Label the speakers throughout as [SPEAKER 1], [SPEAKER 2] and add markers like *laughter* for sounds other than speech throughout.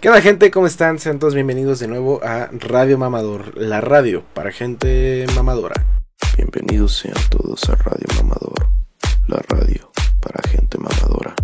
[SPEAKER 1] ¿Qué onda gente? ¿Cómo están? Sean todos bienvenidos de nuevo a Radio Mamador, la radio para gente mamadora.
[SPEAKER 2] Bienvenidos sean todos a Radio Mamador, la radio para gente mamadora.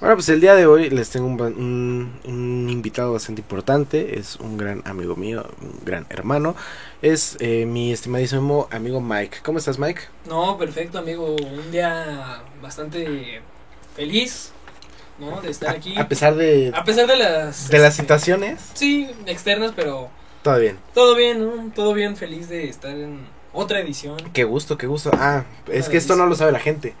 [SPEAKER 1] Bueno, pues el día de hoy les tengo un, ba- un- un invitado bastante importante, es un gran amigo mío, un gran hermano, es eh, mi estimadísimo amigo Mike. ¿Cómo estás Mike?
[SPEAKER 3] No, perfecto, amigo. Un día bastante feliz, ¿no? De estar aquí.
[SPEAKER 1] A, a pesar de,
[SPEAKER 3] A pesar de las.
[SPEAKER 1] de las
[SPEAKER 3] este,
[SPEAKER 1] situaciones,
[SPEAKER 3] Sí, externas, pero
[SPEAKER 1] todo bien.
[SPEAKER 3] todo bien, ¿no? Todo bien, feliz de estar en otra edición.
[SPEAKER 1] Qué gusto, qué gusto. Ah, es que esto no lo sabe la gente.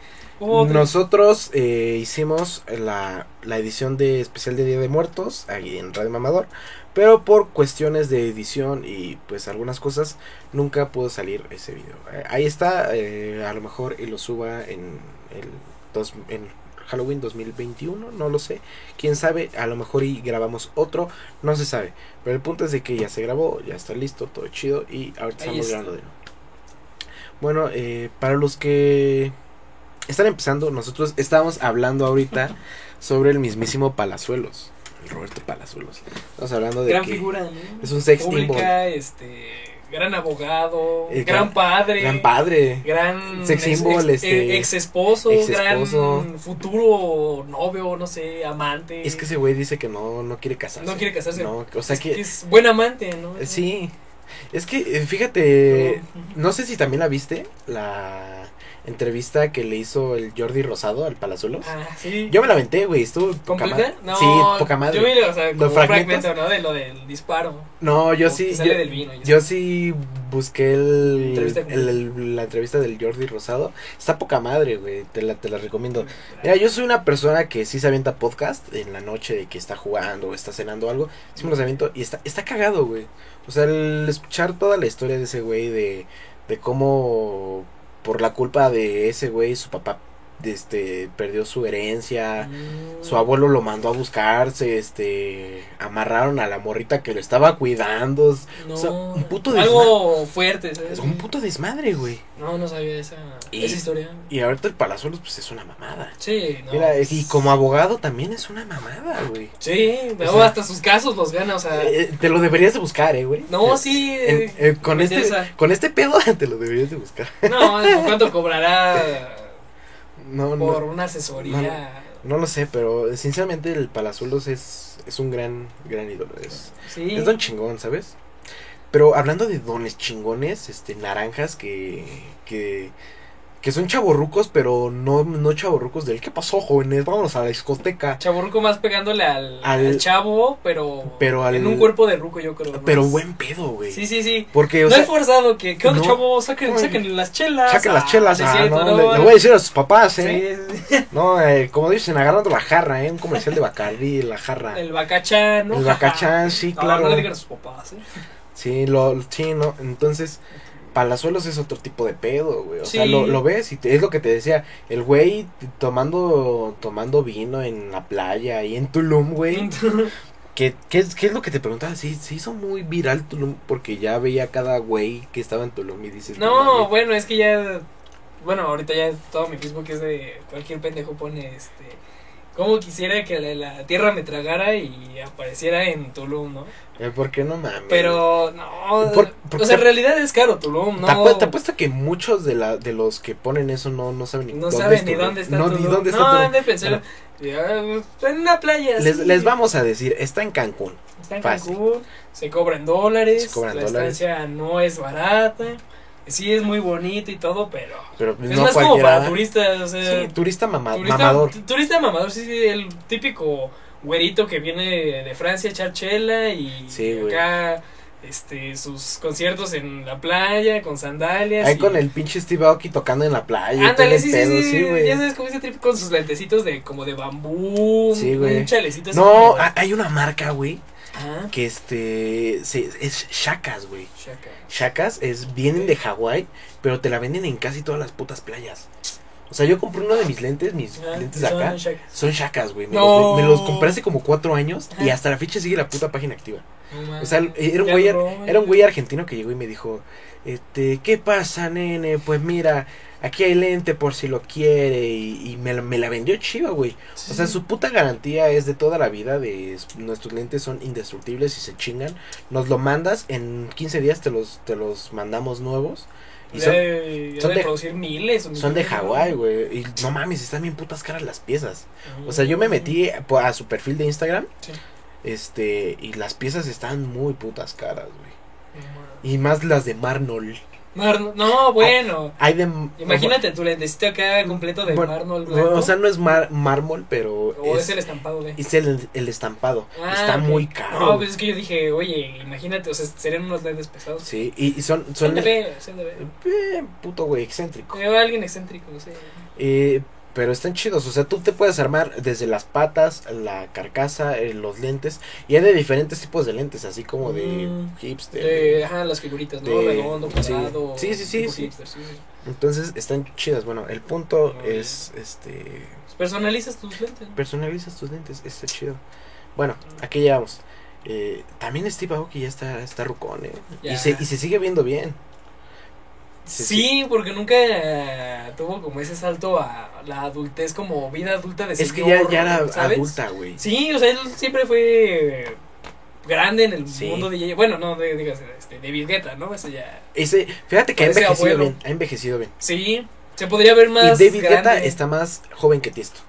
[SPEAKER 3] Otra-
[SPEAKER 1] Nosotros eh, hicimos la, la edición de especial de Día de Muertos ahí en Radio Mamador, pero por cuestiones de edición y pues algunas cosas nunca pudo salir ese video. Eh, ahí está, eh, a lo mejor y lo suba en el dos, en Halloween 2021, no lo sé. Quién sabe, a lo mejor y grabamos otro, no se sabe. Pero el punto es de que ya se grabó, ya está listo, todo chido y ahorita
[SPEAKER 3] Ahí
[SPEAKER 1] estamos
[SPEAKER 3] está.
[SPEAKER 1] grabando de nuevo. Bueno, eh, para los que están empezando, nosotros estábamos hablando
[SPEAKER 3] *laughs*
[SPEAKER 1] ahorita sobre el mismísimo Palazuelos, el Roberto Palazuelos. Estamos hablando de
[SPEAKER 3] Gran
[SPEAKER 1] que
[SPEAKER 3] figura, ¿no?
[SPEAKER 1] es un sex symbol,
[SPEAKER 3] Pública, este. Gran abogado,
[SPEAKER 1] Eh, gran-
[SPEAKER 3] gran padre.
[SPEAKER 1] gran padre.
[SPEAKER 3] gran
[SPEAKER 1] Sex symbol, este,
[SPEAKER 3] ex esposo,
[SPEAKER 1] exesposo.
[SPEAKER 3] gran futuro novio, no sé, amante.
[SPEAKER 1] Es que ese güey dice que no, no quiere casarse.
[SPEAKER 3] No quiere casarse.
[SPEAKER 1] No, o sea
[SPEAKER 3] Es
[SPEAKER 1] que,
[SPEAKER 3] que es buen amante, ¿no?
[SPEAKER 1] eh, sí. Es que eh, fíjate,
[SPEAKER 3] Ujú.
[SPEAKER 1] no sé si también la viste la entrevista que le hizo el Jordi Rosado al Palazuelos.
[SPEAKER 3] Ah, sí.
[SPEAKER 1] Yo me la aventé, güey, estuvo poca
[SPEAKER 3] ¿Completa?
[SPEAKER 1] madre.
[SPEAKER 3] No,
[SPEAKER 1] sí, poca madre.
[SPEAKER 3] Yo vi, o sea, como un
[SPEAKER 1] fragmentos?
[SPEAKER 3] fragmento, ¿no? De lo del disparo.
[SPEAKER 1] No, yo
[SPEAKER 3] Como
[SPEAKER 1] sí.
[SPEAKER 3] que sale
[SPEAKER 1] yo,
[SPEAKER 3] del vino y
[SPEAKER 1] yo
[SPEAKER 3] eso.
[SPEAKER 1] sí busqué el,
[SPEAKER 3] Entrevista con-
[SPEAKER 1] el- el- la entrevista del Jordi Rosado. Está poca madre, güey. Te la, te la recomiendo. Mira, yo soy una persona que sí se avienta podcast en la noche de que está jugando o está cenando o algo. Sí me los aviento y está, está cagado, güey. O sea, el escuchar toda la historia de ese güey, de, de cómo por la culpa de ese güey su papá este, perdió su herencia.
[SPEAKER 3] Mm.
[SPEAKER 1] Su abuelo lo mandó a buscarse, este, amarraron a la morrita que lo estaba cuidando.
[SPEAKER 3] No,
[SPEAKER 1] o sea, un puto
[SPEAKER 3] Algo fuerte, ¿sabes?
[SPEAKER 1] Es un puto desmadre, güey.
[SPEAKER 3] No, no sabía esa,
[SPEAKER 1] Y-
[SPEAKER 3] esa historia.
[SPEAKER 1] Y ahorita el Palazuelos, pues es una mamada.
[SPEAKER 3] Sí, no.
[SPEAKER 1] Mira, y como abogado también es una mamada, güey.
[SPEAKER 3] Sí,
[SPEAKER 1] o
[SPEAKER 3] luego
[SPEAKER 1] sea-
[SPEAKER 3] hasta sus casos los gana, o sea.
[SPEAKER 1] Eh, te lo deberías de buscar, eh, güey.
[SPEAKER 3] no,
[SPEAKER 1] Eh,
[SPEAKER 3] sí.
[SPEAKER 1] en-
[SPEAKER 3] eh,
[SPEAKER 1] eh, con,
[SPEAKER 3] me
[SPEAKER 1] este,
[SPEAKER 3] interesa.
[SPEAKER 1] con este pedo *laughs* te lo deberías de buscar.
[SPEAKER 3] No, ¿cuánto cobrará
[SPEAKER 1] No, no,
[SPEAKER 3] por una asesoría?
[SPEAKER 1] no lo sé, pero eh, sinceramente el Palazuelos es, es un gran, gran ídolo. Es,
[SPEAKER 3] Sí.
[SPEAKER 1] es don chingón, ¿sabes? Pero hablando de dones chingones, este, naranjas que, que, que son chaborrucos, pero no, no chaborrucos del ¿qué pasó, jóvenes? Vámonos a la discoteca.
[SPEAKER 3] Chaburruco más pegándole al,
[SPEAKER 1] Al-
[SPEAKER 3] al chavo, pero,
[SPEAKER 1] pero al-
[SPEAKER 3] en un cuerpo de ruco, yo creo.
[SPEAKER 1] Pero
[SPEAKER 3] más.
[SPEAKER 1] buen pedo, güey.
[SPEAKER 3] Sí, sí, sí.
[SPEAKER 1] Porque, o
[SPEAKER 3] no
[SPEAKER 1] sea,
[SPEAKER 3] es forzado que, ¿qué onda,
[SPEAKER 1] no.
[SPEAKER 3] chavo? Saquen,
[SPEAKER 1] Ay.
[SPEAKER 3] saquen las chelas.
[SPEAKER 1] saquen las
[SPEAKER 3] Ah,
[SPEAKER 1] chelas.
[SPEAKER 3] sí,
[SPEAKER 1] ah,
[SPEAKER 3] cierto,
[SPEAKER 1] no,
[SPEAKER 3] no,
[SPEAKER 1] le, le
[SPEAKER 3] no.
[SPEAKER 1] voy a decir a sus papás, ¿eh?
[SPEAKER 3] Sí, sí, sí.
[SPEAKER 1] No, eh, como dicen, agarrando la jarra, ¿eh? Un comercial de Bacardi, la jarra. El,
[SPEAKER 3] El bacachán, ¿no?
[SPEAKER 1] Bacachán, sí,
[SPEAKER 3] *laughs* No,
[SPEAKER 1] claro.
[SPEAKER 3] No, le digan a sus papás, ¿eh?
[SPEAKER 1] Sí, lo, sí, no. Entonces, Palazuelos es otro tipo de pedo, güey. O sea,
[SPEAKER 3] Sí.
[SPEAKER 1] lo, lo ves y te- es lo que te decía. El güey t- tomando, tomando vino en la playa y en Tulum, güey. ¿Qué, qué, es, qué es lo que te preguntaba? Sí, se hizo muy viral Tulum porque ya veía cada güey que estaba en Tulum y dices...
[SPEAKER 3] *laughs* No,
[SPEAKER 1] mames.
[SPEAKER 3] bueno, es que ya. Bueno, ahorita ya todo mi Facebook es de. Cualquier pendejo pone este. Como quisiera que la, la tierra me tragara y apareciera en Tulum, ¿no?
[SPEAKER 1] Eh, ¿Por qué no mames?
[SPEAKER 3] Pero no.
[SPEAKER 1] Por- por-
[SPEAKER 3] o sea, en realidad es caro Tulum, ¿no?
[SPEAKER 1] Te, apu- te apuesto que muchos de, la, de los que ponen eso no, no saben ni
[SPEAKER 3] No
[SPEAKER 1] dónde es
[SPEAKER 3] saben ni
[SPEAKER 1] Tulum.
[SPEAKER 3] dónde está
[SPEAKER 1] no,
[SPEAKER 3] Tulum.
[SPEAKER 1] Ni dónde está
[SPEAKER 3] no,
[SPEAKER 1] Tulum.
[SPEAKER 3] han de pensar. ya, pues, En una playa.
[SPEAKER 1] Les,
[SPEAKER 3] sí.
[SPEAKER 1] les vamos a decir, está en Cancún.
[SPEAKER 3] Está en
[SPEAKER 1] fácil.
[SPEAKER 3] Cancún. Se cobran dólares.
[SPEAKER 1] Se cobran
[SPEAKER 3] la
[SPEAKER 1] dólares.
[SPEAKER 3] estancia no es barata. Sí, es muy bonito y todo, pero.
[SPEAKER 1] Pero
[SPEAKER 3] Es
[SPEAKER 1] no
[SPEAKER 3] más como
[SPEAKER 1] cualquiera.
[SPEAKER 3] para turistas, o sea.
[SPEAKER 1] Sí, turista, mama-
[SPEAKER 3] turista
[SPEAKER 1] mamador.
[SPEAKER 3] tu- turista mamador, sí, sí, el típico güerito que viene de Francia a echar chela y
[SPEAKER 1] Sí, güey.
[SPEAKER 3] acá este sus conciertos en la playa con sandalias.
[SPEAKER 1] Ahí
[SPEAKER 3] y-
[SPEAKER 1] con el pinche Steve Aoki tocando en la playa. y todo
[SPEAKER 3] Ándale,
[SPEAKER 1] el
[SPEAKER 3] sí,
[SPEAKER 1] pedo,
[SPEAKER 3] sí, sí,
[SPEAKER 1] güey.
[SPEAKER 3] ya sabes como ese trip con sus lentecitos de como de bambú,
[SPEAKER 1] Sí, güey.
[SPEAKER 3] un chalecito así
[SPEAKER 1] No, ah.
[SPEAKER 3] como-
[SPEAKER 1] ha- hay una marca, güey,
[SPEAKER 3] Ah,
[SPEAKER 1] que este se- es Shakas, güey.
[SPEAKER 3] chaca.
[SPEAKER 1] Shakas es vienen de Hawái, pero te la venden en casi todas las putas playas. O sea, yo compré uno de mis lentes, mis
[SPEAKER 3] Ah,
[SPEAKER 1] lentes
[SPEAKER 3] son
[SPEAKER 1] acá.
[SPEAKER 3] shacas.
[SPEAKER 1] Son chacas, güey. Me,
[SPEAKER 3] No.
[SPEAKER 1] los, me los compré hace como cuatro años y
[SPEAKER 3] Ajá.
[SPEAKER 1] hasta la fecha sigue la puta página activa.
[SPEAKER 3] No
[SPEAKER 1] O
[SPEAKER 3] mames.
[SPEAKER 1] sea, era un,
[SPEAKER 3] Ya
[SPEAKER 1] güey,
[SPEAKER 3] duró, güey.
[SPEAKER 1] era un güey argentino que llegó y me dijo, este, ¿qué pasa, nene? Pues mira, aquí hay lente por si lo quiere y, y me, la- me la vendió chiva, güey. O sea, su puta garantía es de toda la vida, de es- nuestros lentes son indestructibles y se chingan. Nos lo mandas, en 15 días te los, te los mandamos nuevos. Y
[SPEAKER 3] Ya
[SPEAKER 1] son,
[SPEAKER 3] de, ya
[SPEAKER 1] son
[SPEAKER 3] de
[SPEAKER 1] de-
[SPEAKER 3] producir miles. o
[SPEAKER 1] son de
[SPEAKER 3] millones, ¿no?
[SPEAKER 1] Hawái, güey. Y no mames, están bien putas caras las piezas. O sea, yo me metí a, a su perfil de Instagram.
[SPEAKER 3] Sí.
[SPEAKER 1] Este, y las piezas están muy putas caras, güey.
[SPEAKER 3] No,
[SPEAKER 1] Y más las de mármol.
[SPEAKER 3] Mar- No, bueno.
[SPEAKER 1] Hay de.
[SPEAKER 3] Imagínate tu lentecito acá completo de
[SPEAKER 1] Ah, Bueno,
[SPEAKER 3] mármol
[SPEAKER 1] o-
[SPEAKER 3] blanco.
[SPEAKER 1] O sea, no es mar- mármol, pero.
[SPEAKER 3] o es, el estampado de.
[SPEAKER 1] es el- el estampado.
[SPEAKER 3] Ah,
[SPEAKER 1] Está
[SPEAKER 3] ok.
[SPEAKER 1] muy caro.
[SPEAKER 3] No, pues es que yo dije, oye, imagínate, o sea, serían unos lentes pesados.
[SPEAKER 1] Sí, y, y son.
[SPEAKER 3] Son
[SPEAKER 1] son
[SPEAKER 3] de ver, son de ver.
[SPEAKER 1] eh, puto, güey, excéntrico.
[SPEAKER 3] Veo a alguien excéntrico, no sé.
[SPEAKER 1] Eh, pero están chidos. O sea, tú te puedes armar desde las patas, la carcasa, eh, los lentes. Y hay de diferentes tipos de lentes, así como de
[SPEAKER 3] Mm.
[SPEAKER 1] hipster.
[SPEAKER 3] De, ajá, las figuritas, ¿no?
[SPEAKER 1] de-
[SPEAKER 3] Redondo,
[SPEAKER 1] sí.
[SPEAKER 3] cuadrado.
[SPEAKER 1] Sí, sí, sí,
[SPEAKER 3] tipo
[SPEAKER 1] sí.
[SPEAKER 3] hipster, sí, sí.
[SPEAKER 1] Entonces están chidas. Bueno, el punto
[SPEAKER 3] Muy
[SPEAKER 1] es este
[SPEAKER 3] Pues Personalizas tus lentes. ¿no?
[SPEAKER 1] personalizas tus lentes, está chido. Bueno, aquí llegamos. Eh, también Steve Aoki ya está, está rucón, eh.
[SPEAKER 3] Ya.
[SPEAKER 1] Y, se, y se sigue viendo bien.
[SPEAKER 3] Sí,
[SPEAKER 1] Sí,
[SPEAKER 3] porque nunca eh, tuvo como ese salto a la adultez, como vida adulta de
[SPEAKER 1] Es que ya,
[SPEAKER 3] señor,
[SPEAKER 1] ya era
[SPEAKER 3] ¿sabes?
[SPEAKER 1] adulta, güey.
[SPEAKER 3] Sí, o sea, él siempre fue eh, grande en el
[SPEAKER 1] Sí.
[SPEAKER 3] mundo de... Bueno, no, de, digas, este, David Guetta, ¿no? Ese ya...
[SPEAKER 1] Ese, fíjate que ha
[SPEAKER 3] Parece
[SPEAKER 1] envejecido
[SPEAKER 3] abuelo.
[SPEAKER 1] bien. Ha envejecido bien.
[SPEAKER 3] Sí, se podría ver
[SPEAKER 1] Y
[SPEAKER 3] más
[SPEAKER 1] David Guetta
[SPEAKER 3] grande.
[SPEAKER 1] está más joven que Tiesto.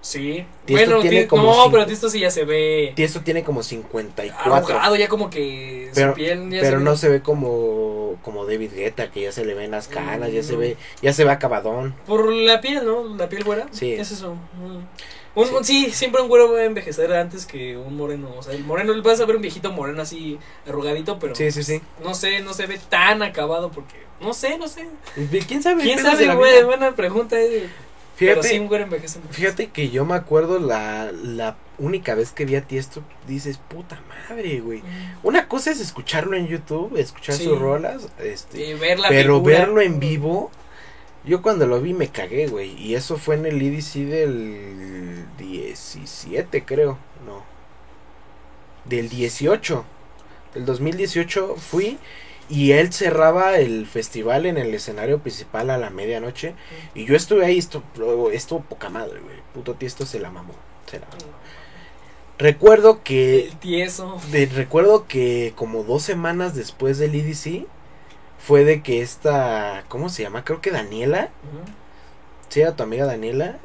[SPEAKER 3] Sí.
[SPEAKER 1] Tiesto
[SPEAKER 3] bueno,
[SPEAKER 1] tiene
[SPEAKER 3] Tiesto-
[SPEAKER 1] como
[SPEAKER 3] no,
[SPEAKER 1] cinco-
[SPEAKER 3] pero Tiesto sí ya se ve
[SPEAKER 1] Tiesto tiene como 54.
[SPEAKER 3] arrugado, ya como que
[SPEAKER 1] Pero-
[SPEAKER 3] su piel ah, ya
[SPEAKER 1] Pero
[SPEAKER 3] se
[SPEAKER 1] no
[SPEAKER 3] ve-
[SPEAKER 1] se ve como, como David Guetta, que ya se le ven las canas, ya se
[SPEAKER 3] Mm.
[SPEAKER 1] ve, ya se ve acabadón.
[SPEAKER 3] Por la piel, ¿no? La piel güera.
[SPEAKER 1] Sí.
[SPEAKER 3] Es eso. mm. Un, un- sí. siempre un güero va a envejecer antes que un moreno. O sea, el moreno, vas a ver un viejito moreno así arrugadito, pero
[SPEAKER 1] Sí, sí, sí.
[SPEAKER 3] no sé, no se ve tan acabado porque. No sé, no sé.
[SPEAKER 1] ¿Quién sabe?
[SPEAKER 3] pues, ¿Quién
[SPEAKER 1] Pedos de
[SPEAKER 3] sabe,
[SPEAKER 1] la
[SPEAKER 3] güey?
[SPEAKER 1] vida.
[SPEAKER 3] Buena pregunta. eh. Pero sí,
[SPEAKER 1] Fíjate,
[SPEAKER 3] un güero envejece. mucho.
[SPEAKER 1] fíjate que yo me acuerdo la, la única vez que vi a Tiesto, dices, puta madre, güey.
[SPEAKER 3] Mm.
[SPEAKER 1] Una cosa es escucharlo en YouTube, escuchar
[SPEAKER 3] Sí.
[SPEAKER 1] sus rolas, este,
[SPEAKER 3] Y ver la
[SPEAKER 1] pero
[SPEAKER 3] figura.
[SPEAKER 1] verlo en vivo, yo cuando lo vi me cagué, güey. Y eso fue en el EDC del 17, creo, no. Del 18, del 2018 fui y él cerraba el festival en el escenario principal a la medianoche. Y yo estuve ahí, esto, esto poca madre, güey. Puto tiesto se la mamó. se la mamó. Recuerdo que
[SPEAKER 3] El tieso.
[SPEAKER 1] de- recuerdo que como dos semanas después del EDC fue de que esta, ¿cómo se llama? Creo que Daniela, sí era tu amiga Daniela,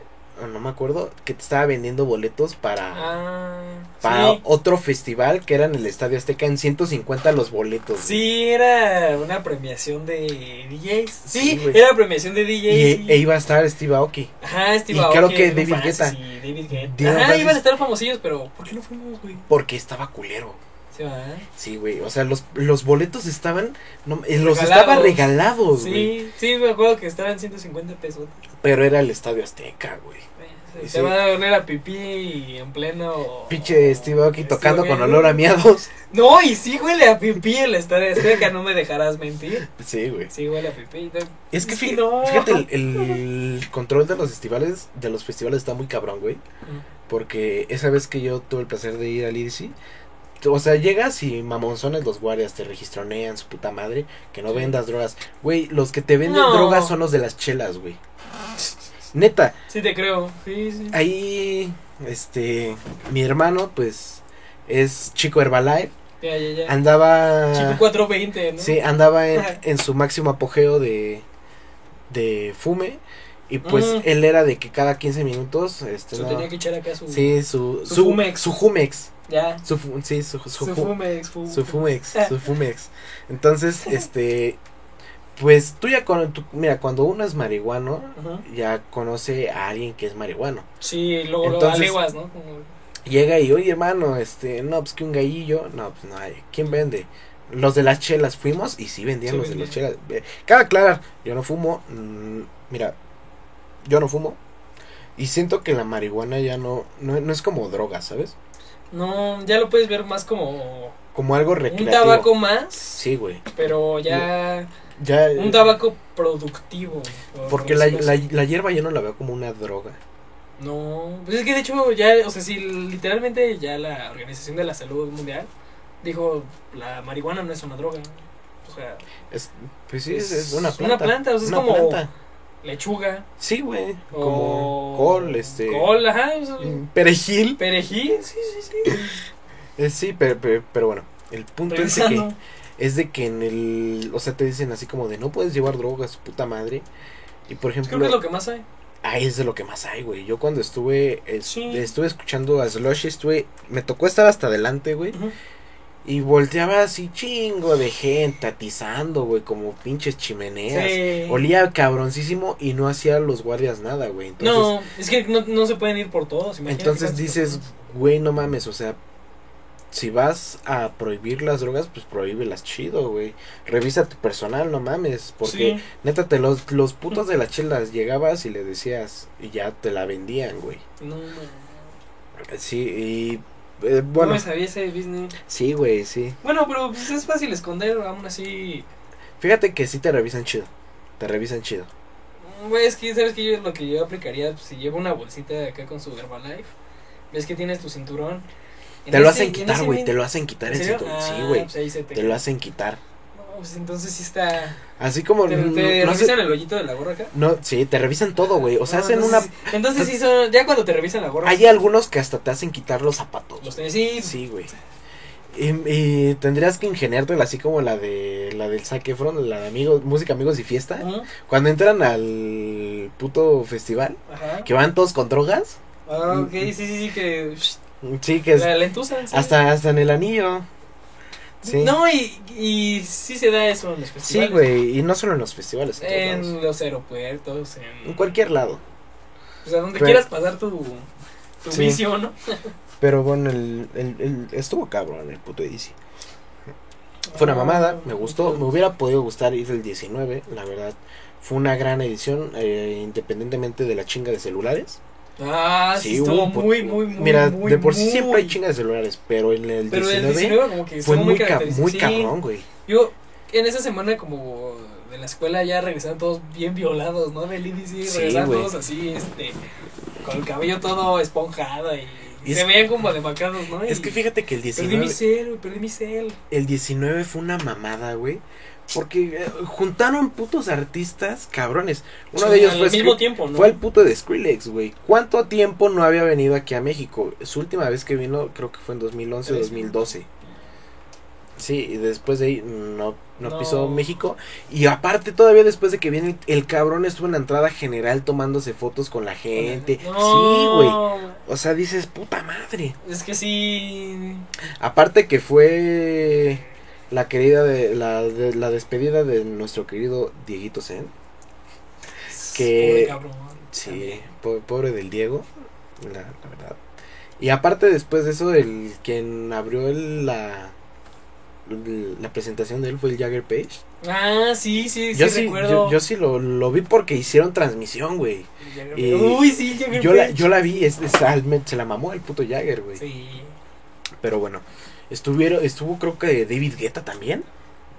[SPEAKER 1] o no me acuerdo, que te estaba vendiendo boletos para,
[SPEAKER 3] Ah.
[SPEAKER 1] para
[SPEAKER 3] sí.
[SPEAKER 1] otro festival que era en el Estadio Azteca en 150 los boletos. güey.
[SPEAKER 3] Sí, era una premiación de DJs.
[SPEAKER 1] Sí,
[SPEAKER 3] Sí,
[SPEAKER 1] güey.
[SPEAKER 3] era premiación de DJs.
[SPEAKER 1] Y,
[SPEAKER 3] sí.
[SPEAKER 1] e iba a estar Steve Aoki.
[SPEAKER 3] Ajá, Steve
[SPEAKER 1] y
[SPEAKER 3] Aoki,
[SPEAKER 1] creo que
[SPEAKER 3] Dino
[SPEAKER 1] David
[SPEAKER 3] Francis
[SPEAKER 1] Guetta.
[SPEAKER 3] y David Guetta.
[SPEAKER 1] Dino
[SPEAKER 3] Ajá,
[SPEAKER 1] Francis.
[SPEAKER 3] iban a estar famosillos, pero ¿por qué no fuimos, güey?
[SPEAKER 1] Porque estaba culero.
[SPEAKER 3] Sí, ¿verdad?
[SPEAKER 1] Sí, güey. O sea, los, los boletos estaban. No, eh, los
[SPEAKER 3] Regalados.
[SPEAKER 1] estaba regalados, Pues, güey.
[SPEAKER 3] Sí, sí, me acuerdo que estaban 150 pesos.
[SPEAKER 1] Pero era el Estadio Azteca, güey.
[SPEAKER 3] Se
[SPEAKER 1] Sí.
[SPEAKER 3] va a oler a pipí y en pleno.
[SPEAKER 1] Pinche Steve Aoki tocando
[SPEAKER 3] Oh, Aoki.
[SPEAKER 1] con olor a miados. *laughs*
[SPEAKER 3] No, y sí huele a pipí el estadio Azteca, no me dejarás mentir.
[SPEAKER 1] Sí, güey.
[SPEAKER 3] Sí huele a pipí.
[SPEAKER 1] Es que
[SPEAKER 3] Sí,
[SPEAKER 1] fí-
[SPEAKER 3] no.
[SPEAKER 1] fíjate, el, el control de los festivales, de los festivales está muy cabrón, güey. Porque esa vez que yo tuve el placer de ir al IDC, o sea, llegas y mamonzones los guardias te registronean, su puta madre, que no
[SPEAKER 3] Sí.
[SPEAKER 1] vendas drogas. Güey, los que te venden
[SPEAKER 3] No.
[SPEAKER 1] drogas son los de las chelas, güey. Neta,
[SPEAKER 3] Sí, te creo. Sí, sí.
[SPEAKER 1] ahí, este, mi hermano, pues, es chico Herbalife,
[SPEAKER 3] Ya, ya, ya.
[SPEAKER 1] andaba...
[SPEAKER 3] Chico 420, ¿no?
[SPEAKER 1] Sí, andaba en,
[SPEAKER 3] Ajá.
[SPEAKER 1] en su máximo apogeo de, de fume. Y pues
[SPEAKER 3] Ujú.
[SPEAKER 1] él era de que cada 15 minutos. Este,
[SPEAKER 3] Mm. Se
[SPEAKER 1] no,
[SPEAKER 3] tenía que echar acá su.
[SPEAKER 1] sí, su,
[SPEAKER 3] su
[SPEAKER 1] su
[SPEAKER 3] Fumex.
[SPEAKER 1] Su Jumex.
[SPEAKER 3] Ya.
[SPEAKER 1] Su, fu- sí, su, su,
[SPEAKER 3] Su, Ah.
[SPEAKER 1] fu-
[SPEAKER 3] fume, su,
[SPEAKER 1] su Fumex. Su Fumex.
[SPEAKER 3] *laughs*
[SPEAKER 1] Entonces, este. Pues tú ya. Con, tú- mira, cuando uno es marihuano,
[SPEAKER 3] Ajá.
[SPEAKER 1] ya conoce a alguien que es marihuano.
[SPEAKER 3] Sí, luego
[SPEAKER 1] Entonces-
[SPEAKER 3] lo aleguas, ¿no? Como-
[SPEAKER 1] Llega y, oye, hermano, este. No, pues que un gallillo. No, pues no hay. ¿Quién vende? Los de las chelas fuimos y sí vendían
[SPEAKER 3] Sí
[SPEAKER 1] los de las
[SPEAKER 3] vendían.
[SPEAKER 1] chelas. Eh, Cabe aclarar, yo no fumo. mm, mira, yo no fumo. Y siento que la marihuana ya no, no, no es como droga, ¿sabes?
[SPEAKER 3] No, ya lo puedes ver más como
[SPEAKER 1] Como algo
[SPEAKER 3] un
[SPEAKER 1] recreativo.
[SPEAKER 3] tabaco más,
[SPEAKER 1] Sí, güey.
[SPEAKER 3] pero ya
[SPEAKER 1] Ya, eh,
[SPEAKER 3] Un tabaco productivo. por-
[SPEAKER 1] Porque
[SPEAKER 3] por
[SPEAKER 1] la,
[SPEAKER 3] decirlo
[SPEAKER 1] la,
[SPEAKER 3] así.
[SPEAKER 1] la hierba yo no la veo como una droga.
[SPEAKER 3] No, pues es que de hecho ya, o sea, si literalmente ya la Organización de la Salud Mundial dijo la marihuana no es una droga. O sea,
[SPEAKER 1] Es, pues sí, es,
[SPEAKER 3] Es
[SPEAKER 1] es una
[SPEAKER 3] una
[SPEAKER 1] planta.
[SPEAKER 3] planta, o sea, es como-
[SPEAKER 1] planta.
[SPEAKER 3] lechuga
[SPEAKER 1] Sí, güey. Como
[SPEAKER 3] o...
[SPEAKER 1] col, este.
[SPEAKER 3] Col, ajá, o sea,
[SPEAKER 1] mm, Perejil.
[SPEAKER 3] perejil, sí, sí,
[SPEAKER 1] *laughs*
[SPEAKER 3] sí.
[SPEAKER 1] Eh, sí, pero, pero, pero bueno. El punto es de que
[SPEAKER 3] Regresando.
[SPEAKER 1] es de que en el, o sea, te dicen así como de no puedes llevar drogas, puta madre. Y por
[SPEAKER 3] Pues
[SPEAKER 1] ejemplo,
[SPEAKER 3] creo que es lo que más hay.
[SPEAKER 1] ahí es de lo que más hay, güey. Yo cuando estuve es-
[SPEAKER 3] Sí.
[SPEAKER 1] estuve escuchando a Slush, estuve me tocó estar hasta adelante, güey.
[SPEAKER 3] Ujú.
[SPEAKER 1] Y volteaba así chingo de gente atizando, güey, como pinches chimeneas.
[SPEAKER 3] Sí.
[SPEAKER 1] Olía cabroncísimo y no hacía los guardias nada, güey. Entonces,
[SPEAKER 3] no, es que no, no se pueden ir por todos. imagínate
[SPEAKER 1] entonces
[SPEAKER 3] cuántas
[SPEAKER 1] dices,
[SPEAKER 3] personas.
[SPEAKER 1] güey, no mames, o sea, si vas a prohibir las drogas, pues prohíbelas chido, güey. Revisa tu personal, no mames, porque
[SPEAKER 3] Sí. Mm.
[SPEAKER 1] neta te los los putos de las chelas llegabas y le decías y ya te la vendían, güey.
[SPEAKER 3] No, no, no.
[SPEAKER 1] Sí, y eh, bueno,
[SPEAKER 3] No me sabía ese business.
[SPEAKER 1] sí, güey, sí.
[SPEAKER 3] Bueno, pero pues es fácil esconder, aún así.
[SPEAKER 1] Fíjate que sí te revisan chido. Te revisan chido.
[SPEAKER 3] Güey, es que sabes que yo lo que yo aplicaría, pues, si llevo una bolsita de acá con su Herbalife, ves que tienes tu cinturón. En
[SPEAKER 1] Te lo
[SPEAKER 3] ese-
[SPEAKER 1] hacen
[SPEAKER 3] en
[SPEAKER 1] quitar,
[SPEAKER 3] ese
[SPEAKER 1] güey,
[SPEAKER 3] min-
[SPEAKER 1] te lo hacen quitar
[SPEAKER 3] ¿En
[SPEAKER 1] el
[SPEAKER 3] serio?
[SPEAKER 1] cinturón.
[SPEAKER 3] Ah,
[SPEAKER 1] Sí, güey.
[SPEAKER 3] pues ahí se te,
[SPEAKER 1] Te lo hacen quitar.
[SPEAKER 3] No, pues entonces sí está.
[SPEAKER 1] Así como
[SPEAKER 3] ¿Te, te
[SPEAKER 1] no- no, sé-
[SPEAKER 3] revisan el hoyito de la gorra acá?
[SPEAKER 1] no, sí, te revisan todo, güey. O sea,
[SPEAKER 3] No,
[SPEAKER 1] hacen una
[SPEAKER 3] entonces, Entonces sí son. Ya cuando te revisan la gorra.
[SPEAKER 1] hay algunos que hasta te hacen quitar los zapatos.
[SPEAKER 3] Los tenés sí.
[SPEAKER 1] Sí, güey. Y, y tendrías que ingeniártela así como la de la del Zac Efron, la de amigos, música, amigos y fiesta.
[SPEAKER 3] Ujú,
[SPEAKER 1] Cuando entran al puto festival,
[SPEAKER 3] Ajá.
[SPEAKER 1] que van todos con drogas.
[SPEAKER 3] Ah, ok, sí, sí, sí, que.
[SPEAKER 1] Sí, que es
[SPEAKER 3] la, la entusan, sí.
[SPEAKER 1] hasta hasta en el anillo. Sí.
[SPEAKER 3] No, y, y sí se da eso en los
[SPEAKER 1] sí,
[SPEAKER 3] festivales.
[SPEAKER 1] güey, y no solo en los festivales, en todos lados.
[SPEAKER 3] En los aeropuertos, en.
[SPEAKER 1] en cualquier lado.
[SPEAKER 3] O sea, donde
[SPEAKER 1] Pero-
[SPEAKER 3] quieras pasar tu, tu
[SPEAKER 1] Sí.
[SPEAKER 3] vicio, ¿no?
[SPEAKER 1] Pero bueno, el, el- el- estuvo cabrón el puto DC. Fue una mamada, me gustó, me hubiera podido gustar ir el 19, la verdad. Fue una gran edición, eh, independientemente de la chinga de celulares.
[SPEAKER 3] Ah, sí, estuvo
[SPEAKER 1] hubo un po-
[SPEAKER 3] muy, muy, muy.
[SPEAKER 1] Mira,
[SPEAKER 3] muy,
[SPEAKER 1] de por sí siempre hay
[SPEAKER 3] muy.
[SPEAKER 1] chinga de celulares, pero en el
[SPEAKER 3] Pero
[SPEAKER 1] 19,
[SPEAKER 3] el 19 como que
[SPEAKER 1] fue
[SPEAKER 3] estuvo
[SPEAKER 1] muy, ca-
[SPEAKER 3] característico.
[SPEAKER 1] muy
[SPEAKER 3] Sí,
[SPEAKER 1] cabrón, güey.
[SPEAKER 3] Yo, en esa semana, como de la escuela, ya regresaron todos bien violados, ¿no? Del IDC,
[SPEAKER 1] Sí,
[SPEAKER 3] regresaron
[SPEAKER 1] güey.
[SPEAKER 3] todos así, este. Con el cabello todo esponjado y.
[SPEAKER 1] Y
[SPEAKER 3] se
[SPEAKER 1] es-
[SPEAKER 3] veían como demacrados, ¿no?
[SPEAKER 1] Es
[SPEAKER 3] Y
[SPEAKER 1] que fíjate que el
[SPEAKER 3] Perdí
[SPEAKER 1] 19,
[SPEAKER 3] mi cel, güey, perdí mi cel.
[SPEAKER 1] el 19 fue una mamada, güey. Porque eh, juntaron putos artistas cabrones. Uno de ellos
[SPEAKER 3] Al
[SPEAKER 1] fue
[SPEAKER 3] mismo
[SPEAKER 1] Skrillex.
[SPEAKER 3] tiempo, ¿no?
[SPEAKER 1] Fue el puto de Skrillex, güey. ¿Cuánto tiempo no había venido aquí a México? Su última vez que vino creo que fue en 2011 o
[SPEAKER 3] Tres.
[SPEAKER 1] 2012. Sí, y después de ahí no, no,
[SPEAKER 3] No.
[SPEAKER 1] pisó México. Y aparte todavía después de que viene, el cabrón estuvo en la entrada general tomándose fotos con la gente. Sí, güey.
[SPEAKER 3] No,
[SPEAKER 1] O sea, dices, puta madre.
[SPEAKER 3] Es que sí.
[SPEAKER 1] Aparte que fue la querida de la, de- la despedida de nuestro querido Dieguito Zen.
[SPEAKER 3] Pobre
[SPEAKER 1] Que-
[SPEAKER 3] cabrón.
[SPEAKER 1] Sí, po- pobre del Diego, la, la verdad. Y aparte después de eso, el quien abrió el- la, la presentación de él fue el Jagger Page.
[SPEAKER 3] Ah, sí, sí, sí,
[SPEAKER 1] yo, sí
[SPEAKER 3] recuerdo.
[SPEAKER 1] yo, yo sí lo, lo vi porque hicieron transmisión, güey. y-
[SPEAKER 3] Eh, Uy, sí, Jagger
[SPEAKER 1] eh, Yo la,
[SPEAKER 3] Page.
[SPEAKER 1] yo la vi, es, es- al- me- se la mamó el puto Jagger, güey.
[SPEAKER 3] Sí.
[SPEAKER 1] Pero bueno, estuvieron, estuvo creo que David Guetta también.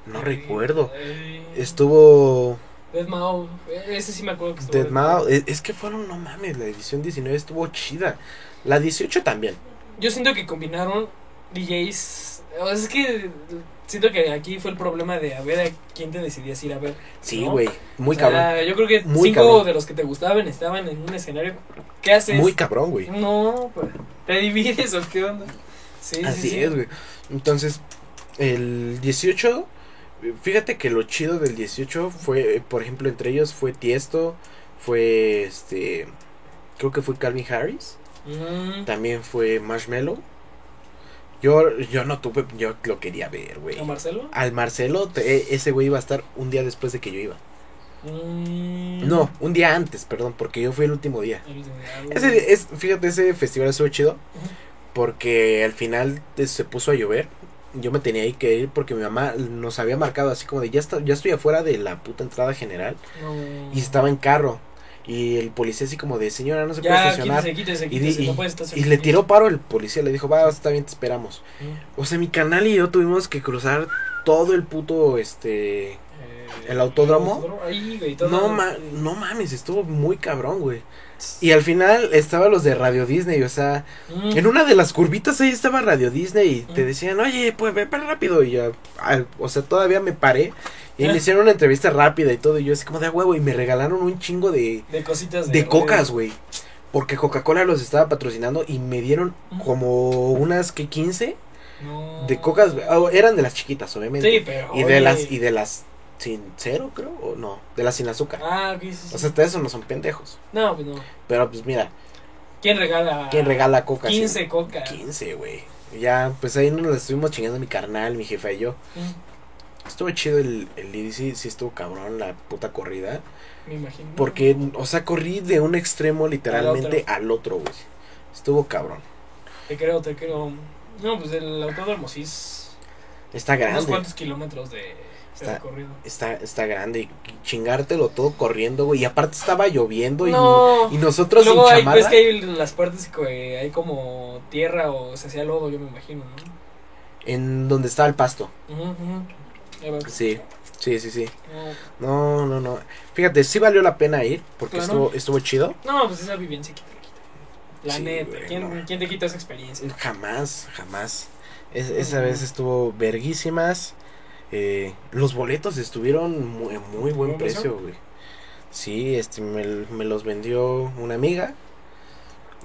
[SPEAKER 1] No
[SPEAKER 3] Eh,
[SPEAKER 1] recuerdo.
[SPEAKER 3] eh,
[SPEAKER 1] Estuvo
[SPEAKER 3] Dead Mao. eh, Ese sí me acuerdo que estuvo.
[SPEAKER 1] Dead eh. Mouse. Es, es que fueron, no mames, la edición 19 estuvo chida. La 18 también.
[SPEAKER 3] Yo siento que combinaron DJs. o sea, Es que siento que aquí fue el problema de a ver a quién te decidías ir a ver.
[SPEAKER 1] Sí,
[SPEAKER 3] ¿No?
[SPEAKER 1] güey. Muy
[SPEAKER 3] O sea,
[SPEAKER 1] cabrón.
[SPEAKER 3] Yo creo que
[SPEAKER 1] Muy
[SPEAKER 3] cinco
[SPEAKER 1] cabrón.
[SPEAKER 3] de los que te gustaban estaban en un escenario. ¿Qué haces?
[SPEAKER 1] Muy cabrón, güey.
[SPEAKER 3] No, pues, te divides o qué onda. Sí, sí,
[SPEAKER 1] Así
[SPEAKER 3] sí.
[SPEAKER 1] es, güey. Entonces, el 18, eh, fíjate que lo chido del 18 fue, eh, por ejemplo, entre ellos fue Tiesto, fue este, creo que fue Calvin Harris,
[SPEAKER 3] Mm.
[SPEAKER 1] también fue Marshmello. Yo, yo no tuve, yo lo quería ver, güey.
[SPEAKER 3] ¿A Marcelo?
[SPEAKER 1] Al Marcelo, te- eh, ese güey iba a estar un día después de que yo iba.
[SPEAKER 3] Mm.
[SPEAKER 1] No, un día antes, perdón, porque yo fui el último día.
[SPEAKER 3] El de algo.
[SPEAKER 1] Ese, es, fíjate, ese festival estuvo chido porque al final eh, se puso a llover. Yo me tenía ahí que ir porque mi mamá nos había marcado así como de ya, está, ya estoy afuera de la puta entrada general
[SPEAKER 3] No.
[SPEAKER 1] y estaba en carro. Y el policía así como de señora no se puede
[SPEAKER 3] Ya,
[SPEAKER 1] estacionar.
[SPEAKER 3] quítese, quítese,
[SPEAKER 1] Y,
[SPEAKER 3] quítese,
[SPEAKER 1] di-
[SPEAKER 3] no
[SPEAKER 1] y-
[SPEAKER 3] puede estar
[SPEAKER 1] y le
[SPEAKER 3] cerca.
[SPEAKER 1] tiró paro el policía, le dijo, va, está bien, te esperamos.
[SPEAKER 3] Mm.
[SPEAKER 1] O sea, mi canal y yo tuvimos que cruzar todo el puto, este,
[SPEAKER 3] Eh,
[SPEAKER 1] el autódromo.
[SPEAKER 3] Ahí, güey, todo.
[SPEAKER 1] No, ma- no mames, estuvo muy cabrón, güey. Y al final estaban los de Radio Disney, o sea,
[SPEAKER 3] Mm.
[SPEAKER 1] en una de las curvitas ahí estaba Radio Disney y te
[SPEAKER 3] Mm.
[SPEAKER 1] decían, oye, pues ve para rápido. Y ya, al- o sea, todavía me paré y me hicieron una entrevista rápida y todo. Y yo así como de "Ah, huevo y me regalaron un chingo de,
[SPEAKER 3] De cositas de.
[SPEAKER 1] de cocas,
[SPEAKER 3] güey.
[SPEAKER 1] güey. Porque Coca-Cola los estaba patrocinando y me dieron
[SPEAKER 3] Mm.
[SPEAKER 1] como unas que 15
[SPEAKER 3] No.
[SPEAKER 1] de cocas. ah, Eran de las chiquitas, obviamente.
[SPEAKER 3] Sí, pero.
[SPEAKER 1] Y
[SPEAKER 3] oye.
[SPEAKER 1] de las, y de las sin cero, creo, o no, de las sin azúcar.
[SPEAKER 3] Ah, ok, sí, sí.
[SPEAKER 1] O sea, hasta eso no son pendejos.
[SPEAKER 3] no, pues no.
[SPEAKER 1] Pero pues mira,
[SPEAKER 3] ¿Quién regala?
[SPEAKER 1] ¿quién regala coca?
[SPEAKER 3] 15 cocas.
[SPEAKER 1] 15, güey. Y Ya, pues ahí nos la estuvimos chingando mi carnal, mi jefa y yo.
[SPEAKER 3] Mm,
[SPEAKER 1] Estuvo chido el, el Didi, sí, sí estuvo cabrón la puta corrida.
[SPEAKER 3] Me imagino.
[SPEAKER 1] Porque, o sea, corrí de un extremo literalmente al otro, güey. Estuvo cabrón.
[SPEAKER 3] Te creo, te creo. No, pues el autódromo sí es.
[SPEAKER 1] Está
[SPEAKER 3] Unos
[SPEAKER 1] grande.
[SPEAKER 3] cuantos kilómetros de
[SPEAKER 1] Está-
[SPEAKER 3] recorrido.
[SPEAKER 1] Está, está grande. Y chingártelo todo corriendo, güey. Y aparte estaba lloviendo y,
[SPEAKER 3] No.
[SPEAKER 1] y nosotros
[SPEAKER 3] Luego
[SPEAKER 1] sin
[SPEAKER 3] hay, pues,
[SPEAKER 1] chamarra.
[SPEAKER 3] ves que hay las partes que hay como tierra o se hacía lodo, yo me imagino, ¿no?
[SPEAKER 1] En donde estaba el pasto.
[SPEAKER 3] Ujú, ujú. Ahí va.
[SPEAKER 1] Sí, sí, sí, sí.
[SPEAKER 3] No,
[SPEAKER 1] No, no, no. Fíjate, sí valió la pena ir porque
[SPEAKER 3] Claro.
[SPEAKER 1] estuvo, estuvo chido.
[SPEAKER 3] No, pues esa vivencia que te la quita. La
[SPEAKER 1] Sí,
[SPEAKER 3] neta,
[SPEAKER 1] güey,
[SPEAKER 3] ¿quién,
[SPEAKER 1] no.
[SPEAKER 3] quién te quita esa experiencia?
[SPEAKER 1] Jamás, jamás. Es- esa vez estuvo verguísimas. Eh, los boletos estuvieron muy, muy buen
[SPEAKER 3] ¿Buen precio?
[SPEAKER 1] precio, güey. Sí, este, me, me los vendió una amiga.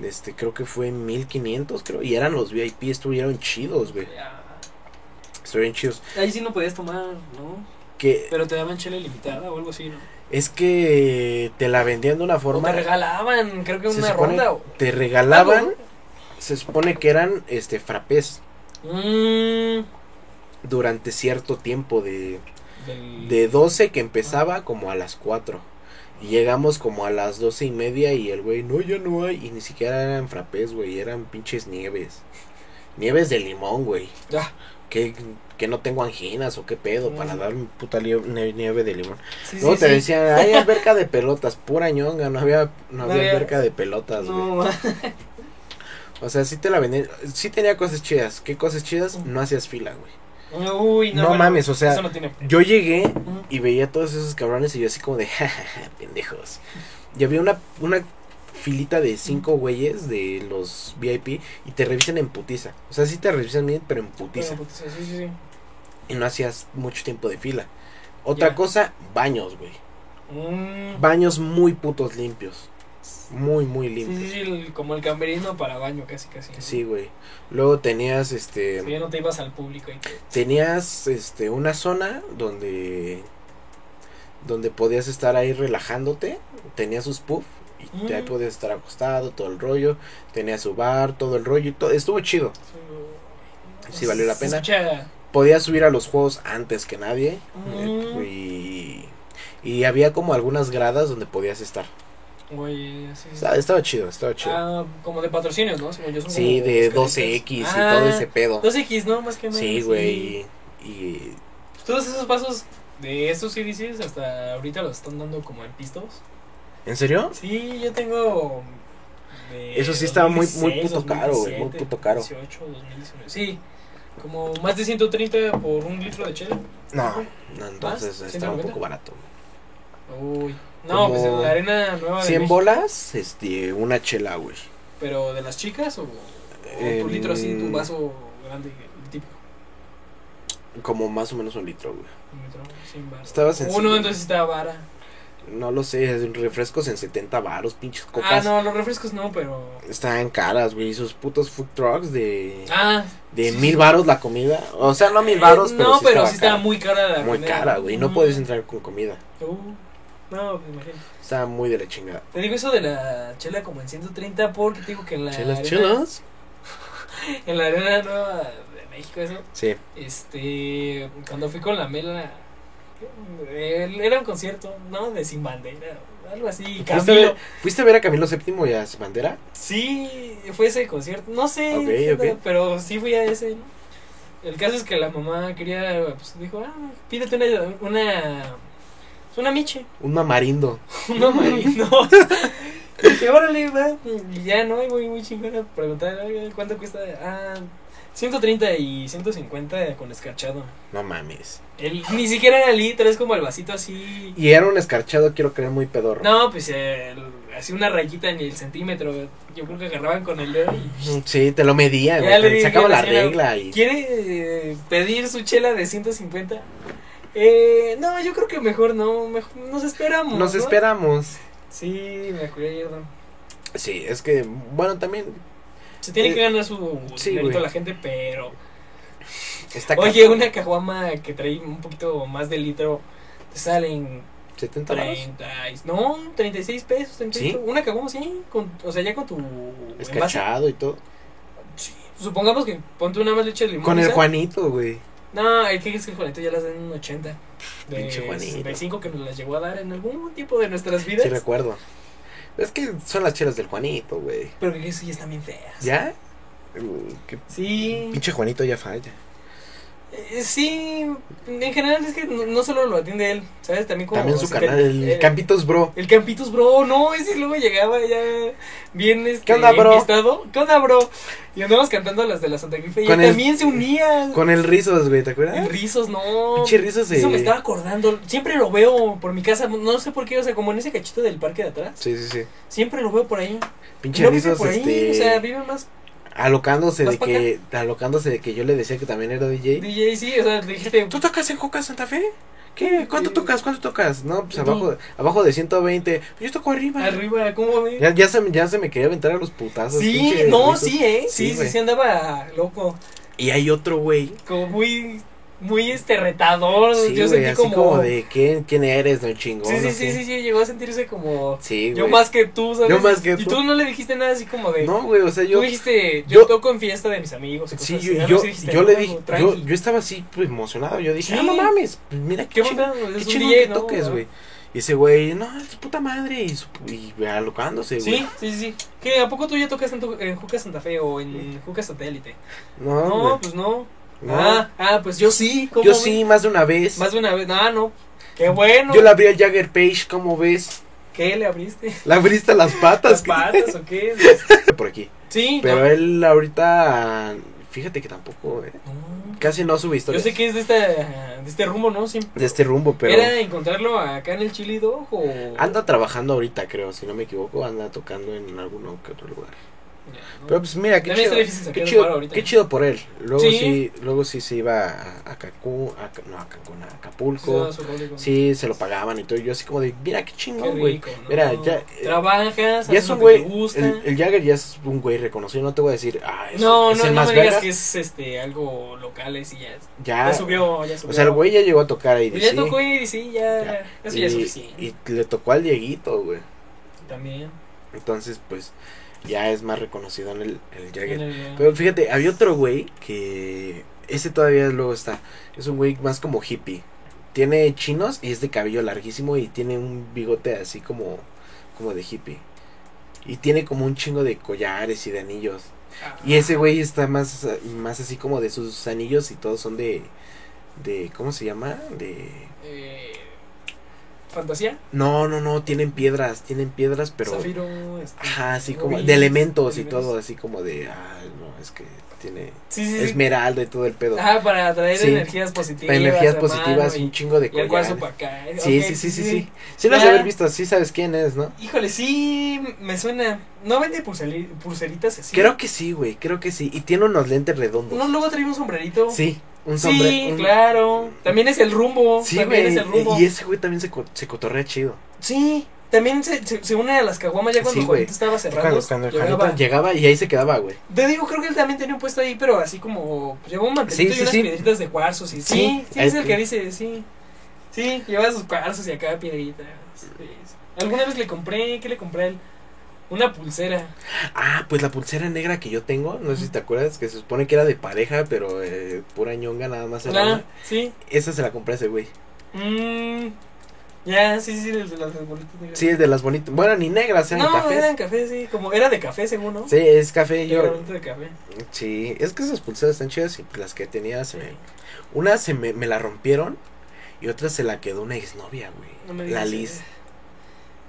[SPEAKER 1] Este, creo que fue 1500, creo. Y eran los VIP, estuvieron chidos, güey.
[SPEAKER 3] Ya.
[SPEAKER 1] Estuvieron chidos.
[SPEAKER 3] Ahí sí no podías tomar, ¿no?
[SPEAKER 1] Que
[SPEAKER 3] Pero te daban chela ilimitada o algo así, ¿no?
[SPEAKER 1] es que te la vendían de una
[SPEAKER 3] O
[SPEAKER 1] forma.
[SPEAKER 3] te regalaban, creo que
[SPEAKER 1] se
[SPEAKER 3] una
[SPEAKER 1] supone-
[SPEAKER 3] ronda. O...
[SPEAKER 1] Te regalaban,
[SPEAKER 3] Algo,
[SPEAKER 1] se supone que eran este frappés
[SPEAKER 3] Mm,
[SPEAKER 1] durante cierto tiempo de,
[SPEAKER 3] del-
[SPEAKER 1] de 12 que empezaba como a las 4. Y llegamos como a las doce y media y el güey, no, ya no hay. Y ni siquiera eran frappés, güey, eran pinches nieves. Nieves de limón, güey.
[SPEAKER 3] Ah.
[SPEAKER 1] Que, que no tengo anginas o qué pedo para
[SPEAKER 3] Mm.
[SPEAKER 1] darme puta lio- nie- nieve de limón.
[SPEAKER 3] Sí,
[SPEAKER 1] Luego
[SPEAKER 3] sí,
[SPEAKER 1] te
[SPEAKER 3] sí.
[SPEAKER 1] decían, hay alberca de pelotas, pura ñonga, no había, no
[SPEAKER 3] No
[SPEAKER 1] había
[SPEAKER 3] había-
[SPEAKER 1] alberca de pelotas, güey.
[SPEAKER 3] No,
[SPEAKER 1] O sea, sí te la vendían, sí tenía cosas chidas. ¿Qué cosas chidas?
[SPEAKER 3] Mm.
[SPEAKER 1] No hacías fila, güey.
[SPEAKER 3] uy, no.
[SPEAKER 1] No
[SPEAKER 3] bueno,
[SPEAKER 1] mames, o sea,
[SPEAKER 3] Eso no tiene.
[SPEAKER 1] Yo llegué
[SPEAKER 3] Mm,
[SPEAKER 1] y veía a todos esos cabrones y yo así como de, *laughs* jajaja, pendejos. Y había una, una filita de cinco güeyes de los VIP y te revisan en putiza. O sea, sí te revisan bien, pero en putiza.
[SPEAKER 3] bueno, pues, sí, sí, sí.
[SPEAKER 1] Y no hacías mucho tiempo de fila. Otra
[SPEAKER 3] Ya.
[SPEAKER 1] cosa, baños, güey.
[SPEAKER 3] Mm,
[SPEAKER 1] Baños muy putos limpios. Muy, muy
[SPEAKER 3] sí, sí,
[SPEAKER 1] limpios.
[SPEAKER 3] sí, el- como el camerino para baño, casi, casi. ¿no?
[SPEAKER 1] Sí, güey. Luego tenías, este...
[SPEAKER 3] Si ya no te ibas al público y te-
[SPEAKER 1] tenías este una zona donde donde podías estar ahí relajándote, tenía sus puff y te- ahí
[SPEAKER 3] Mm.
[SPEAKER 1] podías estar acostado, todo el rollo, tenía su bar, todo el rollo, y todo, estuvo chido. Sí, valió la
[SPEAKER 3] Se
[SPEAKER 1] pena.
[SPEAKER 3] escucha-
[SPEAKER 1] Podías subir a los juegos antes que nadie
[SPEAKER 3] Mm.
[SPEAKER 1] eh, y y había como algunas gradas donde podías estar.
[SPEAKER 3] Oye, sí, sí.
[SPEAKER 1] Estaba, estaba chido, estaba chido.
[SPEAKER 3] Ah, como de patrocinios, ¿no? Según yo, son
[SPEAKER 1] sí,
[SPEAKER 3] como
[SPEAKER 1] de
[SPEAKER 3] escaletas.
[SPEAKER 1] 12X y
[SPEAKER 3] Ah,
[SPEAKER 1] todo ese pedo.
[SPEAKER 3] 12X, ¿no? Más que menos.
[SPEAKER 1] Sí, güey. Y
[SPEAKER 3] Pues Todos esos pasos de esos CDCs hasta ahorita los están dando como en pistos.
[SPEAKER 1] ¿En serio?
[SPEAKER 3] Sí, yo tengo. eh, de
[SPEAKER 1] Eso sí estaba muy- muy
[SPEAKER 3] 2016,
[SPEAKER 1] puto caro, güey, muy puto caro.
[SPEAKER 3] 2018, 2019. Sí, como más de 130 por un litro de chela.
[SPEAKER 1] No, no entonces
[SPEAKER 3] ¿Más?
[SPEAKER 1] estaba un
[SPEAKER 3] ¿190?
[SPEAKER 1] poco barato.
[SPEAKER 3] Uy. No, pues en
[SPEAKER 1] Como
[SPEAKER 3] la arena nueva. de
[SPEAKER 1] 100
[SPEAKER 3] México.
[SPEAKER 1] bolas, este, una chela, güey.
[SPEAKER 3] ¿Pero de las chicas o, o tu
[SPEAKER 1] Em,
[SPEAKER 3] litro así, tu vaso grande, el típico?
[SPEAKER 1] Como más o menos un litro, güey.
[SPEAKER 3] Un litro sin vara.
[SPEAKER 1] Estaba
[SPEAKER 3] Uno
[SPEAKER 1] sencillo.
[SPEAKER 3] entonces estaba vara.
[SPEAKER 1] No lo sé, es- refrescos en 70 baros, pinches
[SPEAKER 3] Ah,
[SPEAKER 1] copas.
[SPEAKER 3] no, los refrescos no, pero...
[SPEAKER 1] Estaban caras, güey. Esos putos food trucks de,
[SPEAKER 3] Ah,
[SPEAKER 1] de
[SPEAKER 3] sí,
[SPEAKER 1] mil
[SPEAKER 3] sí.
[SPEAKER 1] baros la comida. O sea, no mil
[SPEAKER 3] eh,
[SPEAKER 1] baros, pero
[SPEAKER 3] No,
[SPEAKER 1] sí
[SPEAKER 3] pero
[SPEAKER 1] estaba
[SPEAKER 3] sí estaba
[SPEAKER 1] cara.
[SPEAKER 3] muy cara la
[SPEAKER 1] muy
[SPEAKER 3] comida.
[SPEAKER 1] cara, güey. No
[SPEAKER 3] Mm.
[SPEAKER 1] podías entrar con comida.
[SPEAKER 3] Uh, no, pues imagínate.
[SPEAKER 1] Estaba muy de la chingada.
[SPEAKER 3] Te digo eso de la chela como en 130 porque te digo que en la...
[SPEAKER 1] ¿Chelas,
[SPEAKER 3] arena-
[SPEAKER 1] chelas?
[SPEAKER 3] En la arena nueva de México, eso.
[SPEAKER 1] Sí.
[SPEAKER 3] Este, cuando fui con la Mela, él- era un concierto, ¿no? De Sin Bandera, algo así.
[SPEAKER 1] ¿Fuiste a,
[SPEAKER 3] Camilo.
[SPEAKER 1] ver, fuiste a ver a Camilo VII y a su bandera?
[SPEAKER 3] Sí, fue ese concierto, no sé,
[SPEAKER 1] Ok,
[SPEAKER 3] qué onda,
[SPEAKER 1] ok.
[SPEAKER 3] pero sí fui a ese, ¿no? El caso es que la mamá quería, pues dijo, ah, pídete una, una, una miche,
[SPEAKER 1] Un mamarindo. *laughs*
[SPEAKER 3] una *laughs* marino. y órale, va, y ya, ¿no? Y voy muy chingona a preguntar, "Oiga, ¿cuánto cuesta? Ah, 130 y 150 con escarchado.
[SPEAKER 1] No mames.
[SPEAKER 3] Él ni siquiera era litra, es como el vasito así.
[SPEAKER 1] Y era un escarchado, quiero creer, muy pedorro.
[SPEAKER 3] No, pues el- así una rayita en el centímetro. Yo creo que agarraban con el dedo y.
[SPEAKER 1] Sí, te lo medía,
[SPEAKER 3] Ya
[SPEAKER 1] güey.
[SPEAKER 3] le
[SPEAKER 1] te
[SPEAKER 3] dije
[SPEAKER 1] Sacaba
[SPEAKER 3] a
[SPEAKER 1] la
[SPEAKER 3] señora,
[SPEAKER 1] regla y.
[SPEAKER 3] ¿Quiere eh, pedir su chela de 150? Eh, no, yo creo que mejor no. mejor- nos esperamos.
[SPEAKER 1] Nos
[SPEAKER 3] ¿no?
[SPEAKER 1] esperamos.
[SPEAKER 3] Sí, me acuerdo ayer. ¿no?
[SPEAKER 1] Sí, es que, bueno, también
[SPEAKER 3] Se tiene que
[SPEAKER 1] Eh,
[SPEAKER 3] ganar su
[SPEAKER 1] sí,
[SPEAKER 3] dinerito
[SPEAKER 1] güey.
[SPEAKER 3] la gente, pero.
[SPEAKER 1] está
[SPEAKER 3] Oye,
[SPEAKER 1] cabrón.
[SPEAKER 3] una caguama que trae un poquito más de litro. Te salen
[SPEAKER 1] 70 varos.
[SPEAKER 3] 30, y- no, 36 pesos, 38.
[SPEAKER 1] ¿Sí?
[SPEAKER 3] Una caguama, sí, con, o sea, ya con tu envase.
[SPEAKER 1] Escarchado y todo.
[SPEAKER 3] Sí, Supongamos que ponte una más leche de limón.
[SPEAKER 1] Con el
[SPEAKER 3] ¿sabes?
[SPEAKER 1] Juanito, güey.
[SPEAKER 3] No, el que es que el Juanito ya las dan en un 80. De
[SPEAKER 1] Pinche Juanito.
[SPEAKER 3] 65 que nos las llegó a dar en algún tiempo de nuestras vidas.
[SPEAKER 1] Sí, recuerdo. Es que son las chelas del Juanito, güey.
[SPEAKER 3] pero que eso ya están bien feas.
[SPEAKER 1] ¿Ya? Uh, qué
[SPEAKER 3] Sí.
[SPEAKER 1] pinche Juanito ya falla.
[SPEAKER 3] eh, Sí, en general es que no, no solo lo atiende él, ¿sabes? También como.
[SPEAKER 1] También su
[SPEAKER 3] se
[SPEAKER 1] canal,
[SPEAKER 3] te-
[SPEAKER 1] el
[SPEAKER 3] eh,
[SPEAKER 1] Campitos Bro.
[SPEAKER 3] El Campitos, bro, no, ese luego llegaba ya bien este,
[SPEAKER 1] ¿Qué onda, bro?
[SPEAKER 3] enfiestado. ¿Qué onda, bro? Y andamos cantando las de la Santa Grife y
[SPEAKER 1] Con
[SPEAKER 3] él
[SPEAKER 1] el-
[SPEAKER 3] también se unía.
[SPEAKER 1] Con el Rizos, güey, ¿te
[SPEAKER 3] En
[SPEAKER 1] acuerdas?
[SPEAKER 3] rizos, no.
[SPEAKER 1] Pinche Rizos
[SPEAKER 3] Eso me
[SPEAKER 1] eh,
[SPEAKER 3] estaba acordando. Siempre lo veo por mi casa. No sé por qué, o sea, como en ese cachito del parque de atrás.
[SPEAKER 1] Sí, sí, sí.
[SPEAKER 3] Siempre lo veo por ahí.
[SPEAKER 1] Pinche
[SPEAKER 3] no vive
[SPEAKER 1] Rizos,
[SPEAKER 3] por ahí.
[SPEAKER 1] este.
[SPEAKER 3] O sea, vive más
[SPEAKER 1] alocándose
[SPEAKER 3] ¿Vas
[SPEAKER 1] de
[SPEAKER 3] pa'
[SPEAKER 1] que. Alocándose de que yo le decía que también era DJ.
[SPEAKER 3] DJ, sí. O sea, le dijiste.
[SPEAKER 1] ¿Tú tocas en Coca Santa Fe? ¿Qué? ¿Cuánto
[SPEAKER 3] Eh,
[SPEAKER 1] tocas? ¿Cuánto tocas? No, pues
[SPEAKER 3] no.
[SPEAKER 1] abajo, abajo de 120. Yo toco arriba.
[SPEAKER 3] Arriba, ¿cómo ve?
[SPEAKER 1] Ya, ya, se, me- ya se me quería aventar a los putazos.
[SPEAKER 3] Sí,
[SPEAKER 1] pinche
[SPEAKER 3] no,
[SPEAKER 1] Rizos.
[SPEAKER 3] sí, eh. Sí,
[SPEAKER 1] Sí,
[SPEAKER 3] sí, sí,
[SPEAKER 1] güey.
[SPEAKER 3] andaba loco.
[SPEAKER 1] Y hay otro güey.
[SPEAKER 3] Como muy. Muy este retador.
[SPEAKER 1] Sí,
[SPEAKER 3] Yo
[SPEAKER 1] güey,
[SPEAKER 3] sentí
[SPEAKER 1] así como...
[SPEAKER 3] como.
[SPEAKER 1] de ¿quién, quién eres, no chingón.
[SPEAKER 3] Sí, sí,
[SPEAKER 1] así.
[SPEAKER 3] sí, sí, sí, llegó a sentirse como
[SPEAKER 1] Sí,
[SPEAKER 3] yo
[SPEAKER 1] güey.
[SPEAKER 3] más que tú, ¿sabes?
[SPEAKER 1] Yo más que
[SPEAKER 3] Y
[SPEAKER 1] tú.
[SPEAKER 3] tú no le dijiste nada así como de
[SPEAKER 1] No, güey, o sea,
[SPEAKER 3] tú
[SPEAKER 1] yo.
[SPEAKER 3] dijiste, yo,
[SPEAKER 1] yo-
[SPEAKER 3] toco en fiesta de mis amigos. y
[SPEAKER 1] Sí,
[SPEAKER 3] cosas
[SPEAKER 1] yo,
[SPEAKER 3] así, ¿no?
[SPEAKER 1] yo,
[SPEAKER 3] Sí dijiste,
[SPEAKER 1] yo
[SPEAKER 3] "No,
[SPEAKER 1] le
[SPEAKER 3] no,
[SPEAKER 1] dije, yo,
[SPEAKER 3] tranqui".
[SPEAKER 1] yo estaba así pues, emocionado, yo dije,
[SPEAKER 3] Sí.
[SPEAKER 1] ah, no mames, pues, mira
[SPEAKER 3] qué
[SPEAKER 1] qué, chingón,
[SPEAKER 3] onda,
[SPEAKER 1] qué
[SPEAKER 3] es un
[SPEAKER 1] chingón
[SPEAKER 3] DJ,
[SPEAKER 1] que
[SPEAKER 3] ¿no?
[SPEAKER 1] toques, güey. Y ese güey, no, es puta madre, y, su- y alocándose, güey.
[SPEAKER 3] Sí, sí, sí. ¿Qué, ¿A poco tú ya tocas en, tu- en Juca Santa Fe o en Juca Satélite?
[SPEAKER 1] No,
[SPEAKER 3] No,
[SPEAKER 1] güey,
[SPEAKER 3] pues no.
[SPEAKER 1] no.
[SPEAKER 3] Ah, ah, pues yo sí. ¿cómo
[SPEAKER 1] yo
[SPEAKER 3] ves?
[SPEAKER 1] sí, más de una vez.
[SPEAKER 3] Más de una vez. Ah, no. Qué bueno.
[SPEAKER 1] Yo le abrí al Jagger Page, ¿cómo ves?
[SPEAKER 3] ¿Qué le abriste?
[SPEAKER 1] La abriste a *laughs* las
[SPEAKER 3] ¿Las
[SPEAKER 1] patas. que-
[SPEAKER 3] patas o qué?
[SPEAKER 1] *laughs* Por aquí.
[SPEAKER 3] Sí,
[SPEAKER 1] Pero
[SPEAKER 3] no.
[SPEAKER 1] él ahorita, fíjate que tampoco, eh,
[SPEAKER 3] No.
[SPEAKER 1] casi no sube
[SPEAKER 3] Yo
[SPEAKER 1] historias
[SPEAKER 3] sé que es de, esta, de este rumbo, ¿no? Siempre.
[SPEAKER 1] de este rumbo, pero...
[SPEAKER 3] ¿Era encontrarlo acá en el Chili Dog o...?
[SPEAKER 1] Anda trabajando ahorita, creo, si no me equivoco, anda tocando en alguno que otro lugar.
[SPEAKER 3] Ya, ¿no?
[SPEAKER 1] Pero pues mira, qué
[SPEAKER 3] También está
[SPEAKER 1] chido,
[SPEAKER 3] difícil sacar
[SPEAKER 1] qué,
[SPEAKER 3] un
[SPEAKER 1] chido
[SPEAKER 3] paro ahorita.
[SPEAKER 1] qué chido por él. Luego
[SPEAKER 3] Sí.
[SPEAKER 1] sí, luego sí se iba a, a Cancún, a, Ca- no, a Cancún, a
[SPEAKER 3] Se da
[SPEAKER 1] Acapulco.
[SPEAKER 3] su rollo con-
[SPEAKER 1] Sí, se lo pagaban y todo. Yo así como de, mira qué
[SPEAKER 3] Qué
[SPEAKER 1] chingón, güey.
[SPEAKER 3] rico, ¿no?
[SPEAKER 1] Mira, ya, eh,
[SPEAKER 3] Trabajas,
[SPEAKER 1] Ya
[SPEAKER 3] haces
[SPEAKER 1] es
[SPEAKER 3] lo
[SPEAKER 1] un
[SPEAKER 3] que
[SPEAKER 1] güey,
[SPEAKER 3] te gusta.
[SPEAKER 1] el, el Jagger ya es un güey reconocido, no te voy a decir, ah, es,
[SPEAKER 3] no,
[SPEAKER 1] es
[SPEAKER 3] no,
[SPEAKER 1] el
[SPEAKER 3] no
[SPEAKER 1] más
[SPEAKER 3] me digas
[SPEAKER 1] vergas.
[SPEAKER 3] que es este, algo locales y ya,
[SPEAKER 1] Ya,
[SPEAKER 3] ya subió, ya
[SPEAKER 1] Ah,
[SPEAKER 3] subió.
[SPEAKER 1] o sea, el güey ya llegó a tocar ahí.
[SPEAKER 3] Pues ya tocó y sí, ya, eso ya es suficiente.
[SPEAKER 1] y, y le tocó al Dieguito, güey.
[SPEAKER 3] También.
[SPEAKER 1] Entonces, pues, ya es más reconocido en el, el Jagger.
[SPEAKER 3] Mira,
[SPEAKER 1] Pero fíjate, había otro güey que. Ese todavía luego está. Es un güey más como hippie. Tiene chinos y es de cabello larguísimo y tiene un bigote así como. como de hippie. Y tiene como un chingo de collares y de anillos.
[SPEAKER 3] ah,
[SPEAKER 1] Y ese güey está más, más así como de sus anillos y todos son de. de. ¿cómo se llama? de.
[SPEAKER 3] eh, ¿Fantasía?
[SPEAKER 1] No, no, no, tienen piedras, tienen piedras, pero.
[SPEAKER 3] Zafiro, este,
[SPEAKER 1] Ajá, así como
[SPEAKER 3] rubí,
[SPEAKER 1] de elementos y
[SPEAKER 3] elementos.
[SPEAKER 1] todo, así como de, ay, no, es que tiene
[SPEAKER 3] Sí, sí, sí.
[SPEAKER 1] esmeralda y todo el pedo.
[SPEAKER 3] Ajá, para atraer
[SPEAKER 1] Sí.
[SPEAKER 3] energías positivas.
[SPEAKER 1] energías
[SPEAKER 3] hermano,
[SPEAKER 1] positivas,
[SPEAKER 3] y-
[SPEAKER 1] un chingo de
[SPEAKER 3] Y el cuarzo
[SPEAKER 1] collares.
[SPEAKER 3] para acá. eh,
[SPEAKER 1] Sí,
[SPEAKER 3] ok,
[SPEAKER 1] sí, sí, sí, sí. Sí lo has
[SPEAKER 3] Ya.
[SPEAKER 1] de haber visto, sí sabes quién es, ¿no?
[SPEAKER 3] Híjole, sí, me suena. ¿No vende pulseri- pulseritas así?
[SPEAKER 1] Creo que sí, güey, creo que sí. Y tiene unos lentes redondos.
[SPEAKER 3] ¿No luego traía un sombrerito?
[SPEAKER 1] Sí, un
[SPEAKER 3] Sí,
[SPEAKER 1] sombrero. un-
[SPEAKER 3] claro. También es el rumbo.
[SPEAKER 1] Sí,
[SPEAKER 3] también
[SPEAKER 1] güey.
[SPEAKER 3] es el rumbo.
[SPEAKER 1] Y ese güey también se, co- se cotorrea chido.
[SPEAKER 3] Sí, también se, se- se une a las caguamas ya cuando
[SPEAKER 1] Sí, güey.
[SPEAKER 3] Juanito estaba cerrando.
[SPEAKER 1] Cuando, cuando el
[SPEAKER 3] llegaba-
[SPEAKER 1] Juanito llegaba y ahí se quedaba, güey.
[SPEAKER 3] Te digo, creo que él también tenía un puesto ahí, pero así como pues, llevaba un
[SPEAKER 1] Sí,
[SPEAKER 3] mantelito y
[SPEAKER 1] sí,
[SPEAKER 3] unas
[SPEAKER 1] sí.
[SPEAKER 3] piedritas de cuarzos. Y, sí, sí,
[SPEAKER 1] Sí,
[SPEAKER 3] es
[SPEAKER 1] el-
[SPEAKER 3] el que dice, sí. Sí, llevaba sus cuarzos y acá piedritas. sí. Alguna vez le compré, ¿qué le compré a él? Una pulsera.
[SPEAKER 1] Ah, pues la pulsera negra que yo tengo, no sé si te acuerdas, que se supone que era de pareja, pero eh, pura ñonga nada más era
[SPEAKER 3] Ah,
[SPEAKER 1] una.
[SPEAKER 3] sí.
[SPEAKER 1] Esa se la compré a ese güey.
[SPEAKER 3] Mm, ya, sí, sí, el de las bolitas negras.
[SPEAKER 1] Sí, es de las bonitas. Bueno, ni negras, eran
[SPEAKER 3] no,
[SPEAKER 1] cafés.
[SPEAKER 3] eran café, sí, como era de café, según, ¿no?
[SPEAKER 1] Sí, es café.
[SPEAKER 3] Era
[SPEAKER 1] Yo,
[SPEAKER 3] bonito de café.
[SPEAKER 1] sí, es que esas pulseras están chidas y pues, las que tenía se me. Una se me, me la rompieron y otra se la quedó una exnovia, güey.
[SPEAKER 3] No me
[SPEAKER 1] la
[SPEAKER 3] digas.
[SPEAKER 1] Liz.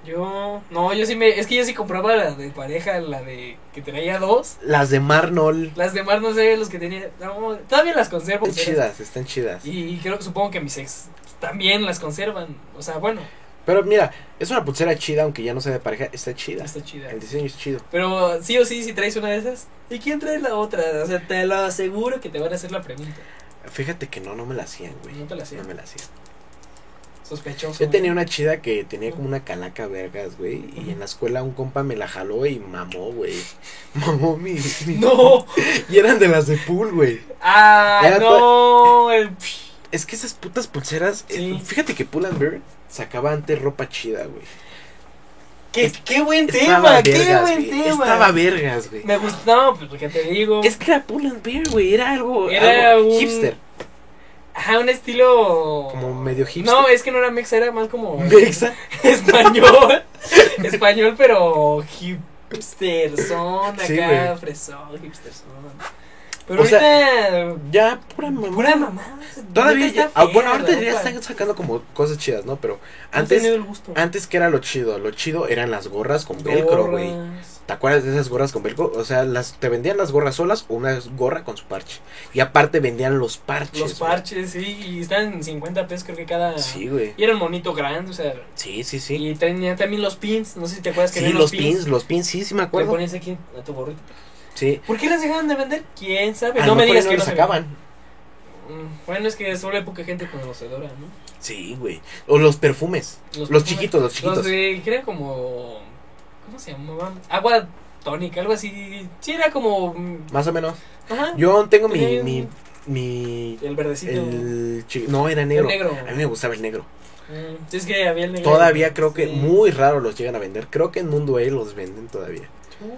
[SPEAKER 3] Yo, no, yo sí me, es que yo sí compraba la de pareja, la de que traía dos.
[SPEAKER 1] Las de Marnol.
[SPEAKER 3] Las demás no sé, los que tenía, no, todavía las conservo.
[SPEAKER 1] Están chidas, están chidas.
[SPEAKER 3] Y, y creo, supongo que mis ex también las conservan, o sea, bueno,
[SPEAKER 1] Pero mira, es una pulsera chida, aunque ya no sea de pareja, está chida.
[SPEAKER 3] está chida.
[SPEAKER 1] El diseño es chido.
[SPEAKER 3] Pero sí o sí, si traes una de esas, ¿y quién trae la otra? O sea, te lo aseguro que te van a hacer la pregunta.
[SPEAKER 1] Fíjate que no, no me la hacían, güey.
[SPEAKER 3] No te la hacían.
[SPEAKER 1] No me la hacían.
[SPEAKER 3] Sospechoso.
[SPEAKER 1] Yo tenía una chida que tenía como una calaca vergas, güey. Y en la escuela un compa me la jaló y mamó, güey. *laughs* Mamó mi. mi-
[SPEAKER 3] ¡No!
[SPEAKER 1] *laughs* Y eran de las de pool, güey.
[SPEAKER 3] ¡Ah,
[SPEAKER 1] Era
[SPEAKER 3] no! El-
[SPEAKER 1] Es que esas putas pulseras. eh,
[SPEAKER 3] Sí.
[SPEAKER 1] fíjate que Pull and Bear sacaba antes ropa chida, güey.
[SPEAKER 3] ¡Qué, qué buen
[SPEAKER 1] Estaba
[SPEAKER 3] tema! ¡Qué
[SPEAKER 1] vergas,
[SPEAKER 3] buen
[SPEAKER 1] güey.
[SPEAKER 3] tema!
[SPEAKER 1] Estaba vergas, güey.
[SPEAKER 3] Me gustaba, pues porque te digo.
[SPEAKER 1] Es que era Pull and Bear, güey. Era algo.
[SPEAKER 3] Era
[SPEAKER 1] algo
[SPEAKER 3] un-
[SPEAKER 1] hipster.
[SPEAKER 3] *laughs*
[SPEAKER 1] *laughs*
[SPEAKER 3] Ajá, un estilo.
[SPEAKER 1] Como medio hipster.
[SPEAKER 3] No, es que no era mexa, era más
[SPEAKER 1] *laughs*
[SPEAKER 3] como.
[SPEAKER 1] Mexa.
[SPEAKER 3] Español. español, pero hipsterzón. Acá,
[SPEAKER 1] Sí, güey.
[SPEAKER 3] fresón, hipsterzón. Pero
[SPEAKER 1] O
[SPEAKER 3] ahorita.
[SPEAKER 1] sea, Ya, pura mamá.
[SPEAKER 3] pura mamá.
[SPEAKER 1] Todavía.
[SPEAKER 3] está
[SPEAKER 1] ya- ah,
[SPEAKER 3] fea
[SPEAKER 1] bueno,
[SPEAKER 3] la
[SPEAKER 1] ahorita ya
[SPEAKER 3] ropa.
[SPEAKER 1] están sacando como cosas chidas, ¿no? Pero
[SPEAKER 3] No he
[SPEAKER 1] antes.
[SPEAKER 3] tenido el gusto.
[SPEAKER 1] Antes que era lo chido, lo chido eran las gorras con velcro, güey.
[SPEAKER 3] Gorras.
[SPEAKER 1] ¿Te acuerdas de esas gorras con velcro? O sea, las te vendían las gorras solas o una gorra con su parche. Y aparte vendían los parches.
[SPEAKER 3] Los
[SPEAKER 1] güey.
[SPEAKER 3] parches, sí, y están en 50 pesos creo que cada...
[SPEAKER 1] Sí, güey.
[SPEAKER 3] Y era un monito grande, o sea...
[SPEAKER 1] Sí, sí, sí.
[SPEAKER 3] Y tenía también los pins, no sé si te acuerdas que
[SPEAKER 1] Sí,
[SPEAKER 3] eran
[SPEAKER 1] los pins, los pins, sí, sí me
[SPEAKER 3] Le
[SPEAKER 1] acuerdo.
[SPEAKER 3] ponías aquí a tu gorrito.
[SPEAKER 1] Sí.
[SPEAKER 3] ¿Por qué las dejaban de vender? ¿Quién sabe?
[SPEAKER 1] A
[SPEAKER 3] no
[SPEAKER 1] lo
[SPEAKER 3] me
[SPEAKER 1] mejor
[SPEAKER 3] digas
[SPEAKER 1] no
[SPEAKER 3] Ah, que
[SPEAKER 1] los
[SPEAKER 3] se
[SPEAKER 1] sacaban.
[SPEAKER 3] ven. Mm, Bueno, es que solo hay poca gente conocedora, ¿no?
[SPEAKER 1] Sí, güey. O los perfumes. Los,
[SPEAKER 3] perfumes-
[SPEAKER 1] chiquitos, los chiquitos.
[SPEAKER 3] Los de, que eran como... ¿Cómo se llamaban? Agua tónica, algo así. Sí, era como... mm,
[SPEAKER 1] Más o menos.
[SPEAKER 3] Ajá.
[SPEAKER 1] Yo tengo mi,
[SPEAKER 3] Tenía
[SPEAKER 1] mi,
[SPEAKER 3] un-
[SPEAKER 1] mi,
[SPEAKER 3] el verdecito.
[SPEAKER 1] el, chi- no, era negro.
[SPEAKER 3] negro.
[SPEAKER 1] A mí me gustaba el negro.
[SPEAKER 3] Mm, sí, es que había el negro.
[SPEAKER 1] Todavía creo que
[SPEAKER 3] Sí.
[SPEAKER 1] muy raro los llegan a vender. Creo que en Mundo E los venden todavía.
[SPEAKER 3] Uh,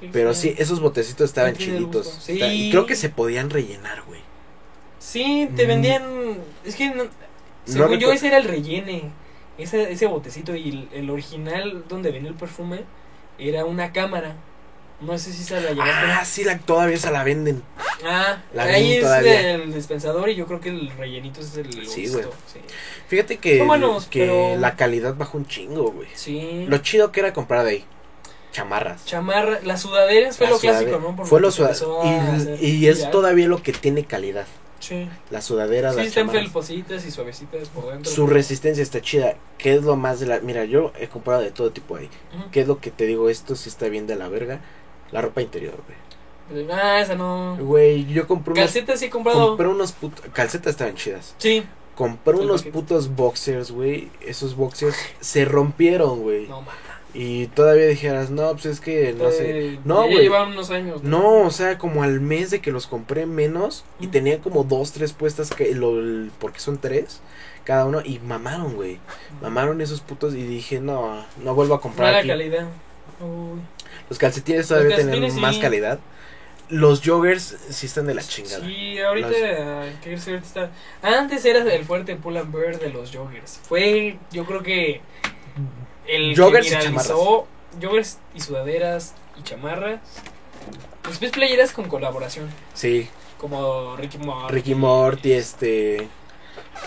[SPEAKER 3] qué
[SPEAKER 1] Pero
[SPEAKER 3] extraño.
[SPEAKER 1] sí, esos botecitos estaban
[SPEAKER 3] No tiene
[SPEAKER 1] chiditos.
[SPEAKER 3] gusto.
[SPEAKER 1] Está-
[SPEAKER 3] Sí.
[SPEAKER 1] Y creo que se podían rellenar, güey.
[SPEAKER 3] Sí, te
[SPEAKER 1] Mm.
[SPEAKER 3] vendían. Es que. no- según yo,
[SPEAKER 1] recu-
[SPEAKER 3] ese era el rellene. Ese, ese botecito. Y el, el original donde venía el perfume era una cámara. No sé si se la
[SPEAKER 1] Ah,
[SPEAKER 3] llevaste.
[SPEAKER 1] sí, la, todavía se la venden.
[SPEAKER 3] Ah,
[SPEAKER 1] la vi
[SPEAKER 3] ahí es
[SPEAKER 1] todavía.
[SPEAKER 3] el dispensador. Y yo creo que el rellenito es el.
[SPEAKER 1] Sí,
[SPEAKER 3] gusto,
[SPEAKER 1] güey.
[SPEAKER 3] Sí.
[SPEAKER 1] Fíjate que,
[SPEAKER 3] Son buenos,
[SPEAKER 1] que
[SPEAKER 3] pero-
[SPEAKER 1] la calidad bajó un chingo, güey.
[SPEAKER 3] Sí.
[SPEAKER 1] Lo chido que era comprar de ahí. Chamarras.
[SPEAKER 3] Chamarra, las sudaderas fue
[SPEAKER 1] La
[SPEAKER 3] lo clásico,
[SPEAKER 1] sudadera.
[SPEAKER 3] ¿no? Porque
[SPEAKER 1] Fue lo
[SPEAKER 3] se
[SPEAKER 1] suda-
[SPEAKER 3] empezó
[SPEAKER 1] y-
[SPEAKER 3] a hacer
[SPEAKER 1] Y, es
[SPEAKER 3] viral.
[SPEAKER 1] todavía lo que tiene calidad.
[SPEAKER 3] Sí,
[SPEAKER 1] La sudadera,
[SPEAKER 3] sí
[SPEAKER 1] las
[SPEAKER 3] están
[SPEAKER 1] chamarras.
[SPEAKER 3] felpositas y suavecitas por dentro.
[SPEAKER 1] Su resistencia está chida. ¿Qué es lo más de la.? Mira, yo he comprado de todo tipo ahí.
[SPEAKER 3] Ujú.
[SPEAKER 1] ¿Qué es lo que te digo? Esto sí está bien de la verga. La ropa interior, güey.
[SPEAKER 3] Ah, esa no.
[SPEAKER 1] Güey, yo compré unos.
[SPEAKER 3] Calcetas sí he comprado.
[SPEAKER 1] Compré unos putos. Calcetas estaban chidas.
[SPEAKER 3] Sí.
[SPEAKER 1] Compré
[SPEAKER 3] El
[SPEAKER 1] unos
[SPEAKER 3] paquete.
[SPEAKER 1] putos boxers, güey. Esos boxers se rompieron, güey.
[SPEAKER 3] No, mames.
[SPEAKER 1] Y todavía dijeras, no, pues es que no sé.
[SPEAKER 3] Eh,
[SPEAKER 1] No,
[SPEAKER 3] ya
[SPEAKER 1] güey.
[SPEAKER 3] llevaban unos años.
[SPEAKER 1] No, o sea, como al mes de que los compré menos y
[SPEAKER 3] Mm.
[SPEAKER 1] tenía como dos, tres puestas que lo, el- porque son tres cada uno y mamaron, güey. Mamaron esos putos y dije, no, no vuelvo a comprar
[SPEAKER 3] Mala
[SPEAKER 1] aquí.
[SPEAKER 3] calidad. Uy.
[SPEAKER 1] Los calcetines todavía tienen
[SPEAKER 3] calcetines,
[SPEAKER 1] más
[SPEAKER 3] sí.
[SPEAKER 1] calidad. Los joggers sí están de la chingada.
[SPEAKER 3] Sí, ahorita. ay, qué grosero está. Antes era el fuerte pull and bear de los joggers. Fue, yo creo que. El
[SPEAKER 1] Joggers y
[SPEAKER 3] que viralizó joggers y sudaderas y chamarras. Después playeras con colaboración.
[SPEAKER 1] Sí,
[SPEAKER 3] Como Ricky Morty.
[SPEAKER 1] Ricky Morty, este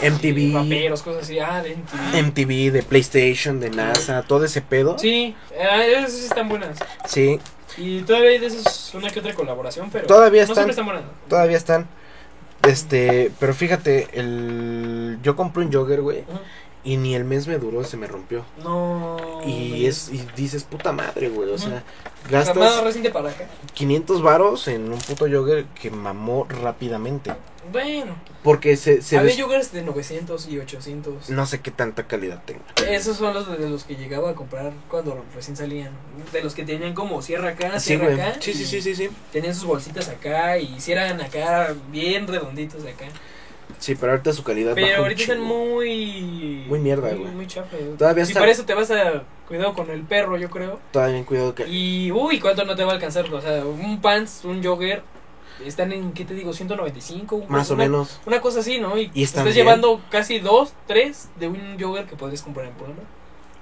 [SPEAKER 3] y
[SPEAKER 1] MTV,
[SPEAKER 3] Raperos, cosas así. Ah, de MTV.
[SPEAKER 1] MTV de PlayStation, de NASA, todo ese pedo.
[SPEAKER 3] Sí, ah, esas sí están buenas.
[SPEAKER 1] Sí,
[SPEAKER 3] Y todavía hay de esas una que otra colaboración, pero.
[SPEAKER 1] Todavía
[SPEAKER 3] no
[SPEAKER 1] están-
[SPEAKER 3] siempre están buenas.
[SPEAKER 1] todavía están. Este, pero fíjate, el yo compré un jogger, güey,
[SPEAKER 3] Ajá.
[SPEAKER 1] y ni el mes me duró, se me rompió.
[SPEAKER 3] No.
[SPEAKER 1] Y es y dices, puta madre, güey, o
[SPEAKER 3] Ujú.
[SPEAKER 1] sea,
[SPEAKER 3] Ramada
[SPEAKER 1] gastas
[SPEAKER 3] reciente para acá.
[SPEAKER 1] 500 varos en un puto jogger que mamó rápidamente,
[SPEAKER 3] Bueno,
[SPEAKER 1] porque se, Mm. se
[SPEAKER 3] había
[SPEAKER 1] des-
[SPEAKER 3] yogures de 900 y 800.
[SPEAKER 1] no sé qué tanta calidad tenga.
[SPEAKER 3] Esos son los de los que llegaba a comprar cuando recién salían. De los que tenían como cierra acá,
[SPEAKER 1] Sí,
[SPEAKER 3] cierra
[SPEAKER 1] güey.
[SPEAKER 3] acá.
[SPEAKER 1] Sí, sí,
[SPEAKER 3] y
[SPEAKER 1] sí, sí, sí.
[SPEAKER 3] Tenían sus bolsitas acá y hicieran acá bien redonditos acá.
[SPEAKER 1] Sí, pero ahorita su calidad baja
[SPEAKER 3] Pero
[SPEAKER 1] un
[SPEAKER 3] ahorita están
[SPEAKER 1] chingo.
[SPEAKER 3] muy.
[SPEAKER 1] Muy mierda,
[SPEAKER 3] muy-
[SPEAKER 1] güey.
[SPEAKER 3] Muy chafa.
[SPEAKER 1] Todavía
[SPEAKER 3] Y
[SPEAKER 1] está-
[SPEAKER 3] para eso te vas a. Cuidado con el perro, yo creo.
[SPEAKER 1] Todavía en cuidado que
[SPEAKER 3] Y uy, ¿cuánto no te va a alcanzar? O sea, un pants, un jogger. Están en, ¿qué te digo? 195. un-
[SPEAKER 1] más o
[SPEAKER 3] una-
[SPEAKER 1] menos
[SPEAKER 3] Una cosa así, ¿no? Y,
[SPEAKER 1] Y están
[SPEAKER 3] estás
[SPEAKER 1] bien.
[SPEAKER 3] llevando casi dos, tres de un yogurt que podrías comprar en Puebla.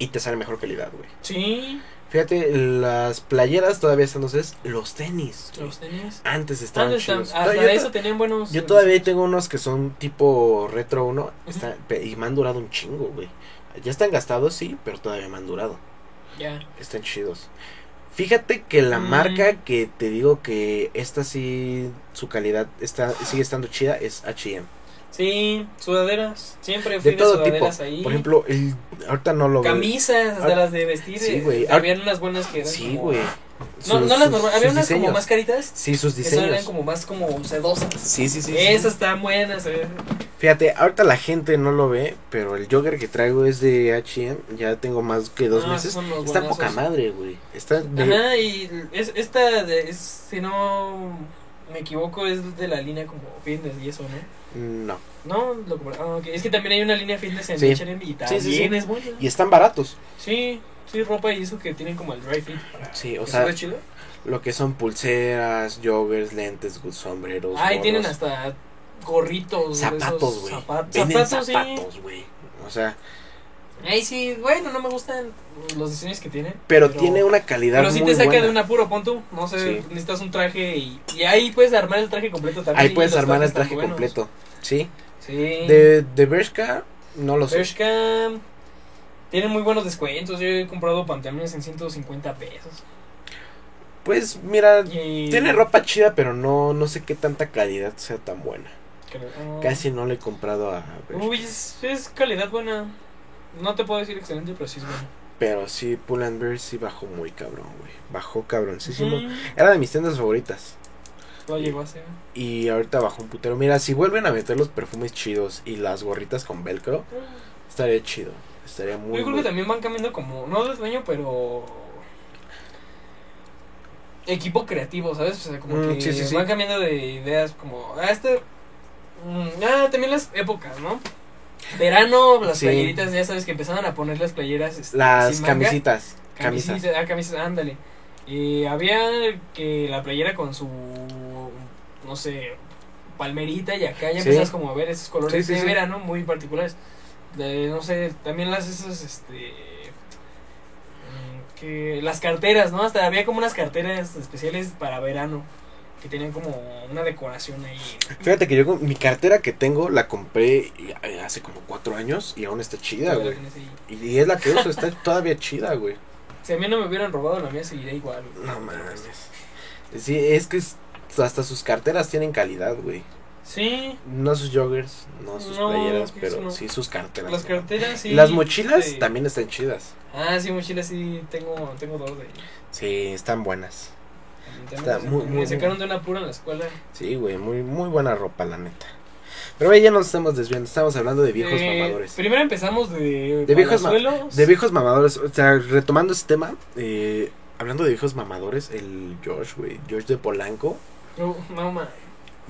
[SPEAKER 1] y te sale mejor calidad, güey.
[SPEAKER 3] Sí,
[SPEAKER 1] Fíjate, las playeras todavía están, entonces, los tenis. güey.
[SPEAKER 3] los tenías.
[SPEAKER 1] Antes estaban
[SPEAKER 3] ¿Dónde están?
[SPEAKER 1] chidos.
[SPEAKER 3] Hasta
[SPEAKER 1] yo,
[SPEAKER 3] de
[SPEAKER 1] to-
[SPEAKER 3] eso tenían buenos.
[SPEAKER 1] yo todavía tengo unos que son tipo retro 1
[SPEAKER 3] Ujú.
[SPEAKER 1] y me han durado un chingo, güey. Ya están gastados, sí, pero todavía me han durado.
[SPEAKER 3] este, Ya.
[SPEAKER 1] Están chidos. Fíjate que la
[SPEAKER 3] Mm.
[SPEAKER 1] marca que te digo que esta sí, su calidad está, sigue estando chida es HM.
[SPEAKER 3] Sí, sudaderas. Siempre fui
[SPEAKER 1] De
[SPEAKER 3] de,
[SPEAKER 1] todo tipo.
[SPEAKER 3] sudaderas ahí.
[SPEAKER 1] Por ejemplo, el, ahorita no lo veo.
[SPEAKER 3] Camisas, hasta
[SPEAKER 1] Ah,
[SPEAKER 3] las de vestir.
[SPEAKER 1] sí,
[SPEAKER 3] eh,
[SPEAKER 1] güey. Ah,
[SPEAKER 3] Habían unas buenas que eran.
[SPEAKER 1] Sí,
[SPEAKER 3] como-
[SPEAKER 1] güey.
[SPEAKER 3] No,
[SPEAKER 1] Sus-
[SPEAKER 3] no las
[SPEAKER 1] sus-
[SPEAKER 3] normales. Había
[SPEAKER 1] sus
[SPEAKER 3] unas como
[SPEAKER 1] diseños.
[SPEAKER 3] más caritas.
[SPEAKER 1] Sí, sus
[SPEAKER 3] que Esas
[SPEAKER 1] diseños.
[SPEAKER 3] eran como más como sedosas.
[SPEAKER 1] Sí, sí, sí. sí.
[SPEAKER 3] Esas están buenas. eh.
[SPEAKER 1] Fíjate, ahorita la gente no lo ve, pero el jogger que traigo es de H&M, ya tengo más que dos
[SPEAKER 3] Ah,
[SPEAKER 1] meses.
[SPEAKER 3] son los
[SPEAKER 1] Está
[SPEAKER 3] buenazos.
[SPEAKER 1] poca madre, güey. Está de-
[SPEAKER 3] Ajá, y es, esta, de, es- si no me equivoco, es de la línea como fitness y eso, ¿no?
[SPEAKER 1] no.
[SPEAKER 3] No, lo compré- ah, ok. es que también hay una línea fitness en
[SPEAKER 1] Sí.
[SPEAKER 3] H&M y
[SPEAKER 1] sí,
[SPEAKER 3] también
[SPEAKER 1] sí.
[SPEAKER 3] es buena.
[SPEAKER 1] Y están baratos.
[SPEAKER 3] Sí, sí, ropa y eso que tienen como el dry fit. para-
[SPEAKER 1] Sí, o
[SPEAKER 3] ¿Eso
[SPEAKER 1] sea,
[SPEAKER 3] es chido?
[SPEAKER 1] lo que son pulseras, joggers, lentes, gu- sombreros,
[SPEAKER 3] Ah, y tienen
[SPEAKER 1] gorros,
[SPEAKER 3] hasta gorritos. de esos
[SPEAKER 1] zapatos, güey.
[SPEAKER 3] zapat-
[SPEAKER 1] Venden
[SPEAKER 3] zapatos, sí.
[SPEAKER 1] zapatos, güey. O sea,
[SPEAKER 3] Ahí sí, bueno, no me gustan los diseños que tienen.
[SPEAKER 1] pero, tiene una calidad
[SPEAKER 3] Pero sí
[SPEAKER 1] muy
[SPEAKER 3] te saca
[SPEAKER 1] buena.
[SPEAKER 3] de un apuro, pon tú. No sé,
[SPEAKER 1] Sí.
[SPEAKER 3] necesitas un traje y, y ahí puedes armar el traje completo también.
[SPEAKER 1] Ahí
[SPEAKER 3] y
[SPEAKER 1] puedes
[SPEAKER 3] los
[SPEAKER 1] armar el
[SPEAKER 3] trajes
[SPEAKER 1] traje
[SPEAKER 3] están buenos.
[SPEAKER 1] completo. Sí.
[SPEAKER 3] Sí.
[SPEAKER 1] De de Bershka no lo sé.
[SPEAKER 3] Bershka tienen muy buenos descuentos. Yo he comprado pantalones en 150 pesos.
[SPEAKER 1] Pues mira,
[SPEAKER 3] Y-
[SPEAKER 1] tiene ropa chida, pero no no sé qué tanta calidad sea tan buena.
[SPEAKER 3] Creo- ah.
[SPEAKER 1] Casi no le he comprado a Bershka.
[SPEAKER 3] Uy, es, es calidad buena. No te puedo decir excelente, pero sí es buena.
[SPEAKER 1] Pero sí, Pull and Bear sí bajó muy cabrón, güey. Bajó cabroncísimo.
[SPEAKER 3] Ujú.
[SPEAKER 1] Era de mis tiendas favoritas.
[SPEAKER 3] Lo llegó a ser.
[SPEAKER 1] Y ahorita bajó un putero. Mira, si vuelven a meter los perfumes chidos y las gorritas con velcro, estaría chido. Estaría muy.
[SPEAKER 3] Yo creo que
[SPEAKER 1] muy-
[SPEAKER 3] también van cambiando como, no de dueño, pero equipo creativo, ¿sabes? O sea, como
[SPEAKER 1] Mm,
[SPEAKER 3] que
[SPEAKER 1] sí, sí, sí.
[SPEAKER 3] van cambiando de ideas como, ah, este, mm, ah, también las épocas, ¿no? Verano, las
[SPEAKER 1] Sí.
[SPEAKER 3] playeritas, ya sabes que empezaban a poner las playeras. este,
[SPEAKER 1] Las
[SPEAKER 3] sin manga.
[SPEAKER 1] camisitas. Camisas.
[SPEAKER 3] Camisas. Ah, camisas, ándale. Y había que la playera con su, no sé, palmerita y acá ya
[SPEAKER 1] Sí.
[SPEAKER 3] empiezas como a ver esos colores
[SPEAKER 1] Sí, sí,
[SPEAKER 3] de
[SPEAKER 1] sí.
[SPEAKER 3] verano muy particulares. De, no sé, también las esas, este, mm, que las carteras, ¿no? Hasta había como unas carteras especiales para verano que tenían como una decoración ahí.
[SPEAKER 1] Fíjate que yo con- mi cartera que tengo la compré eh, hace como cuatro años y aún está chida,
[SPEAKER 3] Todavía
[SPEAKER 1] güey.
[SPEAKER 3] tienes ahí.
[SPEAKER 1] Y, y es la que uso, está todavía chida, güey.
[SPEAKER 3] Si a mí no me hubieran robado la mía seguiría igual. güey.
[SPEAKER 1] No mames. Sí, es que es- hasta sus carteras tienen calidad, güey.
[SPEAKER 3] Sí,
[SPEAKER 1] No sus joggers, no sus
[SPEAKER 3] No,
[SPEAKER 1] playeras,
[SPEAKER 3] eso
[SPEAKER 1] pero
[SPEAKER 3] no.
[SPEAKER 1] sí sus carteras.
[SPEAKER 3] las
[SPEAKER 1] ¿no?
[SPEAKER 3] carteras sí.
[SPEAKER 1] Las mochilas
[SPEAKER 3] este,
[SPEAKER 1] también están chidas.
[SPEAKER 3] Ah, sí, mochilas sí, tengo, tengo dos de ellas.
[SPEAKER 1] Sí, están buenas. Está
[SPEAKER 3] Está
[SPEAKER 1] muy, muy,
[SPEAKER 3] me sacaron de una pura en la escuela.
[SPEAKER 1] Sí, güey, muy, muy buena ropa, la neta. Pero güey, ya nos estamos desviando, estamos hablando de viejos
[SPEAKER 3] Eh,
[SPEAKER 1] mamadores.
[SPEAKER 3] Primero empezamos de,
[SPEAKER 1] De viejos ma-
[SPEAKER 3] palazuelos.
[SPEAKER 1] De viejos mamadores, o sea, retomando ese tema, eh, hablando de viejos mamadores, el George, güey, George de Polanco,
[SPEAKER 3] No, no, ma.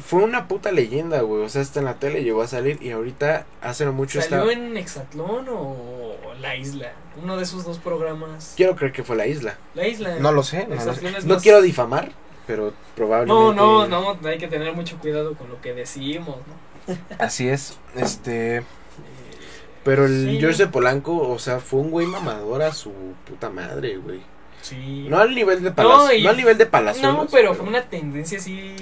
[SPEAKER 1] fue una puta leyenda, güey. O sea, hasta en la tele llegó a salir y ahorita, hace no mucho,
[SPEAKER 3] ¿Salió
[SPEAKER 1] está...
[SPEAKER 3] en Exatlón o La Isla? Uno de esos dos programas.
[SPEAKER 1] Quiero creer que fue la isla.
[SPEAKER 3] La Isla.
[SPEAKER 1] No lo sé, no, lo sé.
[SPEAKER 3] Excepciones más-
[SPEAKER 1] No quiero difamar, pero
[SPEAKER 3] no,
[SPEAKER 1] probablemente...
[SPEAKER 3] no, no, hay que tener mucho cuidado con lo que decimos, ¿no?
[SPEAKER 1] Así es, este...
[SPEAKER 3] Eh,
[SPEAKER 1] Pero el
[SPEAKER 3] Sí.
[SPEAKER 1] George de Polanco, o sea, fue un güey mamador a su puta madre, güey.
[SPEAKER 3] sí.
[SPEAKER 1] No al nivel de Palacio, no,
[SPEAKER 3] No, y-
[SPEAKER 1] al nivel de
[SPEAKER 3] No,
[SPEAKER 1] Palacio.
[SPEAKER 3] pero fue una tendencia así.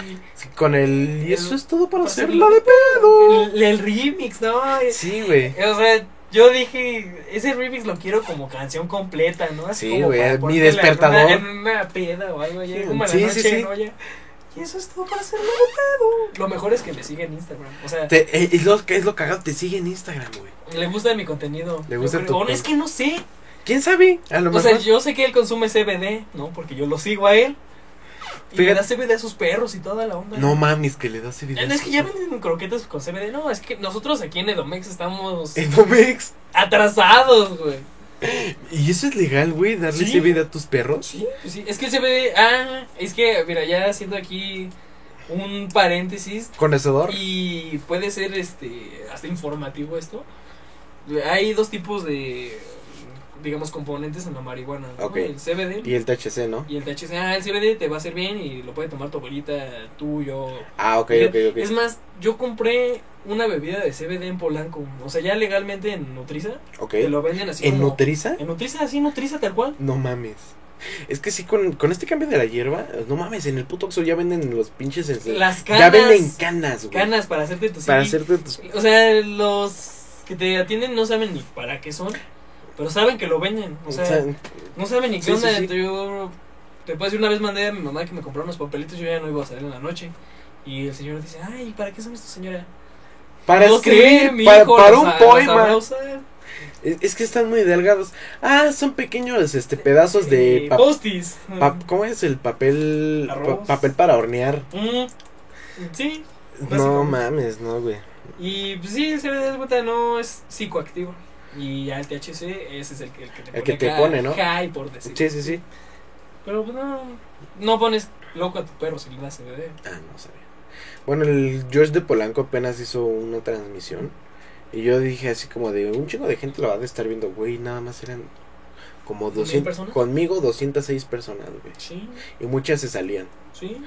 [SPEAKER 1] Con el... Y
[SPEAKER 3] El-
[SPEAKER 1] eso es todo para
[SPEAKER 3] para
[SPEAKER 1] hacerlo
[SPEAKER 3] hacerlo
[SPEAKER 1] de pedo.
[SPEAKER 3] El, el remix, ¿no? Es-
[SPEAKER 1] Sí, güey.
[SPEAKER 3] O sea, yo dije, ese remix lo quiero como canción completa, ¿no? Así
[SPEAKER 1] Sí,
[SPEAKER 3] como
[SPEAKER 1] güey,
[SPEAKER 3] para
[SPEAKER 1] mi
[SPEAKER 3] ponértela
[SPEAKER 1] despertador.
[SPEAKER 3] En una, en una peda o algo, ya
[SPEAKER 1] Sí,
[SPEAKER 3] como a la
[SPEAKER 1] sí, sí,
[SPEAKER 3] noche,
[SPEAKER 1] sí.
[SPEAKER 3] ¿no? Ya. Y eso es todo para hacerlo de pedo. Lo mejor es que me siga en Instagram. O sea,
[SPEAKER 1] Te- eh, y lo que es lo cagado, te sigue en Instagram, güey.
[SPEAKER 3] le gusta mi contenido.
[SPEAKER 1] Le gusta
[SPEAKER 3] Yo
[SPEAKER 1] tu
[SPEAKER 3] creo- "Oh,
[SPEAKER 1] con-
[SPEAKER 3] Es que no sé.
[SPEAKER 1] ¿Quién sabe? A lo
[SPEAKER 3] O
[SPEAKER 1] mejor...
[SPEAKER 3] sea, yo sé que él consume CBD, ¿no? Porque yo lo sigo a él. Y
[SPEAKER 1] Fíjate-
[SPEAKER 3] le da CBD a sus perros y toda la onda.
[SPEAKER 1] No mames, que le das
[SPEAKER 3] Eh,
[SPEAKER 1] evidencia.
[SPEAKER 3] no, es que ya venden croquetas con CBD. No, es que nosotros aquí en Edomex estamos
[SPEAKER 1] En Domex.
[SPEAKER 3] atrasados, güey.
[SPEAKER 1] ¿Y eso es legal, güey? ¿Darle
[SPEAKER 3] Sí.
[SPEAKER 1] vida a tus perros?
[SPEAKER 3] Sí, pues sí, es que se ve. Ah, es que, mira, ya haciendo aquí un paréntesis.
[SPEAKER 1] ¿Con hacedor?
[SPEAKER 3] Y puede ser este hasta informativo esto. Hay dos tipos de, digamos, componentes en la marihuana: ¿no?
[SPEAKER 1] Ok.
[SPEAKER 3] el CBD
[SPEAKER 1] Y el THC, ¿no?
[SPEAKER 3] y el THC. Ah, el CBD te va a hacer bien y lo puede tomar tu abuelita, tuyo.
[SPEAKER 1] Ah, ok, ok, ok.
[SPEAKER 3] Es más, yo compré una bebida de CBD en Polanco. O sea, ya legalmente en Nutriza
[SPEAKER 1] Ok.
[SPEAKER 3] te lo venden así.
[SPEAKER 1] ¿En
[SPEAKER 3] como-
[SPEAKER 1] Nutriza?
[SPEAKER 3] En Nutriza, así, Nutriza tal cual.
[SPEAKER 1] No mames. Es que sí, con, con este cambio de la hierba, no mames, en el puto Oxxo ya venden los pinches... este,
[SPEAKER 3] Las canas.
[SPEAKER 1] ya venden canas, güey.
[SPEAKER 3] canas para hacerte tu
[SPEAKER 1] Para
[SPEAKER 3] CD.
[SPEAKER 1] hacerte tus...
[SPEAKER 3] O sea, los que te atienden no saben ni para qué son. Pero saben que lo venden. O sea, no saben ni qué
[SPEAKER 1] Sí,
[SPEAKER 3] onda.
[SPEAKER 1] sí, sí.
[SPEAKER 3] Yo te puedo decir, una vez mandé a mi mamá que me comprara unos papelitos. Yo ya no iba a salir en la noche. Y el señor dice, ay, ¿para qué son estos, señora?
[SPEAKER 1] para
[SPEAKER 3] no
[SPEAKER 1] escribir,
[SPEAKER 3] sé, mi
[SPEAKER 1] para,
[SPEAKER 3] hijo
[SPEAKER 1] para
[SPEAKER 3] los
[SPEAKER 1] un
[SPEAKER 3] sa- los sabrá
[SPEAKER 1] poema.
[SPEAKER 3] usar".
[SPEAKER 1] Es, es que están muy delgados. Ah, son pequeños este pedazos de
[SPEAKER 3] Eh,
[SPEAKER 1] pa-
[SPEAKER 3] postis.
[SPEAKER 1] pa- ¿Cómo es el papel? pa-
[SPEAKER 3] mm. Arroz.
[SPEAKER 1] papel para hornear.
[SPEAKER 3] Mm, sí,
[SPEAKER 1] No
[SPEAKER 3] Básicamente.
[SPEAKER 1] mames, no, güey.
[SPEAKER 3] y pues sí, se da cuenta, no es psicoactivo. Y ya el THC, ese es el que, el que te
[SPEAKER 1] El que te
[SPEAKER 3] acá
[SPEAKER 1] pone, ¿no?
[SPEAKER 3] High, por decir.
[SPEAKER 1] Sí, sí, sí.
[SPEAKER 3] Pero pues no, no pones loco a tu perro si le das CBD.
[SPEAKER 1] Ah, no sabía. Bueno, el George de Polanco apenas hizo una transmisión. Y yo dije así como de un chingo de gente lo va a estar viendo, güey. Nada más eran como
[SPEAKER 3] ¿Mil
[SPEAKER 1] 200.
[SPEAKER 3] personas?
[SPEAKER 1] Conmigo 206 personas, güey.
[SPEAKER 3] Sí,
[SPEAKER 1] Y muchas se salían.
[SPEAKER 3] sí.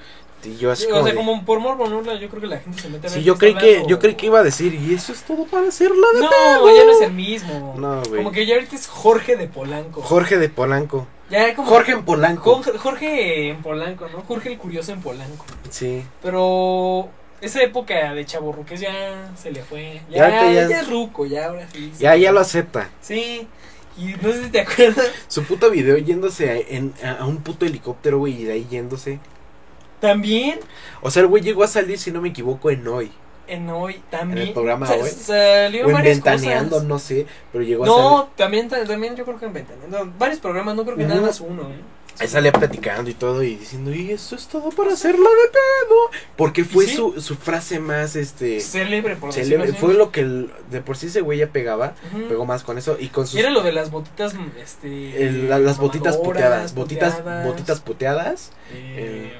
[SPEAKER 1] Y yo así
[SPEAKER 3] o
[SPEAKER 1] como.
[SPEAKER 3] sea,
[SPEAKER 1] de-
[SPEAKER 3] como por morbo, ¿no? La- Yo creo que la gente se mete a ver.
[SPEAKER 1] Sí, yo
[SPEAKER 3] qué
[SPEAKER 1] creí
[SPEAKER 3] está
[SPEAKER 1] que,
[SPEAKER 3] hablando.
[SPEAKER 1] yo creí que iba a decir, y eso es todo para hacerlo de
[SPEAKER 3] No, ya no es el mismo.
[SPEAKER 1] No, güey.
[SPEAKER 3] Como que ya ahorita es Jorge de Polanco.
[SPEAKER 1] Jorge de Polanco.
[SPEAKER 3] ya como
[SPEAKER 1] Jorge en Polanco.
[SPEAKER 3] Jorge, Jorge en Polanco, ¿no? Jorge el Curioso en Polanco.
[SPEAKER 1] Sí.
[SPEAKER 3] Pero esa época de chavo ya se le fue.
[SPEAKER 1] Ya
[SPEAKER 3] Ya,
[SPEAKER 1] ahorita ya-
[SPEAKER 3] ya, es ruco, ya ahora sí.
[SPEAKER 1] Ya, ya lo acepta.
[SPEAKER 3] Sí. Y no sé si te *laughs* acuerdas.
[SPEAKER 1] Su puto video yéndose a, en- a- a un puto helicóptero, güey, y de ahí yéndose.
[SPEAKER 3] También
[SPEAKER 1] O sea, el güey llegó a salir, si no me equivoco, en hoy.
[SPEAKER 3] en hoy, Eh, también.
[SPEAKER 1] En el programa
[SPEAKER 3] sa-
[SPEAKER 1] Hoy.
[SPEAKER 3] Salió
[SPEAKER 1] O en
[SPEAKER 3] varias
[SPEAKER 1] Ventaneando,
[SPEAKER 3] cosas.
[SPEAKER 1] no sé, pero llegó a salir.
[SPEAKER 3] No, también, ta- también yo creo que en Ventaneando. Varios programas, no creo que nada
[SPEAKER 1] Ujú.
[SPEAKER 3] más uno. ¿eh?
[SPEAKER 1] Ahí salía platicando y todo y diciendo, y eso es todo para hacerlo de pedo. Porque fue
[SPEAKER 3] sí.
[SPEAKER 1] su, su frase más, este...
[SPEAKER 3] Célebre, por decirlo
[SPEAKER 1] célebre.
[SPEAKER 3] así.
[SPEAKER 1] Fue lo que el- de por sí ese güey ya pegaba.
[SPEAKER 3] Ujú.
[SPEAKER 1] Pegó más con eso y con sus
[SPEAKER 3] Y era lo de las botitas, mm, este...
[SPEAKER 1] El- la- las botitas
[SPEAKER 3] mamadoras,
[SPEAKER 1] puteadas, botitas,
[SPEAKER 3] puteadas,
[SPEAKER 1] botitas puteadas.
[SPEAKER 3] eh,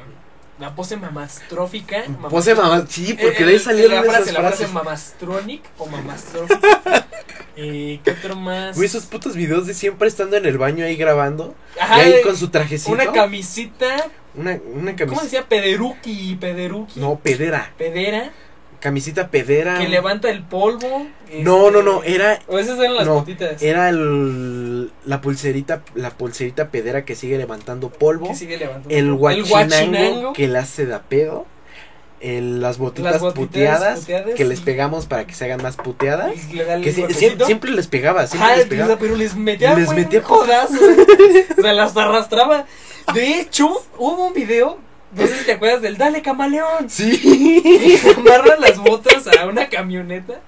[SPEAKER 3] la pose mamastrófica.
[SPEAKER 1] Pose mamá, Pues sí, porque de ahí
[SPEAKER 3] El-
[SPEAKER 1] salieron
[SPEAKER 3] Eh, la
[SPEAKER 1] esas
[SPEAKER 3] frase, la frase
[SPEAKER 1] frases.
[SPEAKER 3] mamastronic o mamastrófica.
[SPEAKER 1] *laughs*
[SPEAKER 3] eh, ¿Qué otro más?
[SPEAKER 1] Güey, esos putos videos de siempre estando en el baño ahí grabando. y
[SPEAKER 3] Ajá,
[SPEAKER 1] ahí
[SPEAKER 3] eh,
[SPEAKER 1] con su trajecito.
[SPEAKER 3] una camisita.
[SPEAKER 1] una, una
[SPEAKER 3] ¿Cómo
[SPEAKER 1] camiseta.
[SPEAKER 3] decía? Pederuki, pederuki.
[SPEAKER 1] No, pedera.
[SPEAKER 3] Pedera,
[SPEAKER 1] Camisita pedera.
[SPEAKER 3] que levanta el polvo.
[SPEAKER 1] No,
[SPEAKER 3] este,
[SPEAKER 1] Ah. no, no. Era,
[SPEAKER 3] O esas eran las
[SPEAKER 1] No,
[SPEAKER 3] botitas.
[SPEAKER 1] era el- la pulserita, la pulserita pedera que sigue levantando polvo.
[SPEAKER 3] que sigue levantando.
[SPEAKER 1] El guachinango
[SPEAKER 3] guachinango.
[SPEAKER 1] que la hace da pedo. el- las botitas,
[SPEAKER 3] Las botitas
[SPEAKER 1] puteadas,
[SPEAKER 3] puteadas
[SPEAKER 1] que les
[SPEAKER 3] y-
[SPEAKER 1] pegamos para que se hagan más puteadas.
[SPEAKER 3] Y le da el
[SPEAKER 1] Que
[SPEAKER 3] pues
[SPEAKER 1] sí-
[SPEAKER 3] golpecito.
[SPEAKER 1] siempre, siempre les pegaba, siempre
[SPEAKER 3] Ajá,
[SPEAKER 1] les pegaba.
[SPEAKER 3] pero les metía,
[SPEAKER 1] Les
[SPEAKER 3] güey,
[SPEAKER 1] metía
[SPEAKER 3] jodazos.
[SPEAKER 1] *laughs*
[SPEAKER 3] o sea, las arrastraba. De hecho, hubo un video, no sé si te acuerdas del Dale Camaleón. *laughs*
[SPEAKER 1] Sí.
[SPEAKER 3] Amarran las botas a una camioneta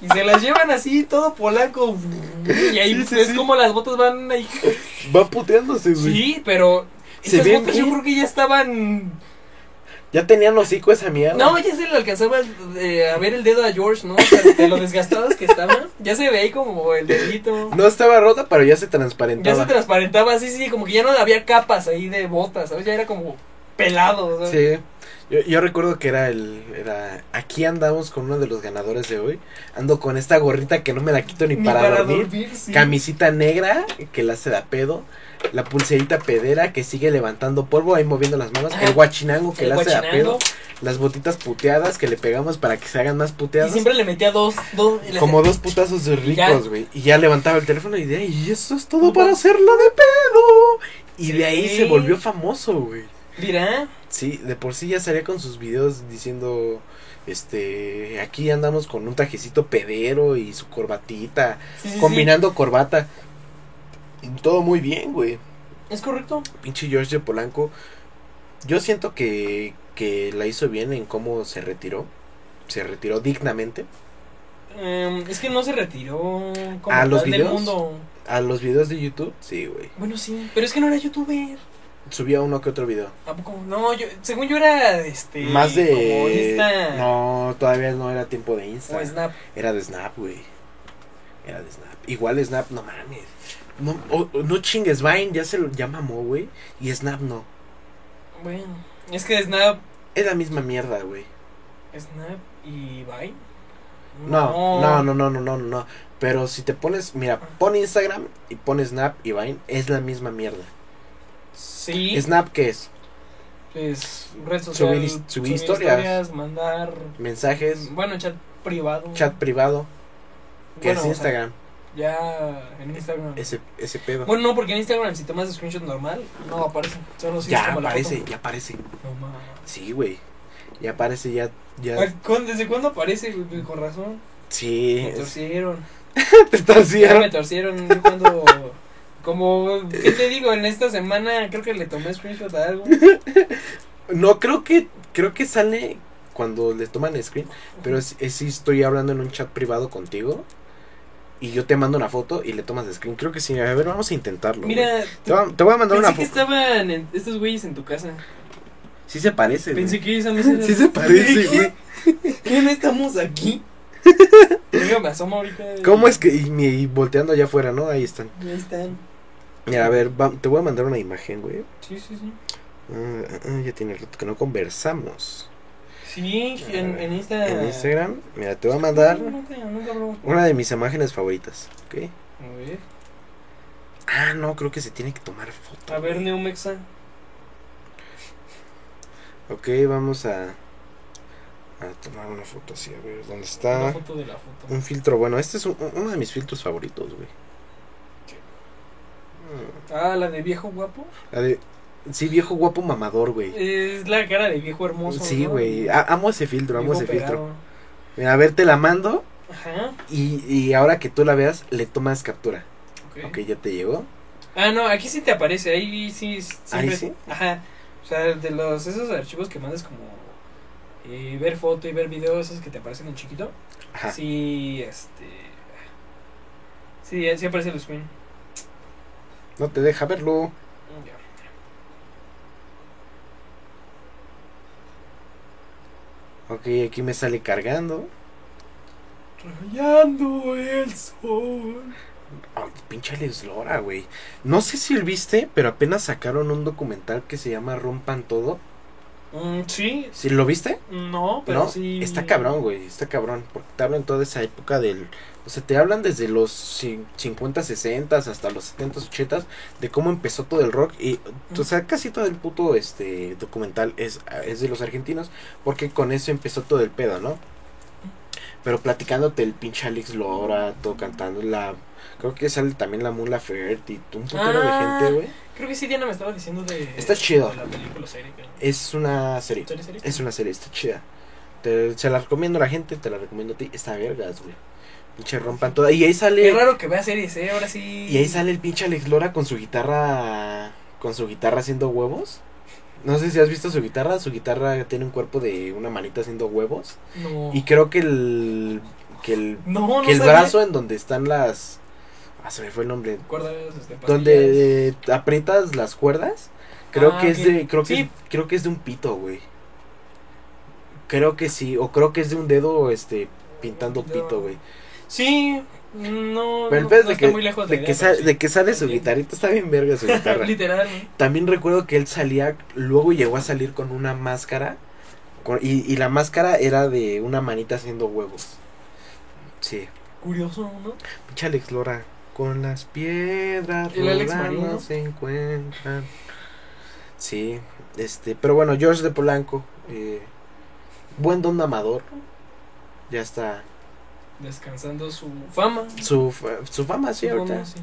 [SPEAKER 3] y se las llevan así, todo polaco. Y ahí
[SPEAKER 1] Sí, sí,
[SPEAKER 3] ves
[SPEAKER 1] sí.
[SPEAKER 3] cómo las botas van ahí.
[SPEAKER 1] Va puteándose, güey.
[SPEAKER 3] Sí, pero
[SPEAKER 1] Se
[SPEAKER 3] esas
[SPEAKER 1] ven
[SPEAKER 3] botas
[SPEAKER 1] bien.
[SPEAKER 3] yo creo que ya estaban.
[SPEAKER 1] Ya tenían hocico esa mierda.
[SPEAKER 3] No, ya se le alcanzaba eh, a ver el dedo a George, ¿no? O sea, de lo desgastados que estaban. Ya se ve ahí como el dedito.
[SPEAKER 1] No estaba rota, pero ya se
[SPEAKER 3] Ya se
[SPEAKER 1] transparentaba.
[SPEAKER 3] transparentaba, sí, sí, como que ya no había capas ahí de botas, ¿sabes? Ya era como pelado, ¿sabes?
[SPEAKER 1] Sí. Yo, yo recuerdo que era el. Era. Aquí andamos con uno de los ganadores de hoy. Ando con esta gorrita que no me la quito ni, para, dormir.
[SPEAKER 3] sí.
[SPEAKER 1] Camisita negra que la hace da pedo. La pulserita pedera que sigue levantando polvo ahí moviendo las manos.
[SPEAKER 3] Ajá.
[SPEAKER 1] El guachinango que
[SPEAKER 3] El
[SPEAKER 1] la hace da
[SPEAKER 3] guachinango,
[SPEAKER 1] pedo. Las botitas puteadas que le pegamos para que se hagan más
[SPEAKER 3] Y
[SPEAKER 1] puteadas.
[SPEAKER 3] siempre le metía dos, dos. y le
[SPEAKER 1] Como dos putazos de
[SPEAKER 3] Y ya.
[SPEAKER 1] ricos, güey. Y ya levantaba el teléfono y de ahí, "Y eso es todo para hacerlo de pedo. Y de ahí
[SPEAKER 3] Sí.
[SPEAKER 1] se volvió famoso, güey.
[SPEAKER 3] hacía- Dirá, "Ah,
[SPEAKER 1] Sí, de por sí ya salía con sus videos diciendo, este, aquí andamos con un tajecito pedero y su corbatita,
[SPEAKER 3] sí, sí, sí.
[SPEAKER 1] combinando corbata. Y Todo muy bien, güey.
[SPEAKER 3] Es correcto.
[SPEAKER 1] Pinche George de Polanco. Yo siento que, que la hizo bien en cómo se retiró. Se retiró dignamente.
[SPEAKER 3] Em, es que no se retiró como
[SPEAKER 1] ¿A los
[SPEAKER 3] tal del
[SPEAKER 1] videos?
[SPEAKER 3] mundo.
[SPEAKER 1] A los videos de YouTube, sí, güey.
[SPEAKER 3] Bueno, sí, pero es que no era youtuber.
[SPEAKER 1] Subía uno que otro video.
[SPEAKER 3] ¿A poco? No, yo, según yo era este.
[SPEAKER 1] Más de.
[SPEAKER 3] Como Insta
[SPEAKER 1] No, todavía no era tiempo de Insta.
[SPEAKER 3] o Snap.
[SPEAKER 1] Era de Snap, güey. Era de Snap. Igual Snap, no mames. No, o- o no chingues, Vine ya se lo ya mamó, güey. Y Snap no.
[SPEAKER 3] Bueno, es que Snap
[SPEAKER 1] Es la misma mierda, güey.
[SPEAKER 3] Snap y Vine.
[SPEAKER 1] No, no, no, no, no, no, no, no. Pero si te pones, mira, pon Instagram y pon Snap y Vine, es la misma mierda.
[SPEAKER 3] Sí.
[SPEAKER 1] ¿Snap qué es?
[SPEAKER 3] Pues, red social.
[SPEAKER 1] Subir his- subir historias.
[SPEAKER 3] mandar.
[SPEAKER 1] Mensajes,
[SPEAKER 3] Bueno, chat privado.
[SPEAKER 1] chat privado, que
[SPEAKER 3] Mm.
[SPEAKER 1] es
[SPEAKER 3] Bueno, o sea,
[SPEAKER 1] Instagram.
[SPEAKER 3] ya en Instagram.
[SPEAKER 1] Ese, ese pedo.
[SPEAKER 3] Bueno, no, porque en Instagram, si tomas screenshot normal, no aparece. Solo si es
[SPEAKER 1] ya
[SPEAKER 3] como la
[SPEAKER 1] aparece,
[SPEAKER 3] foto.
[SPEAKER 1] ya aparece.
[SPEAKER 3] No mames.
[SPEAKER 1] Sí, güey. Y aparece ya. ya
[SPEAKER 3] Ay, ¿cuándo- ¿Desde cuándo aparece? güey? Con Pues, razón.
[SPEAKER 1] sí.
[SPEAKER 3] Me
[SPEAKER 1] es-
[SPEAKER 3] torcieron.
[SPEAKER 1] *laughs* Te
[SPEAKER 3] Ya me
[SPEAKER 1] torcieron.
[SPEAKER 3] torcieron cuando. Como, ¿qué te digo? En esta semana creo que le tomé screenshot a algo.
[SPEAKER 1] No, creo que, creo que sale cuando les toman screen. Pero es, es si estoy hablando en un chat privado contigo. Y yo te mando una foto y le tomas screen. Creo que sí. A ver, vamos a intentarlo. güey.
[SPEAKER 3] Mira,
[SPEAKER 1] Te, va- te voy a mandar
[SPEAKER 3] pensé
[SPEAKER 1] una
[SPEAKER 3] que
[SPEAKER 1] foto.
[SPEAKER 3] estaban en- estos güeyes en tu casa.
[SPEAKER 1] Sí se parece. *laughs*
[SPEAKER 3] Pensé
[SPEAKER 1] güey.
[SPEAKER 3] que ellos a mí se-
[SPEAKER 1] Sí se parece,
[SPEAKER 3] Dije,
[SPEAKER 1] güey.
[SPEAKER 3] ¿Qué no
[SPEAKER 1] *laughs*
[SPEAKER 3] estamos aquí? Oiga, me asomo ahorita.
[SPEAKER 1] ¿Cómo es que.? Y, me- y volteando allá afuera, ¿no? Ahí están.
[SPEAKER 3] Ahí están.
[SPEAKER 1] Mira, a ver, va- te voy a mandar una imagen, güey.
[SPEAKER 3] Sí, sí, sí.
[SPEAKER 1] Ah, ah, ah, ya tiene rato que no conversamos.
[SPEAKER 3] Sí, en, en Insta.
[SPEAKER 1] Ah, En Instagram, mira, te voy a mandar
[SPEAKER 3] No, no, te- no, cabrón.
[SPEAKER 1] una de mis imágenes favoritas, ¿ok?
[SPEAKER 3] A ver,
[SPEAKER 1] Ah, no, creo que se tiene que tomar foto.
[SPEAKER 3] a ver,
[SPEAKER 1] güey.
[SPEAKER 3] Neumexa.
[SPEAKER 1] Ok, vamos a, a tomar una foto así, a ver, ¿dónde
[SPEAKER 3] La
[SPEAKER 1] está?
[SPEAKER 3] foto de la foto.
[SPEAKER 1] Un filtro, bueno, este es un- un- uno de mis filtros favoritos, güey. Mm,
[SPEAKER 3] Ah, la de viejo guapo.
[SPEAKER 1] La de... Sí, viejo guapo mamador, güey.
[SPEAKER 3] Es la cara de viejo hermoso.
[SPEAKER 1] Sí,
[SPEAKER 3] ¿no?
[SPEAKER 1] güey. a- Amo ese filtro, amo
[SPEAKER 3] Viejo
[SPEAKER 1] ese filtro.
[SPEAKER 3] operado.
[SPEAKER 1] Mira, a ver, te la mando
[SPEAKER 3] Ajá.
[SPEAKER 1] y, y ahora que tú la veas, le tomas captura.
[SPEAKER 3] Okay.
[SPEAKER 1] Ok, ya te llegó.
[SPEAKER 3] Ah, no, aquí sí te aparece. Ahí sí. s- Siempre,
[SPEAKER 1] Ahí sí.
[SPEAKER 3] Ajá. O sea, de los esos archivos que mandas como. eh, ver foto y ver videos, esos que te aparecen en chiquito.
[SPEAKER 1] Ajá.
[SPEAKER 3] Sí, este. Sí, sí aparece el screen.
[SPEAKER 1] No te deja verlo.
[SPEAKER 3] Mm, Ya.
[SPEAKER 1] Ok, aquí me sale cargando.
[SPEAKER 3] Rayando el sol.
[SPEAKER 1] Ay, pinche Alex Lora, güey. No sé si lo viste, pero apenas sacaron un documental que se llama Rompan Todo.
[SPEAKER 3] Mm, sí,
[SPEAKER 1] ¿Sí lo viste?
[SPEAKER 3] no, pero
[SPEAKER 1] no,
[SPEAKER 3] sí.
[SPEAKER 1] está cabrón, güey. Está cabrón. Porque te hablan toda esa época del. O sea, te hablan desde los cin- 50, 60 hasta los 70, 80 de cómo empezó todo el rock. Y, o sea, casi todo el puto este, documental es, es de los argentinos. Porque con eso empezó todo el pedo, ¿no? Pero platicándote el pinche Alex Lora, todo cantando la. Creo que sale también la Mula Fert y un putero
[SPEAKER 3] Ah.
[SPEAKER 1] de gente, güey.
[SPEAKER 3] Creo que sí, Diana me estaba diciendo de.
[SPEAKER 1] Está chido.
[SPEAKER 3] de la película serie. creo.
[SPEAKER 1] Es una serie.
[SPEAKER 3] ¿Serie, serie?
[SPEAKER 1] Es una serie, está chida. Te- se la recomiendo a la gente, te la recomiendo a ti. Está vergas, güey. Pinche rompan toda. Y ahí
[SPEAKER 3] Qué
[SPEAKER 1] sale.
[SPEAKER 3] raro que vea series, ¿eh? Ahora sí.
[SPEAKER 1] Y ahí sale el pinche Alex Lora con su guitarra. Con su guitarra haciendo huevos. No sé si has visto su guitarra. Su guitarra tiene un cuerpo de una manita haciendo huevos.
[SPEAKER 3] No.
[SPEAKER 1] Y creo que el. Que el.
[SPEAKER 3] Oh. no, no
[SPEAKER 1] Que el
[SPEAKER 3] sabía.
[SPEAKER 1] brazo en donde están las. Ah, se me fue el nombre.
[SPEAKER 3] Cuerdas, este, pastillas.
[SPEAKER 1] Donde eh, aprietas las cuerdas. Creo
[SPEAKER 3] Ah,
[SPEAKER 1] que es
[SPEAKER 3] ok.
[SPEAKER 1] de. Creo que,
[SPEAKER 3] Sí.
[SPEAKER 1] es- creo que es de un pito, güey. Creo que sí. O creo que es de un dedo este pintando
[SPEAKER 3] Pintado.
[SPEAKER 1] pito, güey.
[SPEAKER 3] Sí, no.
[SPEAKER 1] Pero el
[SPEAKER 3] no-
[SPEAKER 1] pedo es
[SPEAKER 3] no
[SPEAKER 1] de
[SPEAKER 3] está
[SPEAKER 1] que,
[SPEAKER 3] muy lejos
[SPEAKER 1] de,
[SPEAKER 3] la
[SPEAKER 1] que
[SPEAKER 3] idea,
[SPEAKER 1] sa-
[SPEAKER 3] pero sí.
[SPEAKER 1] de que sale su
[SPEAKER 3] Bien.
[SPEAKER 1] guitarrita. Está bien verga
[SPEAKER 3] *laughs*
[SPEAKER 1] su guitarra.
[SPEAKER 3] Literal. ¿no?
[SPEAKER 1] También recuerdo que él salía. Luego llegó a salir con una máscara. con- y, y la máscara era de una manita haciendo huevos. Sí.
[SPEAKER 3] Curioso, ¿no?
[SPEAKER 1] Pinche Alex Lora. Con las piedras
[SPEAKER 3] El Alex
[SPEAKER 1] rodando
[SPEAKER 3] Marino.
[SPEAKER 1] se encuentran. Sí, este, pero bueno, George de Polanco, eh, buen don amador. Ya está.
[SPEAKER 3] Descansando su fama.
[SPEAKER 1] Su, fa- su fama, sí,
[SPEAKER 3] Su fama,
[SPEAKER 1] ahorita.
[SPEAKER 3] sí.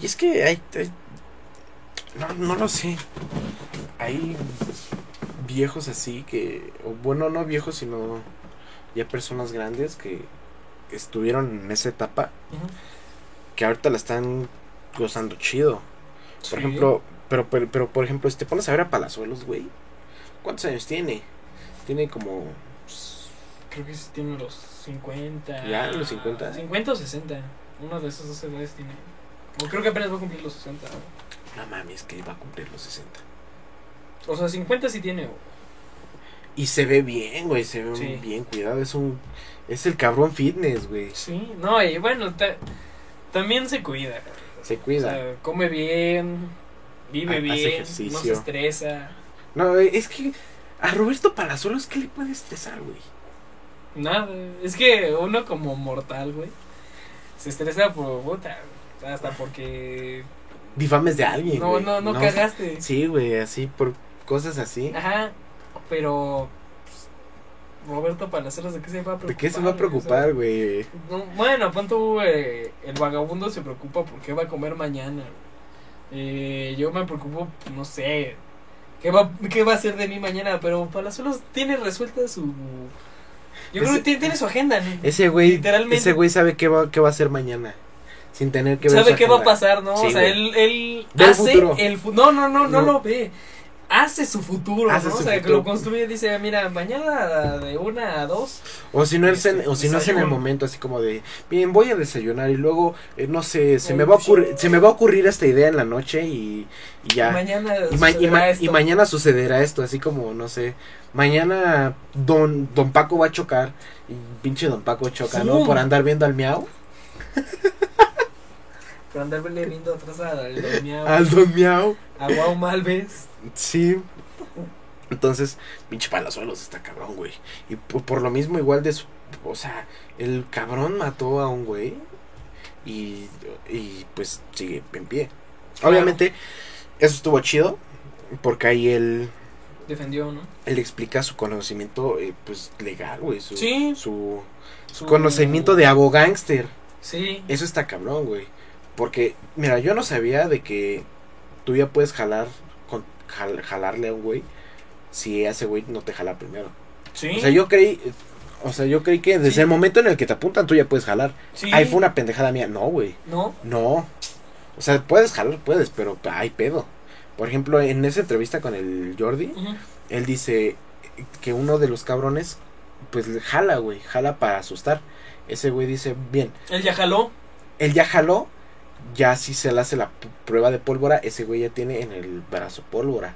[SPEAKER 1] Y es que hay. hay- no, no lo sé. Hay viejos así que. o bueno, no viejos, sino ya personas grandes que estuvieron en esa etapa
[SPEAKER 3] Ujú.
[SPEAKER 1] que ahorita la están gozando chido. Por ejemplo, pero, pero, pero, por ejemplo, si te pones a ver a Palazuelos, güey, ¿cuántos años tiene? Tiene como.
[SPEAKER 3] pues, Creo que sí tiene los 50.
[SPEAKER 1] ¿Ya? ¿Los 50?
[SPEAKER 3] 50 o 60. Uno de esos dos edades tiene. O creo que apenas va a cumplir los 60. ¿no?
[SPEAKER 1] No mames, que va a cumplir los 60.
[SPEAKER 3] O sea, 50 sí tiene. o-
[SPEAKER 1] Y se ve bien, güey, se ve
[SPEAKER 3] Sí.
[SPEAKER 1] bien cuidado. Es un. Es el cabrón fitness, güey.
[SPEAKER 3] Sí, no, y bueno, ta- también se cuida.
[SPEAKER 1] Se
[SPEAKER 3] O
[SPEAKER 1] cuida.
[SPEAKER 3] sea, come bien, vive
[SPEAKER 1] Ha- hace
[SPEAKER 3] bien, no se
[SPEAKER 1] ejercicio.
[SPEAKER 3] estresa.
[SPEAKER 1] No, eh, es que. A Roberto Palazuelos, ¿qué le puede estresar, güey?
[SPEAKER 3] Nada, es que uno como mortal, güey, se estresa por puta, hasta porque
[SPEAKER 1] Difames de alguien,
[SPEAKER 3] no,
[SPEAKER 1] güey.
[SPEAKER 3] no, Ah, no, cagaste.
[SPEAKER 1] Sí, güey, así, por cosas así.
[SPEAKER 3] Ajá, pero pues, Roberto Palaceros, ¿de qué se va a preocupar?
[SPEAKER 1] ¿De qué se va a
[SPEAKER 3] güey? O sea,
[SPEAKER 1] preocupar, güey?
[SPEAKER 3] no, bueno, punto el vagabundo se preocupa por qué va a comer mañana. Eh, yo me preocupo, no sé, qué va, qué va a ser de mí mañana, pero Palazuelos tiene resuelta su Yo creo que tiene- tiene su agenda, ¿no?
[SPEAKER 1] Ese güey,
[SPEAKER 3] Literalmente.
[SPEAKER 1] ese güey sabe qué va, qué va a hacer mañana. Sin tener que ver
[SPEAKER 3] sabe
[SPEAKER 1] su
[SPEAKER 3] qué va a
[SPEAKER 1] agenda.
[SPEAKER 3] pasar, ¿no?
[SPEAKER 1] Sí,
[SPEAKER 3] o sea,
[SPEAKER 1] güey.
[SPEAKER 3] él, él
[SPEAKER 1] Ve el
[SPEAKER 3] hace
[SPEAKER 1] futuro.
[SPEAKER 3] el fu- no, no, no,
[SPEAKER 1] No.
[SPEAKER 3] no, lo ve. Hace su futuro,
[SPEAKER 1] Hace
[SPEAKER 3] ¿no?
[SPEAKER 1] su
[SPEAKER 3] o sea, que
[SPEAKER 1] futuro.
[SPEAKER 3] lo construye, dice, "Mira, mañana de una a dos
[SPEAKER 1] O si no es en, o si no es en el
[SPEAKER 3] Este, Desayuno.
[SPEAKER 1] momento así como de, bien, voy a desayunar y luego eh, no sé, se me
[SPEAKER 3] Ay,
[SPEAKER 1] va a
[SPEAKER 3] sí.
[SPEAKER 1] ocurrir, se me va a ocurrir esta idea en la noche y, y ya.
[SPEAKER 3] y mañana
[SPEAKER 1] Y, ma- y
[SPEAKER 3] sucederá
[SPEAKER 1] ma-
[SPEAKER 3] esto".
[SPEAKER 1] y mañana sucederá esto, así como, no sé, mañana don, don Paco va a chocar, y pinche Don Paco choca, ¿no?
[SPEAKER 3] Sí.
[SPEAKER 1] Por andar viendo al miau.
[SPEAKER 3] Por andarle viendo atrás a,
[SPEAKER 1] *laughs*
[SPEAKER 3] al miau,
[SPEAKER 1] Al don miau.
[SPEAKER 3] a Guau Malves.
[SPEAKER 1] Sí. Entonces, pinche palazuelos está cabrón, güey. Y por, por lo mismo, igual de su. O sea, el cabrón mató a un güey. Y, y pues sigue en pie.
[SPEAKER 3] Claro.
[SPEAKER 1] Obviamente, eso estuvo chido. Porque ahí él,
[SPEAKER 3] Defendió, ¿no?
[SPEAKER 1] él explica su conocimiento, eh, pues legal, güey. Su,
[SPEAKER 3] Sí.
[SPEAKER 1] su, su conocimiento de abogánster.
[SPEAKER 3] Sí.
[SPEAKER 1] Eso está cabrón, güey. Porque, mira, yo no sabía de que tú ya puedes jalar, con, jal- jalarle a un güey si ese güey no te jala primero.
[SPEAKER 3] Sí.
[SPEAKER 1] O sea, yo creí, o sea, yo creí que desde
[SPEAKER 3] Sí.
[SPEAKER 1] el momento en el que te apuntan tú ya puedes jalar.
[SPEAKER 3] sí.
[SPEAKER 1] Ahí fue una pendejada mía. No, güey.
[SPEAKER 3] No.
[SPEAKER 1] No. O sea, puedes jalar, puedes, pero hay pedo. Por ejemplo, en esa entrevista con el Jordi,
[SPEAKER 3] Ujú.
[SPEAKER 1] él dice que uno de los cabrones, pues le jala, güey, jala para asustar. Ese güey dice, bien,
[SPEAKER 3] Él ya jaló.
[SPEAKER 1] él ya jaló, ya si se le hace la p- prueba de pólvora, ese güey ya tiene en el brazo pólvora.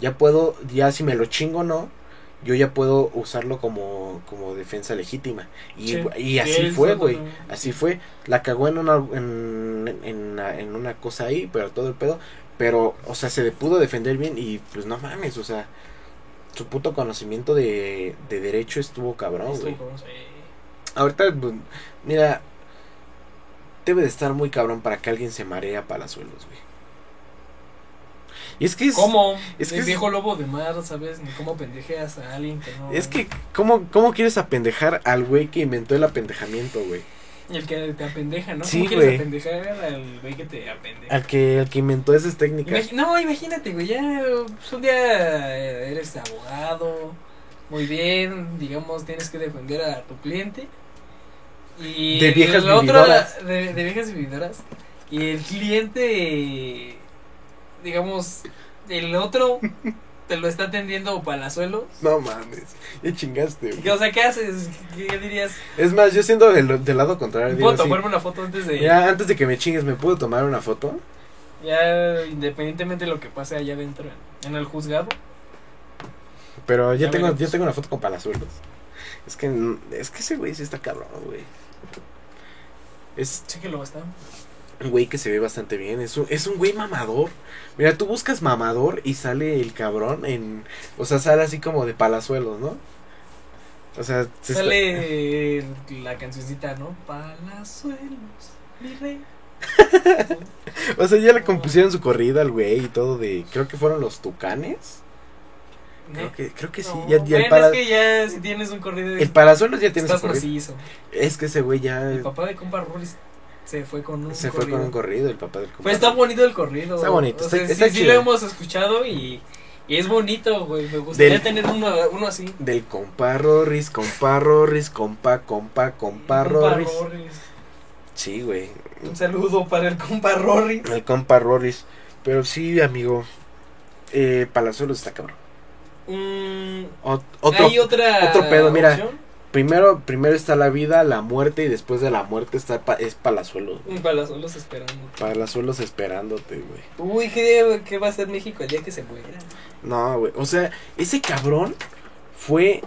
[SPEAKER 1] Ya puedo, ya si me lo chingo no, yo ya puedo usarlo como, como defensa legítima. Y,
[SPEAKER 3] Sí.
[SPEAKER 1] y así
[SPEAKER 3] Él
[SPEAKER 1] fue,
[SPEAKER 3] lo-
[SPEAKER 1] güey. Así fue. La cagó en una, en, en- en una cosa ahí, pero todo el pedo. Pero, o sea, se le pudo defender bien y pues no mames, o sea, su puto conocimiento de, de derecho estuvo cabrón, güey.
[SPEAKER 3] Estuvo como, sí.
[SPEAKER 1] Ahorita, pues, mira, debe de estar muy cabrón para que alguien se marea a palazuelos, güey. Y es que es,
[SPEAKER 3] ¿Cómo?
[SPEAKER 1] es que
[SPEAKER 3] el
[SPEAKER 1] es-
[SPEAKER 3] viejo lobo de mar, ¿sabes? Ni cómo pendejeas a alguien que no.
[SPEAKER 1] es que ¿cómo, cómo quieres apendejar al güey que inventó el apendejamiento, güey?
[SPEAKER 3] El que te apendeja, ¿no?
[SPEAKER 1] Sí,
[SPEAKER 3] ¿Cómo quieres
[SPEAKER 1] güey.
[SPEAKER 3] apendejar al güey que te apendeja?
[SPEAKER 1] Al que al que inventó esas técnicas.
[SPEAKER 3] Imagi- no, imagínate, güey, ya pues, un día eh, eres abogado, muy bien, digamos, tienes que defender a tu cliente. Y
[SPEAKER 1] De viejas
[SPEAKER 3] el otro-
[SPEAKER 1] vividoras.
[SPEAKER 3] de, de viejas vividoras. Y el cliente, digamos,
[SPEAKER 1] *laughs*
[SPEAKER 3] el otro te lo está atendiendo palazuelos.
[SPEAKER 1] No mames, ya chingaste,
[SPEAKER 3] ¿Qué-
[SPEAKER 1] güey.
[SPEAKER 3] O sea, ¿qué haces? ¿Qué, qué dirías?
[SPEAKER 1] Es más, yo siendo del, del lado contrario, digo
[SPEAKER 3] ¿Puedo
[SPEAKER 1] así,
[SPEAKER 3] tomarme una foto antes de...?
[SPEAKER 1] mira, antes de que me chingues, ¿me puedo tomar una foto?
[SPEAKER 3] Ya, independientemente de lo que pase allá adentro, en el juzgado.
[SPEAKER 1] Pero ya,
[SPEAKER 3] Ya
[SPEAKER 1] tengo,
[SPEAKER 3] veremos.
[SPEAKER 1] ya tengo una foto con palazuelos. Es que, es que ese güey sí está cabrón, güey. Es,
[SPEAKER 3] Sí que lo está.
[SPEAKER 1] un güey que se ve bastante bien. Es un, es un güey mamador. Mira, tú buscas mamador y sale el cabrón en. O sea, sale así como de palazuelos, ¿no? O sea, se está-
[SPEAKER 3] Sale eh, la cancioncita, ¿no? Palazuelos, mi rey.
[SPEAKER 1] o sea, ya le compusieron su corrida al güey y todo de. Creo que fueron los tucanes. Creo que, creo que sí.
[SPEAKER 3] ¿Eh? No,
[SPEAKER 1] ya, ya el,
[SPEAKER 3] ven,
[SPEAKER 1] para-
[SPEAKER 3] es que ya si tienes un corrido de...
[SPEAKER 1] el palazuelos ya tiene su
[SPEAKER 3] Estás
[SPEAKER 1] corrida.
[SPEAKER 3] macizo.
[SPEAKER 1] Es que ese güey ya
[SPEAKER 3] El papá de compa Rulis se fue con un
[SPEAKER 1] se fue
[SPEAKER 3] corrido.
[SPEAKER 1] con un corrido, el papá del compa.
[SPEAKER 3] Pues está bonito el corrido.
[SPEAKER 1] Está
[SPEAKER 3] güey.
[SPEAKER 1] bonito,
[SPEAKER 3] O sea,
[SPEAKER 1] está-
[SPEAKER 3] sí,
[SPEAKER 1] está
[SPEAKER 3] sí
[SPEAKER 1] chido.
[SPEAKER 3] lo hemos escuchado y, y es bonito, güey. Me gustaría
[SPEAKER 1] Del-
[SPEAKER 3] tener uno, uno así.
[SPEAKER 1] Del compa Rorris, compa Rorris, compa, compa, compa
[SPEAKER 3] Compa
[SPEAKER 1] Rorris.
[SPEAKER 3] Rorris.
[SPEAKER 1] Sí, güey.
[SPEAKER 3] Un saludo para el compa Rory.
[SPEAKER 1] El compa Rorris. Pero sí, amigo. Eh, Palazuelos está cabrón.
[SPEAKER 3] Mm,
[SPEAKER 1] Ot- otro.
[SPEAKER 3] hay otra
[SPEAKER 1] otro pedo, mira.
[SPEAKER 3] opción?
[SPEAKER 1] Primero, primero está la vida, la muerte y después de la muerte está pa- es Palazuelos. güey.
[SPEAKER 3] Un palazuelos esperando.
[SPEAKER 1] Palazuelos esperándote, güey.
[SPEAKER 3] Uy, ¿qué, qué va a hacer México el día que se muera?
[SPEAKER 1] No, güey. O sea, ese cabrón fue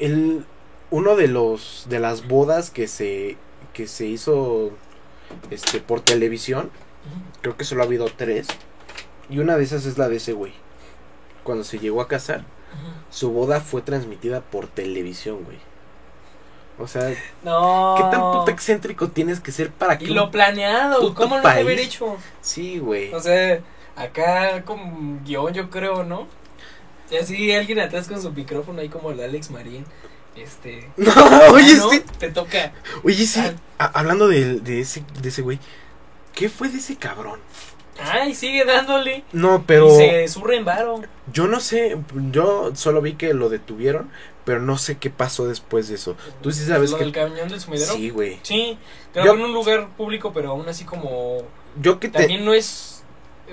[SPEAKER 1] el uno de los de las bodas que se que se hizo este por televisión. Creo que solo ha habido tres. Y una de esas es la de ese güey. Cuando se llegó a casar. Su boda fue transmitida por televisión, güey. O sea, ¿qué
[SPEAKER 3] No.
[SPEAKER 1] tan puto excéntrico tienes que ser para que...
[SPEAKER 3] Y lo planeado,
[SPEAKER 1] puto
[SPEAKER 3] ¿cómo no te
[SPEAKER 1] país?
[SPEAKER 3] haber hecho?
[SPEAKER 1] Sí, güey.
[SPEAKER 3] O sea, acá con guión yo creo, ¿no? Y así alguien atrás con su micrófono ahí como el Alex Marín. Este.
[SPEAKER 1] *laughs* No,
[SPEAKER 3] ah,
[SPEAKER 1] oye,
[SPEAKER 3] ¿no?
[SPEAKER 1] sí.
[SPEAKER 3] Te toca.
[SPEAKER 1] Oye, sí.
[SPEAKER 3] Tal.
[SPEAKER 1] a- hablando de, de ese de ese güey. ¿Qué fue de ese cabrón?
[SPEAKER 3] Ay, sigue dándole.
[SPEAKER 1] No, pero
[SPEAKER 3] Y se surre en varo.
[SPEAKER 1] yo no sé. Yo solo vi que lo detuvieron. pero no sé qué pasó después de eso. Tú sí sabes
[SPEAKER 3] ¿Lo del
[SPEAKER 1] que...
[SPEAKER 3] camión del sumidero?
[SPEAKER 1] Sí, güey.
[SPEAKER 3] Sí,
[SPEAKER 1] Yo-
[SPEAKER 3] grabó en un lugar público, pero aún así como...
[SPEAKER 1] Yo que te...
[SPEAKER 3] También no es...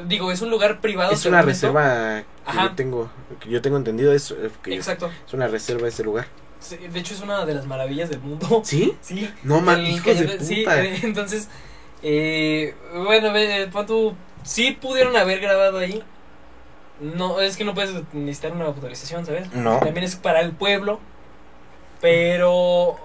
[SPEAKER 3] Digo, es un lugar privado.
[SPEAKER 1] Es una
[SPEAKER 3] según esto.
[SPEAKER 1] reserva que
[SPEAKER 3] Ajá.
[SPEAKER 1] yo, tengo, que yo tengo entendido, es, eh, que
[SPEAKER 3] Exacto.
[SPEAKER 1] es una reserva ese lugar.
[SPEAKER 3] Sí, De hecho, es una de las maravillas del mundo.
[SPEAKER 1] ¿Sí?
[SPEAKER 3] Sí.
[SPEAKER 1] No, man,
[SPEAKER 3] El
[SPEAKER 1] hijos de
[SPEAKER 3] cañón- sí,
[SPEAKER 1] puta.
[SPEAKER 3] eh, entonces, eh, bueno, ve, eh, pon tú, sí pudieron haber grabado ahí. No, es que no puedes necesitar una autorización, ¿sabes?
[SPEAKER 1] No.
[SPEAKER 3] También es para el pueblo, pero,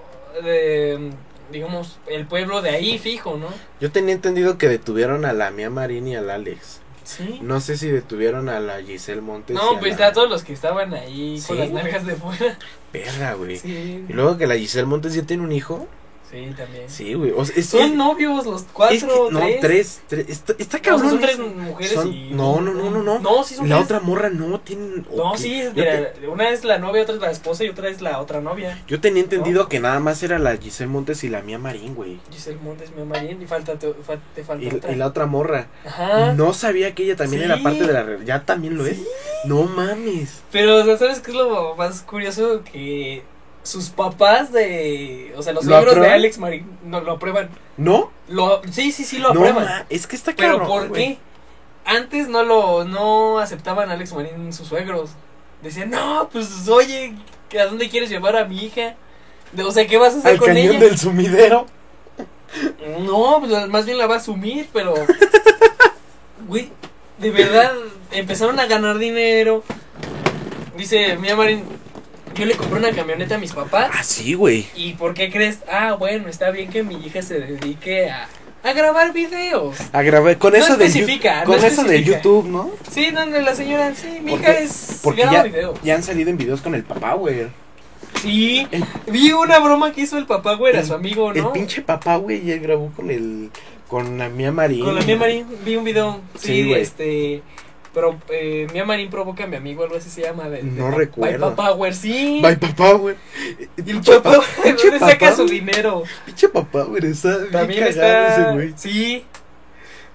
[SPEAKER 3] eh, digamos, el pueblo de ahí fijo, ¿no?
[SPEAKER 1] Yo tenía entendido que detuvieron a la Mia Marín y al Alex.
[SPEAKER 3] Sí.
[SPEAKER 1] No sé si detuvieron a la Giselle Montes. y
[SPEAKER 3] No,
[SPEAKER 1] a
[SPEAKER 3] pues
[SPEAKER 1] la-
[SPEAKER 3] a todos los que estaban ahí con
[SPEAKER 1] Sí.
[SPEAKER 3] las nalgas de fuera.
[SPEAKER 1] Perra, güey.
[SPEAKER 3] Sí,
[SPEAKER 1] Y luego que la Giselle Montes ya tiene un hijo.
[SPEAKER 3] sí también.
[SPEAKER 1] Sí, güey. O sea, es,
[SPEAKER 3] Son
[SPEAKER 1] es-
[SPEAKER 3] novios los
[SPEAKER 1] es
[SPEAKER 3] cuatro,
[SPEAKER 1] que- no,
[SPEAKER 3] tres.
[SPEAKER 1] tres. tres. Está, está
[SPEAKER 3] No, o sea,
[SPEAKER 1] cabrón.
[SPEAKER 3] son tres mujeres
[SPEAKER 1] son-
[SPEAKER 3] y...
[SPEAKER 1] no, no, no, no, no.
[SPEAKER 3] No, sí son
[SPEAKER 1] La
[SPEAKER 3] tres.
[SPEAKER 1] otra morra no tiene.
[SPEAKER 3] No,
[SPEAKER 1] ok.
[SPEAKER 3] sí,
[SPEAKER 1] Yo,
[SPEAKER 3] mira, una es la novia, otra es la esposa y otra es la otra novia.
[SPEAKER 1] te- yo tenía entendido que nada más era la Giselle Montes y la Mia Marín, güey.
[SPEAKER 3] Giselle Montes, mi marín, y falta, te, fa- te falta
[SPEAKER 1] Y,
[SPEAKER 3] otra.
[SPEAKER 1] y la otra morra.
[SPEAKER 3] Ajá.
[SPEAKER 1] No sabía que ella también
[SPEAKER 3] Sí.
[SPEAKER 1] era parte de la. re- Ya también lo
[SPEAKER 3] Sí.
[SPEAKER 1] es. No mames.
[SPEAKER 3] Pero, o sea, ¿sabes qué es lo más curioso? Que sus papás de. O sea, los
[SPEAKER 1] ¿Lo
[SPEAKER 3] suegros de
[SPEAKER 1] aprueban?
[SPEAKER 3] Alex Marín no lo aprueban.
[SPEAKER 1] ¿No?
[SPEAKER 3] Lo, sí, sí, sí lo
[SPEAKER 1] no,
[SPEAKER 3] aprueban.
[SPEAKER 1] ma- es que está
[SPEAKER 3] pero
[SPEAKER 1] cabrón.
[SPEAKER 3] ¿por
[SPEAKER 1] güey.
[SPEAKER 3] qué? Antes no lo no aceptaban a Alex Marín sus suegros. Decían, no, pues oye, ¿a dónde quieres llevar a mi hija? De- O sea, ¿qué vas a hacer
[SPEAKER 1] *laughs* Al
[SPEAKER 3] con
[SPEAKER 1] cañón
[SPEAKER 3] ella?
[SPEAKER 1] del sumidero.
[SPEAKER 3] No, pues, más bien la va a asumir,
[SPEAKER 1] *laughs*
[SPEAKER 3] pero. Güey, de verdad, empezaron a ganar dinero. Dice, mira, Marín, yo le compré una camioneta a mis papás.
[SPEAKER 1] Ah, sí, güey.
[SPEAKER 3] ¿Y por qué crees? Ah, bueno, está bien que mi hija se dedique a, a grabar videos.
[SPEAKER 1] A grabar. Con
[SPEAKER 3] No
[SPEAKER 1] eso de
[SPEAKER 3] especifica, no
[SPEAKER 1] Con eso de
[SPEAKER 3] especifica.
[SPEAKER 1] YouTube, ¿no?
[SPEAKER 3] Sí, no, no, la señora, sí, mi
[SPEAKER 1] ¿Por
[SPEAKER 3] hija
[SPEAKER 1] qué?
[SPEAKER 3] es.
[SPEAKER 1] Porque
[SPEAKER 3] graba
[SPEAKER 1] ya,
[SPEAKER 3] video.
[SPEAKER 1] ya han salido en videos con el papá, güey.
[SPEAKER 3] Sí,
[SPEAKER 1] El-
[SPEAKER 3] vi una broma que hizo el papá, güey, a su amigo,
[SPEAKER 1] El
[SPEAKER 3] ¿no?
[SPEAKER 1] pinche papá, güey, ya grabó con el. Con la Mía Marín.
[SPEAKER 3] Con la Mia Marín vi un video.
[SPEAKER 1] Sí,
[SPEAKER 3] Sí,
[SPEAKER 1] güey.
[SPEAKER 3] este. Pero eh, Mia Marín provoca a mi amigo, algo así se llama. De, de
[SPEAKER 1] No
[SPEAKER 3] Pa-
[SPEAKER 1] recuerdo.
[SPEAKER 3] By Papa Power, sí. *laughs*
[SPEAKER 1] Bye, papá, güey.
[SPEAKER 3] y el papá, ¿de
[SPEAKER 1] pinche
[SPEAKER 3] dónde saca
[SPEAKER 1] papá,
[SPEAKER 3] su
[SPEAKER 1] güey.
[SPEAKER 3] dinero?
[SPEAKER 1] Pinche papá, güey. Está bien
[SPEAKER 3] También
[SPEAKER 1] cagado ese
[SPEAKER 3] está.
[SPEAKER 1] güey.
[SPEAKER 3] Sí.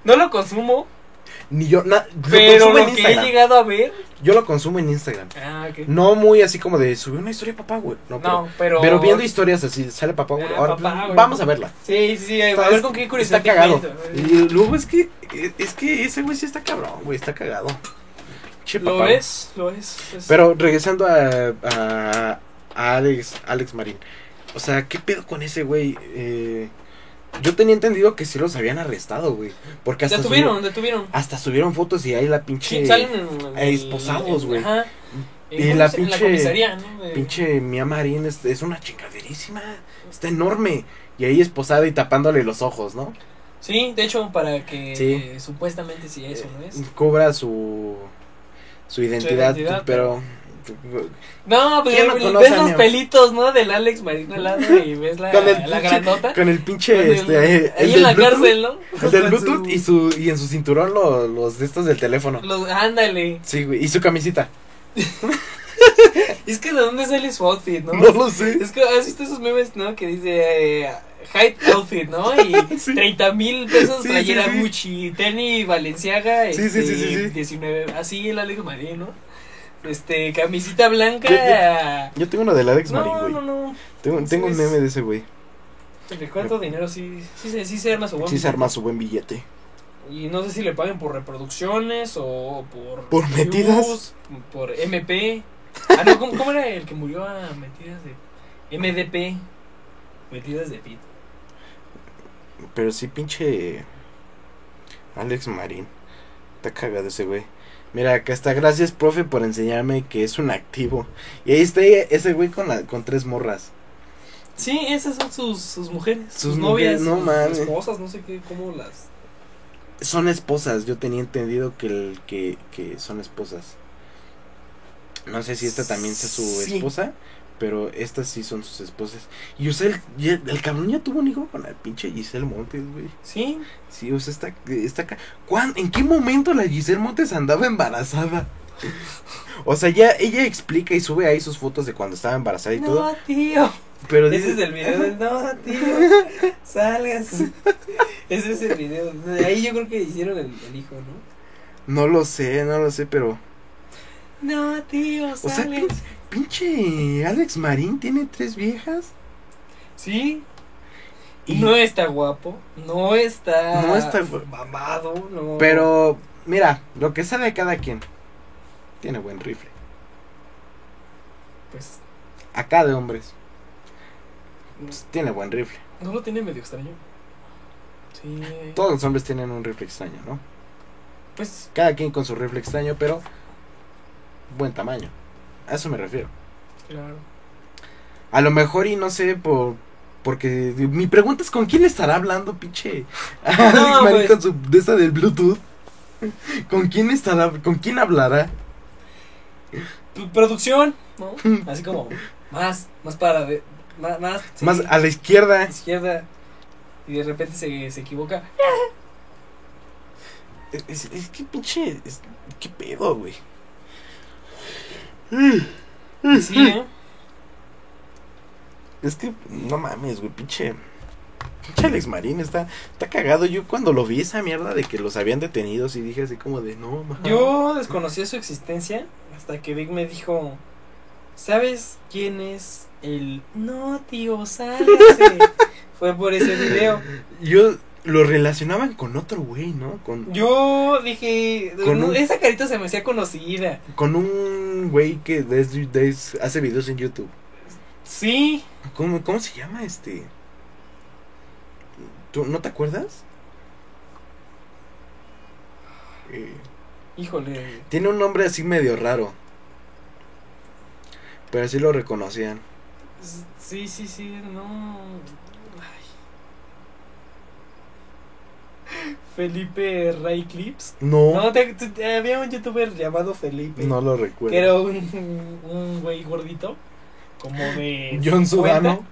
[SPEAKER 3] No lo consumo,
[SPEAKER 1] Ni yo, na- lo
[SPEAKER 3] pero
[SPEAKER 1] consumo
[SPEAKER 3] lo
[SPEAKER 1] en
[SPEAKER 3] que he
[SPEAKER 1] Instagram.
[SPEAKER 3] llegado a ver.
[SPEAKER 1] Yo lo consumo en Instagram.
[SPEAKER 3] Ah, ok.
[SPEAKER 1] No muy así como de subir una historia, papá, güey. No, pero,
[SPEAKER 3] No, pero.
[SPEAKER 1] pero viendo historias así, sale papá, güey.
[SPEAKER 3] Ah,
[SPEAKER 1] Ahora, pues,
[SPEAKER 3] papá, güey.
[SPEAKER 1] vamos a verla.
[SPEAKER 3] Sí, sí, sí.
[SPEAKER 1] Está-
[SPEAKER 3] A ver con qué curiosidad.
[SPEAKER 1] Está cagado.
[SPEAKER 3] te invento.
[SPEAKER 1] Y luego es que, es que ese güey sí está cabrón, güey. Está cagado. Che,
[SPEAKER 3] Lo
[SPEAKER 1] papá, güey.
[SPEAKER 3] es, lo es. es-
[SPEAKER 1] Pero regresando a, a, a Alex, Alex Marín. O sea, ¿qué pedo con ese güey? Eh, yo tenía entendido que sí los habían arrestado, güey. Porque hasta,
[SPEAKER 3] Detuvieron,
[SPEAKER 1] subi-
[SPEAKER 3] detuvieron.
[SPEAKER 1] hasta subieron fotos y ahí la
[SPEAKER 3] Sí,
[SPEAKER 1] Ah, pinche...
[SPEAKER 3] salen en-
[SPEAKER 1] eh,
[SPEAKER 3] en-
[SPEAKER 1] esposados, güey.
[SPEAKER 3] Ajá.
[SPEAKER 1] Y
[SPEAKER 3] En-
[SPEAKER 1] la
[SPEAKER 3] En la
[SPEAKER 1] pinche-
[SPEAKER 3] comisaría, ¿no? De-
[SPEAKER 1] Pinche Mia Marín es, es una chingaderísima. Está enorme. Y ahí esposada y tapándole los ojos, ¿no?
[SPEAKER 3] Sí, de hecho, para que
[SPEAKER 1] Sí.
[SPEAKER 3] eh, supuestamente si eso no es.
[SPEAKER 1] Eh, Cobra su, su identidad,
[SPEAKER 3] identidad,
[SPEAKER 1] pero...
[SPEAKER 3] No, pues
[SPEAKER 1] ¿Quién no
[SPEAKER 3] ves
[SPEAKER 1] conoce a
[SPEAKER 3] los
[SPEAKER 1] Neo?
[SPEAKER 3] pelitos, ¿no? Del Alex Marín al lado y ves la,
[SPEAKER 1] Con el
[SPEAKER 3] Ah, la
[SPEAKER 1] pinche-
[SPEAKER 3] grandota.
[SPEAKER 1] Con el pinche...
[SPEAKER 3] Con el-
[SPEAKER 1] este, eh, el
[SPEAKER 3] ahí
[SPEAKER 1] del
[SPEAKER 3] en la
[SPEAKER 1] Bluetooth.
[SPEAKER 3] cárcel, ¿no?
[SPEAKER 1] El del
[SPEAKER 3] Con
[SPEAKER 1] Bluetooth
[SPEAKER 3] su-
[SPEAKER 1] y, su, y en su cinturón lo- los de estos del teléfono.
[SPEAKER 3] los- ándale.
[SPEAKER 1] Sí, güey. Y su camisita.
[SPEAKER 3] Es que de dónde sale su outfit,
[SPEAKER 1] *laughs*
[SPEAKER 3] ¿no?
[SPEAKER 1] No lo sé.
[SPEAKER 3] Es que has visto esos memes, ¿no? Que dice eh, Hype Outfit, ¿no?
[SPEAKER 1] *laughs*
[SPEAKER 3] Y
[SPEAKER 1] Sí.
[SPEAKER 3] 30 mil pesos
[SPEAKER 1] Sí,
[SPEAKER 3] playera
[SPEAKER 1] sí, sí.
[SPEAKER 3] Gucci, tenis Valenciaga,
[SPEAKER 1] Sí, sí, sí,
[SPEAKER 3] este,
[SPEAKER 1] sí, sí.
[SPEAKER 3] 19, así el Alex Marín, ¿no? Este, camisita blanca.
[SPEAKER 1] Yo- Yo tengo una de Alex
[SPEAKER 3] no,
[SPEAKER 1] Marín, güey.
[SPEAKER 3] no, no.
[SPEAKER 1] Tengo, tengo un
[SPEAKER 3] Sí,
[SPEAKER 1] meme
[SPEAKER 3] es-
[SPEAKER 1] de ese güey.
[SPEAKER 3] ¿De cuánto dinero sí, sí, se- sí se arma su bomba?
[SPEAKER 1] Sí se arma su buen billete.
[SPEAKER 3] Y no sé si le paguen por reproducciones o por.
[SPEAKER 1] Por
[SPEAKER 3] views,
[SPEAKER 1] metidas.
[SPEAKER 3] Por MP. Ah, no, ¿cómo, cómo era el que murió a metidas de. MDP. Metidas de pito.
[SPEAKER 1] Pero sí, pinche... Alex Marín. Está cagado ese güey. Mira, acá está. Gracias, profe, por enseñarme que es un activo. Y ahí está ese güey con, la, con tres morras.
[SPEAKER 3] Sí, esas son sus, sus mujeres.
[SPEAKER 1] Sus
[SPEAKER 3] Sus,
[SPEAKER 1] mujeres,
[SPEAKER 3] novias.
[SPEAKER 1] no
[SPEAKER 3] sus
[SPEAKER 1] mames.
[SPEAKER 3] esposas, no sé qué, cómo las.
[SPEAKER 1] Son esposas. Yo tenía entendido que, el, que, que son esposas. No sé si esta también sea su
[SPEAKER 3] Sí.
[SPEAKER 1] esposa. Pero estas sí son sus esposas. Y o sea, el, ya- el cabrón ya tuvo un hijo con la pinche Giselle Montes, güey.
[SPEAKER 3] Sí,
[SPEAKER 1] Sí, o sea, está, está ca- ¿Cuán- ¿En qué momento la Giselle Montes andaba embarazada? O sea, ya ella explica y sube ahí sus fotos de cuando estaba embarazada y todo.
[SPEAKER 3] No, tío.
[SPEAKER 1] Pero
[SPEAKER 3] Ese
[SPEAKER 1] dices,
[SPEAKER 3] es el video de no,
[SPEAKER 1] *laughs*
[SPEAKER 3] tío. Salgas. Ese es el video. De ahí yo creo que hicieron el, el hijo, ¿no?
[SPEAKER 1] no lo sé, no lo sé, pero...
[SPEAKER 3] No, tío,
[SPEAKER 1] O sea,
[SPEAKER 3] salgas.
[SPEAKER 1] Pinche Alex Marín tiene tres viejas.
[SPEAKER 3] Sí.
[SPEAKER 1] Y,
[SPEAKER 3] No está guapo. No está.
[SPEAKER 1] No está gu-
[SPEAKER 3] Mamado. No.
[SPEAKER 1] Pero, mira, lo que sale de cada quien. Tiene buen rifle.
[SPEAKER 3] Pues.
[SPEAKER 1] Acá de hombres. pues, tiene buen rifle.
[SPEAKER 3] No lo tiene medio extraño. Sí.
[SPEAKER 1] Todos los hombres tienen un rifle extraño, ¿no?
[SPEAKER 3] Pues.
[SPEAKER 1] Cada quien con su rifle extraño, pero buen tamaño. A eso me refiero.
[SPEAKER 3] Claro.
[SPEAKER 1] A lo mejor y no sé por porque mi pregunta es con quién estará hablando, pinche. *laughs* Alex
[SPEAKER 3] No,
[SPEAKER 1] Marín
[SPEAKER 3] pues.
[SPEAKER 1] con su de esa del Bluetooth. ¿Con quién estará? ¿Con quién hablará?
[SPEAKER 3] Tu producción, ¿no? *laughs* Así como. Más. Más para. De, más. Más, sí,
[SPEAKER 1] Más
[SPEAKER 3] a
[SPEAKER 1] a la izquierda.
[SPEAKER 3] la izquierda. Y de repente se,
[SPEAKER 1] *laughs*
[SPEAKER 3] se equivoca.
[SPEAKER 1] Es, es- es que pinche, es- qué pedo, güey.
[SPEAKER 3] Sí, ¿eh? Mm.
[SPEAKER 1] Es que no mames, güey, pinche. Pinche Alex Marín está, está cagado. Yo cuando lo vi esa mierda de que los habían detenido, sí dije así como de no mames.
[SPEAKER 3] Yo desconocía su existencia hasta que Vic me dijo, ¿sabes quién es el... No,
[SPEAKER 1] *laughs*
[SPEAKER 3] tío, sálgase. Fue por ese video.
[SPEAKER 1] Yo lo relacionaban con otro güey, ¿no? Con,
[SPEAKER 3] Yo dije,
[SPEAKER 1] Con
[SPEAKER 3] "No,
[SPEAKER 1] un-
[SPEAKER 3] esa carita se me hacía conocida.
[SPEAKER 1] con un güey que desde- desde- hace videos en YouTube.
[SPEAKER 3] Sí,
[SPEAKER 1] ¿Cómo, cómo se llama este? ¿Tú no te acuerdas? Eh,
[SPEAKER 3] híjole.
[SPEAKER 1] tiene un nombre así medio raro. Pero así lo reconocían.
[SPEAKER 3] S- Sí, sí, sí, no. Ay. Felipe Ray Clips.
[SPEAKER 1] No,
[SPEAKER 3] No, te- te- había un youtuber llamado Felipe.
[SPEAKER 1] no, lo recuerdo.
[SPEAKER 3] Que era un, un güey gordito. Como de.
[SPEAKER 1] John
[SPEAKER 3] 50.
[SPEAKER 1] Sudano.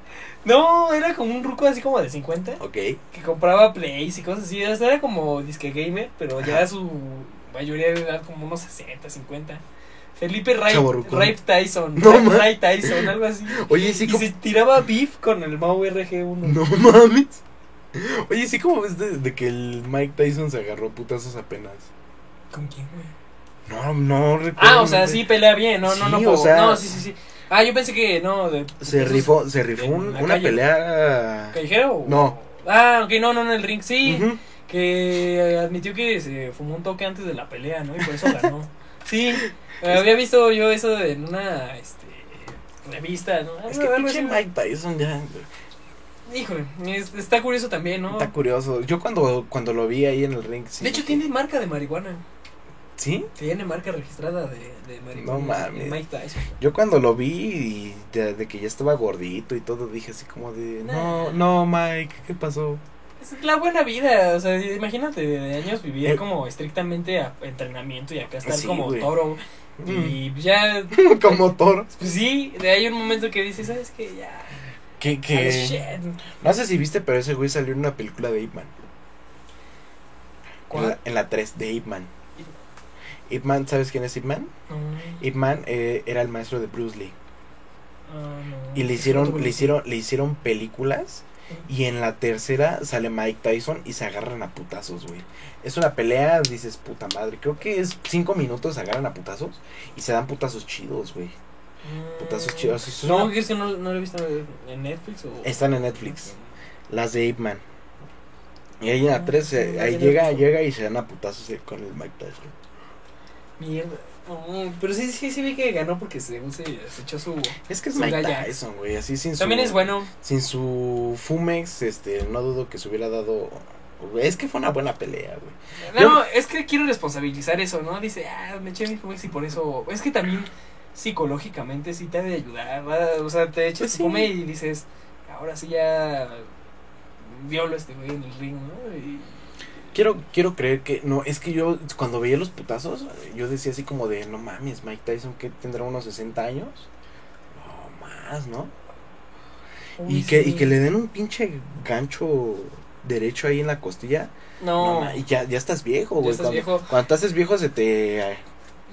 [SPEAKER 3] No, era como un ruco así como de 50.
[SPEAKER 1] Ok.
[SPEAKER 3] Que compraba plays y cosas así. o sea, Era como disque gamer, pero ya su mayoría de edad, como unos 60, 50. Felipe Ray,
[SPEAKER 1] Chavorrucón.
[SPEAKER 3] Ray Tyson.
[SPEAKER 1] No,
[SPEAKER 3] Ray,
[SPEAKER 1] ma.
[SPEAKER 3] Ray Tyson, algo así.
[SPEAKER 1] Oye, sí,
[SPEAKER 3] *laughs* y
[SPEAKER 1] como-
[SPEAKER 3] se tiraba beef con el Mau RG1.
[SPEAKER 1] No mames. Oye, sí, como ves de, de que el Mike Tyson se agarró a putazos apenas.
[SPEAKER 3] ¿Con quién, güey?
[SPEAKER 1] No, no recuerdo.
[SPEAKER 3] Ah, o sea, sí pelea bien. No, no,
[SPEAKER 1] Sí,
[SPEAKER 3] no.
[SPEAKER 1] o
[SPEAKER 3] por-
[SPEAKER 1] sea-
[SPEAKER 3] no, sí, sí, sí. Ah, yo pensé que no. De,
[SPEAKER 1] Se rifó, se rifó
[SPEAKER 3] en
[SPEAKER 1] un-
[SPEAKER 3] la
[SPEAKER 1] una
[SPEAKER 3] calle.
[SPEAKER 1] pelea.
[SPEAKER 3] ¿Callejero? o-
[SPEAKER 1] No.
[SPEAKER 3] Ah, ok, no, no, no, el ring, sí.
[SPEAKER 1] Ujú.
[SPEAKER 3] Que admitió que se fumó un toque antes de la pelea, ¿no? Y por eso
[SPEAKER 1] *laughs*
[SPEAKER 3] ganó. sí, había visto yo eso en una este, revista, ¿no?
[SPEAKER 1] Es que
[SPEAKER 3] Algo
[SPEAKER 1] pinche
[SPEAKER 3] así.
[SPEAKER 1] Mike Tyson ya
[SPEAKER 3] Híjole, es- está curioso también, ¿no?
[SPEAKER 1] está curioso. Yo cuando, cuando lo vi ahí en el ring, sí.
[SPEAKER 3] de hecho,
[SPEAKER 1] dije,
[SPEAKER 3] tiene marca de marihuana.
[SPEAKER 1] ¿Sí?
[SPEAKER 3] Tiene marca registrada de, de marihuana.
[SPEAKER 1] No mames.
[SPEAKER 3] en Mike Tyson.
[SPEAKER 1] Yo cuando lo vi y de, de que ya estaba gordito y todo, dije así como de, no, no, Mike, ¿qué pasó?
[SPEAKER 3] Es la buena vida, o sea, imagínate de años vivir
[SPEAKER 1] Eh.
[SPEAKER 3] como estrictamente a entrenamiento y acá estar
[SPEAKER 1] Sí,
[SPEAKER 3] como
[SPEAKER 1] güey.
[SPEAKER 3] toro. Y ya,
[SPEAKER 1] Mm, *laughs* Como Thor.
[SPEAKER 3] pues sí, de ahí un momento que dices, ¿sabes qué? Ya.
[SPEAKER 1] Que,
[SPEAKER 3] ah,
[SPEAKER 1] que...
[SPEAKER 3] shit.
[SPEAKER 1] No sé si viste, pero ese güey salió en una película de Ip Man. En la,
[SPEAKER 3] ¿Cuál?
[SPEAKER 1] en la 3 de Ip Man. Ip Man, ¿sabes quién es Ip Man?
[SPEAKER 3] No.
[SPEAKER 1] Ip Man eh, era el maestro de Bruce Lee.
[SPEAKER 3] Ah, no.
[SPEAKER 1] Y le
[SPEAKER 3] Otro
[SPEAKER 1] hicieron, le
[SPEAKER 3] güey.
[SPEAKER 1] hicieron, le hicieron películas. Y en la tercera sale Mike Tyson y se agarran a putazos, güey. Es una pelea, dices, puta madre. Creo que es cinco minutos, se agarran a putazos y se dan putazos chidos, güey.
[SPEAKER 3] Mm.
[SPEAKER 1] Putazos chidos. Es
[SPEAKER 3] No,
[SPEAKER 1] una-
[SPEAKER 3] es que no, no lo he visto en Netflix o.
[SPEAKER 1] Están en Netflix, las de Ape Man. Y ahí en la
[SPEAKER 3] Ah,
[SPEAKER 1] tres,
[SPEAKER 3] sí,
[SPEAKER 1] eh,
[SPEAKER 3] no
[SPEAKER 1] ahí
[SPEAKER 3] tenía
[SPEAKER 1] llega,
[SPEAKER 3] visto.
[SPEAKER 1] llega y se dan a putazos eh, con el Mike Tyson.
[SPEAKER 3] Mierda. No, pero sí, sí, sí vi que ganó porque según se, se echó su.
[SPEAKER 1] Es que es
[SPEAKER 3] Su
[SPEAKER 1] Mike
[SPEAKER 3] galla.
[SPEAKER 1] Tyson, güey, así sin su...
[SPEAKER 3] También es bueno.
[SPEAKER 1] Sin su Fumex, este, no dudo que se hubiera dado... Es que fue una buena pelea, güey.
[SPEAKER 3] No,
[SPEAKER 1] Yo-
[SPEAKER 3] es que quiero responsabilizar eso, ¿no? Dice, ah, me eché mi Fumex y por eso. Es que también psicológicamente sí te ha de ayudar. ¿verdad? O sea, te echas
[SPEAKER 1] Pues
[SPEAKER 3] tu
[SPEAKER 1] sí.
[SPEAKER 3] fume y dices, ahora sí ya. Diablo este güey en el ring, ¿no? Y-
[SPEAKER 1] Quiero, quiero creer que. No, es que yo cuando veía los putazos, yo decía así como de: No mames, Mike Tyson, que tendrá unos 60 años. No más, ¿no?
[SPEAKER 3] Uy,
[SPEAKER 1] Y que,
[SPEAKER 3] sí.
[SPEAKER 1] y que le den un pinche gancho derecho ahí en la costilla. No,
[SPEAKER 3] No,
[SPEAKER 1] ma- y ya, ya estás viejo,
[SPEAKER 3] Ya
[SPEAKER 1] güey.
[SPEAKER 3] estás
[SPEAKER 1] cuando,
[SPEAKER 3] viejo.
[SPEAKER 1] cuando te haces viejo se te.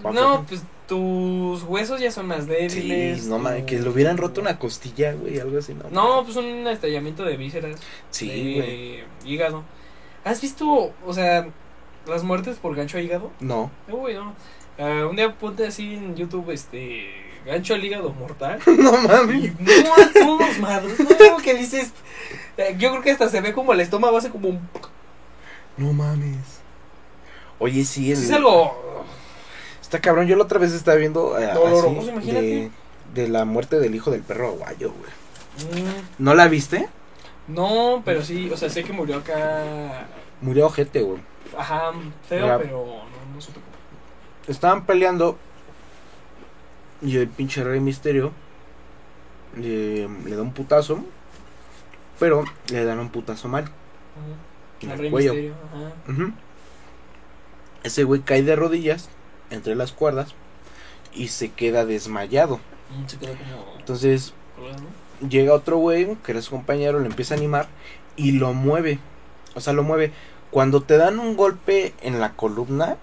[SPEAKER 3] No, pues tus huesos ya son más débiles.
[SPEAKER 1] Sí, no mames,
[SPEAKER 3] tu-
[SPEAKER 1] que le hubieran roto una costilla, güey, algo así, ¿no?
[SPEAKER 3] No, pues un estallamiento de vísceras.
[SPEAKER 1] Sí, güey.
[SPEAKER 3] de Hígado. ¿Has visto, o sea, las muertes por gancho a hígado?
[SPEAKER 1] No. *laughs*
[SPEAKER 3] Uy, no. Ah, un día ponte así en YouTube, este. gancho al hígado
[SPEAKER 1] *laughs*
[SPEAKER 3] mortal.
[SPEAKER 1] no
[SPEAKER 3] Y
[SPEAKER 1] mames.
[SPEAKER 3] No, a todos madres, no, que dices. eh, Yo creo que hasta se ve como el estómago hace como un.
[SPEAKER 1] No mames. Oye, sí, el-
[SPEAKER 3] Es algo.
[SPEAKER 1] está cabrón. Yo la otra vez estaba viendo. eh,
[SPEAKER 3] Doloroso,
[SPEAKER 1] así,
[SPEAKER 3] imagínate.
[SPEAKER 1] de, de la muerte del hijo del perro aguayo, güey.
[SPEAKER 3] mm,
[SPEAKER 1] ¿No la viste?
[SPEAKER 3] No, pero sí, o sea, sé que murió acá.
[SPEAKER 1] Murió ojete, güey.
[SPEAKER 3] Ajá, feo,
[SPEAKER 1] Ya.
[SPEAKER 3] pero no, no supe cómo.
[SPEAKER 1] Estaban peleando. Y el pinche Rey Misterio eh, le da un putazo. Pero le dan un putazo mal. En el
[SPEAKER 3] Ajá. El Rey
[SPEAKER 1] cuello.
[SPEAKER 3] Misterio, ajá.
[SPEAKER 1] Ujú. Ese güey cae de rodillas entre las cuerdas y se queda desmayado.
[SPEAKER 3] Mm, Se quedó como.
[SPEAKER 1] Entonces
[SPEAKER 3] colgado, ¿no?
[SPEAKER 1] llega otro güey que era su compañero, le empieza a animar y lo mueve. O sea, lo mueve. Cuando te dan un golpe en la columna,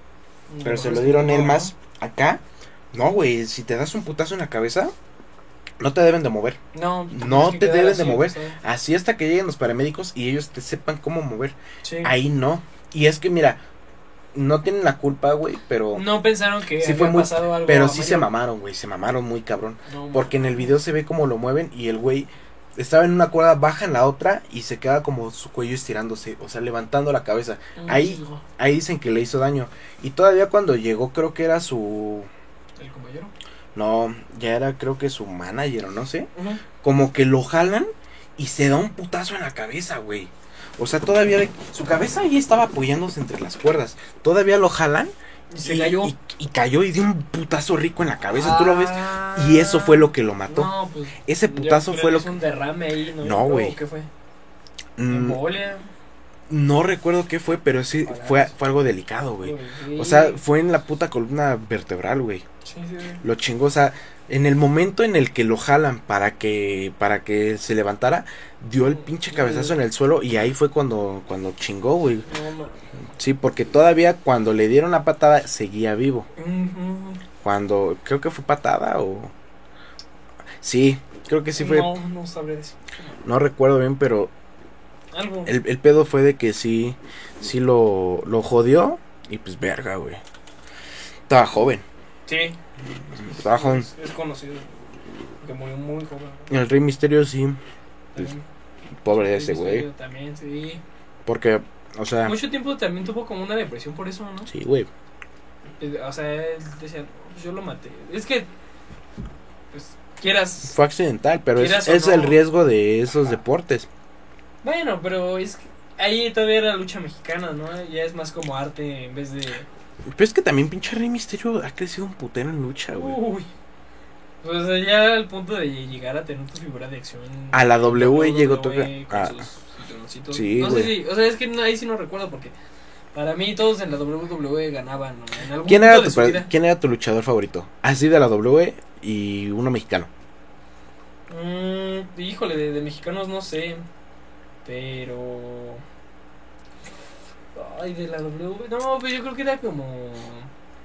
[SPEAKER 1] pero
[SPEAKER 3] No,
[SPEAKER 1] se
[SPEAKER 3] no
[SPEAKER 1] lo
[SPEAKER 3] sé
[SPEAKER 1] dieron
[SPEAKER 3] cómo,
[SPEAKER 1] él
[SPEAKER 3] ¿no?
[SPEAKER 1] más acá. No, güey, si te das un putazo en la cabeza, no te deben de mover.
[SPEAKER 3] No,
[SPEAKER 1] No
[SPEAKER 3] tienes que
[SPEAKER 1] te
[SPEAKER 3] quedar
[SPEAKER 1] debes de
[SPEAKER 3] así, pues,
[SPEAKER 1] mover.
[SPEAKER 3] acostado.
[SPEAKER 1] Así hasta que lleguen los paramédicos y ellos te sepan cómo mover.
[SPEAKER 3] Sí.
[SPEAKER 1] Ahí no. Y es que mira, no tienen la culpa, güey, pero
[SPEAKER 3] No pensaron que
[SPEAKER 1] Sí
[SPEAKER 3] sí
[SPEAKER 1] fue muy-
[SPEAKER 3] pasado algo.
[SPEAKER 1] pero sí se
[SPEAKER 3] mayor.
[SPEAKER 1] mamaron, güey, se mamaron muy cabrón,
[SPEAKER 3] No,
[SPEAKER 1] porque en el video se ve cómo lo mueven y el güey estaba en una cuerda, baja en la otra y se queda como su cuello estirándose, o sea, levantando la cabeza.
[SPEAKER 3] no,
[SPEAKER 1] ahí-
[SPEAKER 3] chico,
[SPEAKER 1] Ahí dicen que le hizo daño y todavía cuando llegó creo que era su
[SPEAKER 3] El compañero.
[SPEAKER 1] no, ya era creo que su manager o no sé, como que lo jalan y se da un putazo en la cabeza, güey. O sea, todavía su cabeza ahí estaba apoyándose entre las cuerdas. Todavía lo jalan
[SPEAKER 3] Y se cayó.
[SPEAKER 1] Y, y cayó y dio un putazo rico en la cabeza, tú lo ves. Y eso fue lo que lo mató.
[SPEAKER 3] Ah. No, pues.
[SPEAKER 1] Ese
[SPEAKER 3] yo
[SPEAKER 1] putazo
[SPEAKER 3] creo
[SPEAKER 1] fue lo
[SPEAKER 3] es un derrame ahí, ¿no?
[SPEAKER 1] No, güey.
[SPEAKER 3] ¿O ¿Qué fue?
[SPEAKER 1] Mm,
[SPEAKER 3] Embolia.
[SPEAKER 1] no recuerdo qué fue, pero sí
[SPEAKER 3] Palabras.
[SPEAKER 1] fue, fue algo delicado, güey.
[SPEAKER 3] Pues, Sí.
[SPEAKER 1] O sea, fue en la puta columna vertebral, güey.
[SPEAKER 3] Sí, sí, sí.
[SPEAKER 1] Lo chingó, o sea, en el momento en el que lo jalan para que para que se levantara, dio el pinche cabezazo en el suelo y ahí fue cuando cuando chingó, güey.
[SPEAKER 3] No, ma-
[SPEAKER 1] Sí, porque todavía cuando le dieron la patada seguía vivo.
[SPEAKER 3] Ujú.
[SPEAKER 1] Cuando creo que fue patada o Sí, creo que sí fue
[SPEAKER 3] No, no sabré decir.
[SPEAKER 1] No recuerdo bien, pero
[SPEAKER 3] Algo.
[SPEAKER 1] el, el pedo fue de que sí, sí lo, lo jodió y pues verga, güey. Estaba joven,
[SPEAKER 3] Sí.
[SPEAKER 1] estaba joven.
[SPEAKER 3] Es, es conocido. Que murió muy joven.
[SPEAKER 1] El Rey Misterio sí,
[SPEAKER 3] También.
[SPEAKER 1] pobre de
[SPEAKER 3] Sí,
[SPEAKER 1] ese güey. Ah.
[SPEAKER 3] misterio También, sí.
[SPEAKER 1] Porque, o sea,
[SPEAKER 3] Mucho tiempo también tuvo como una depresión por eso, ¿no?
[SPEAKER 1] sí, güey.
[SPEAKER 3] Eh, O sea, él decía, "No, pues yo lo maté. Es que, pues, quieras.
[SPEAKER 1] Fue accidental, pero es,
[SPEAKER 3] Quieras o
[SPEAKER 1] es
[SPEAKER 3] no.
[SPEAKER 1] el riesgo de esos
[SPEAKER 3] Ajá.
[SPEAKER 1] deportes.
[SPEAKER 3] Bueno, pero es que ahí todavía era lucha mexicana, ¿no? Ya es más como arte en vez de.
[SPEAKER 1] Pero es que también pinche Rey Misterio ha crecido un putero en lucha, Ah, güey.
[SPEAKER 3] Uy. Pues o sea, ya al punto de llegar a tener tu figura de acción.
[SPEAKER 1] A la W llegó
[SPEAKER 3] con
[SPEAKER 1] toca- ah.
[SPEAKER 3] sus cinturoncitos.
[SPEAKER 1] Sí,
[SPEAKER 3] no
[SPEAKER 1] güey.
[SPEAKER 3] sé si, o sea, es que no- ahí sí no recuerdo porque para mí todos en la WWE ganaban. ¿no? En algún
[SPEAKER 1] ¿Quién
[SPEAKER 3] punto
[SPEAKER 1] era,
[SPEAKER 3] de
[SPEAKER 1] tu,
[SPEAKER 3] su
[SPEAKER 1] per-
[SPEAKER 3] vida.
[SPEAKER 1] ¿Quién era tu luchador favorito? Así de la W y uno mexicano.
[SPEAKER 3] Mm, híjole, de, de mexicanos no sé. Pero. Ay, de la W. No, pues yo creo que era como.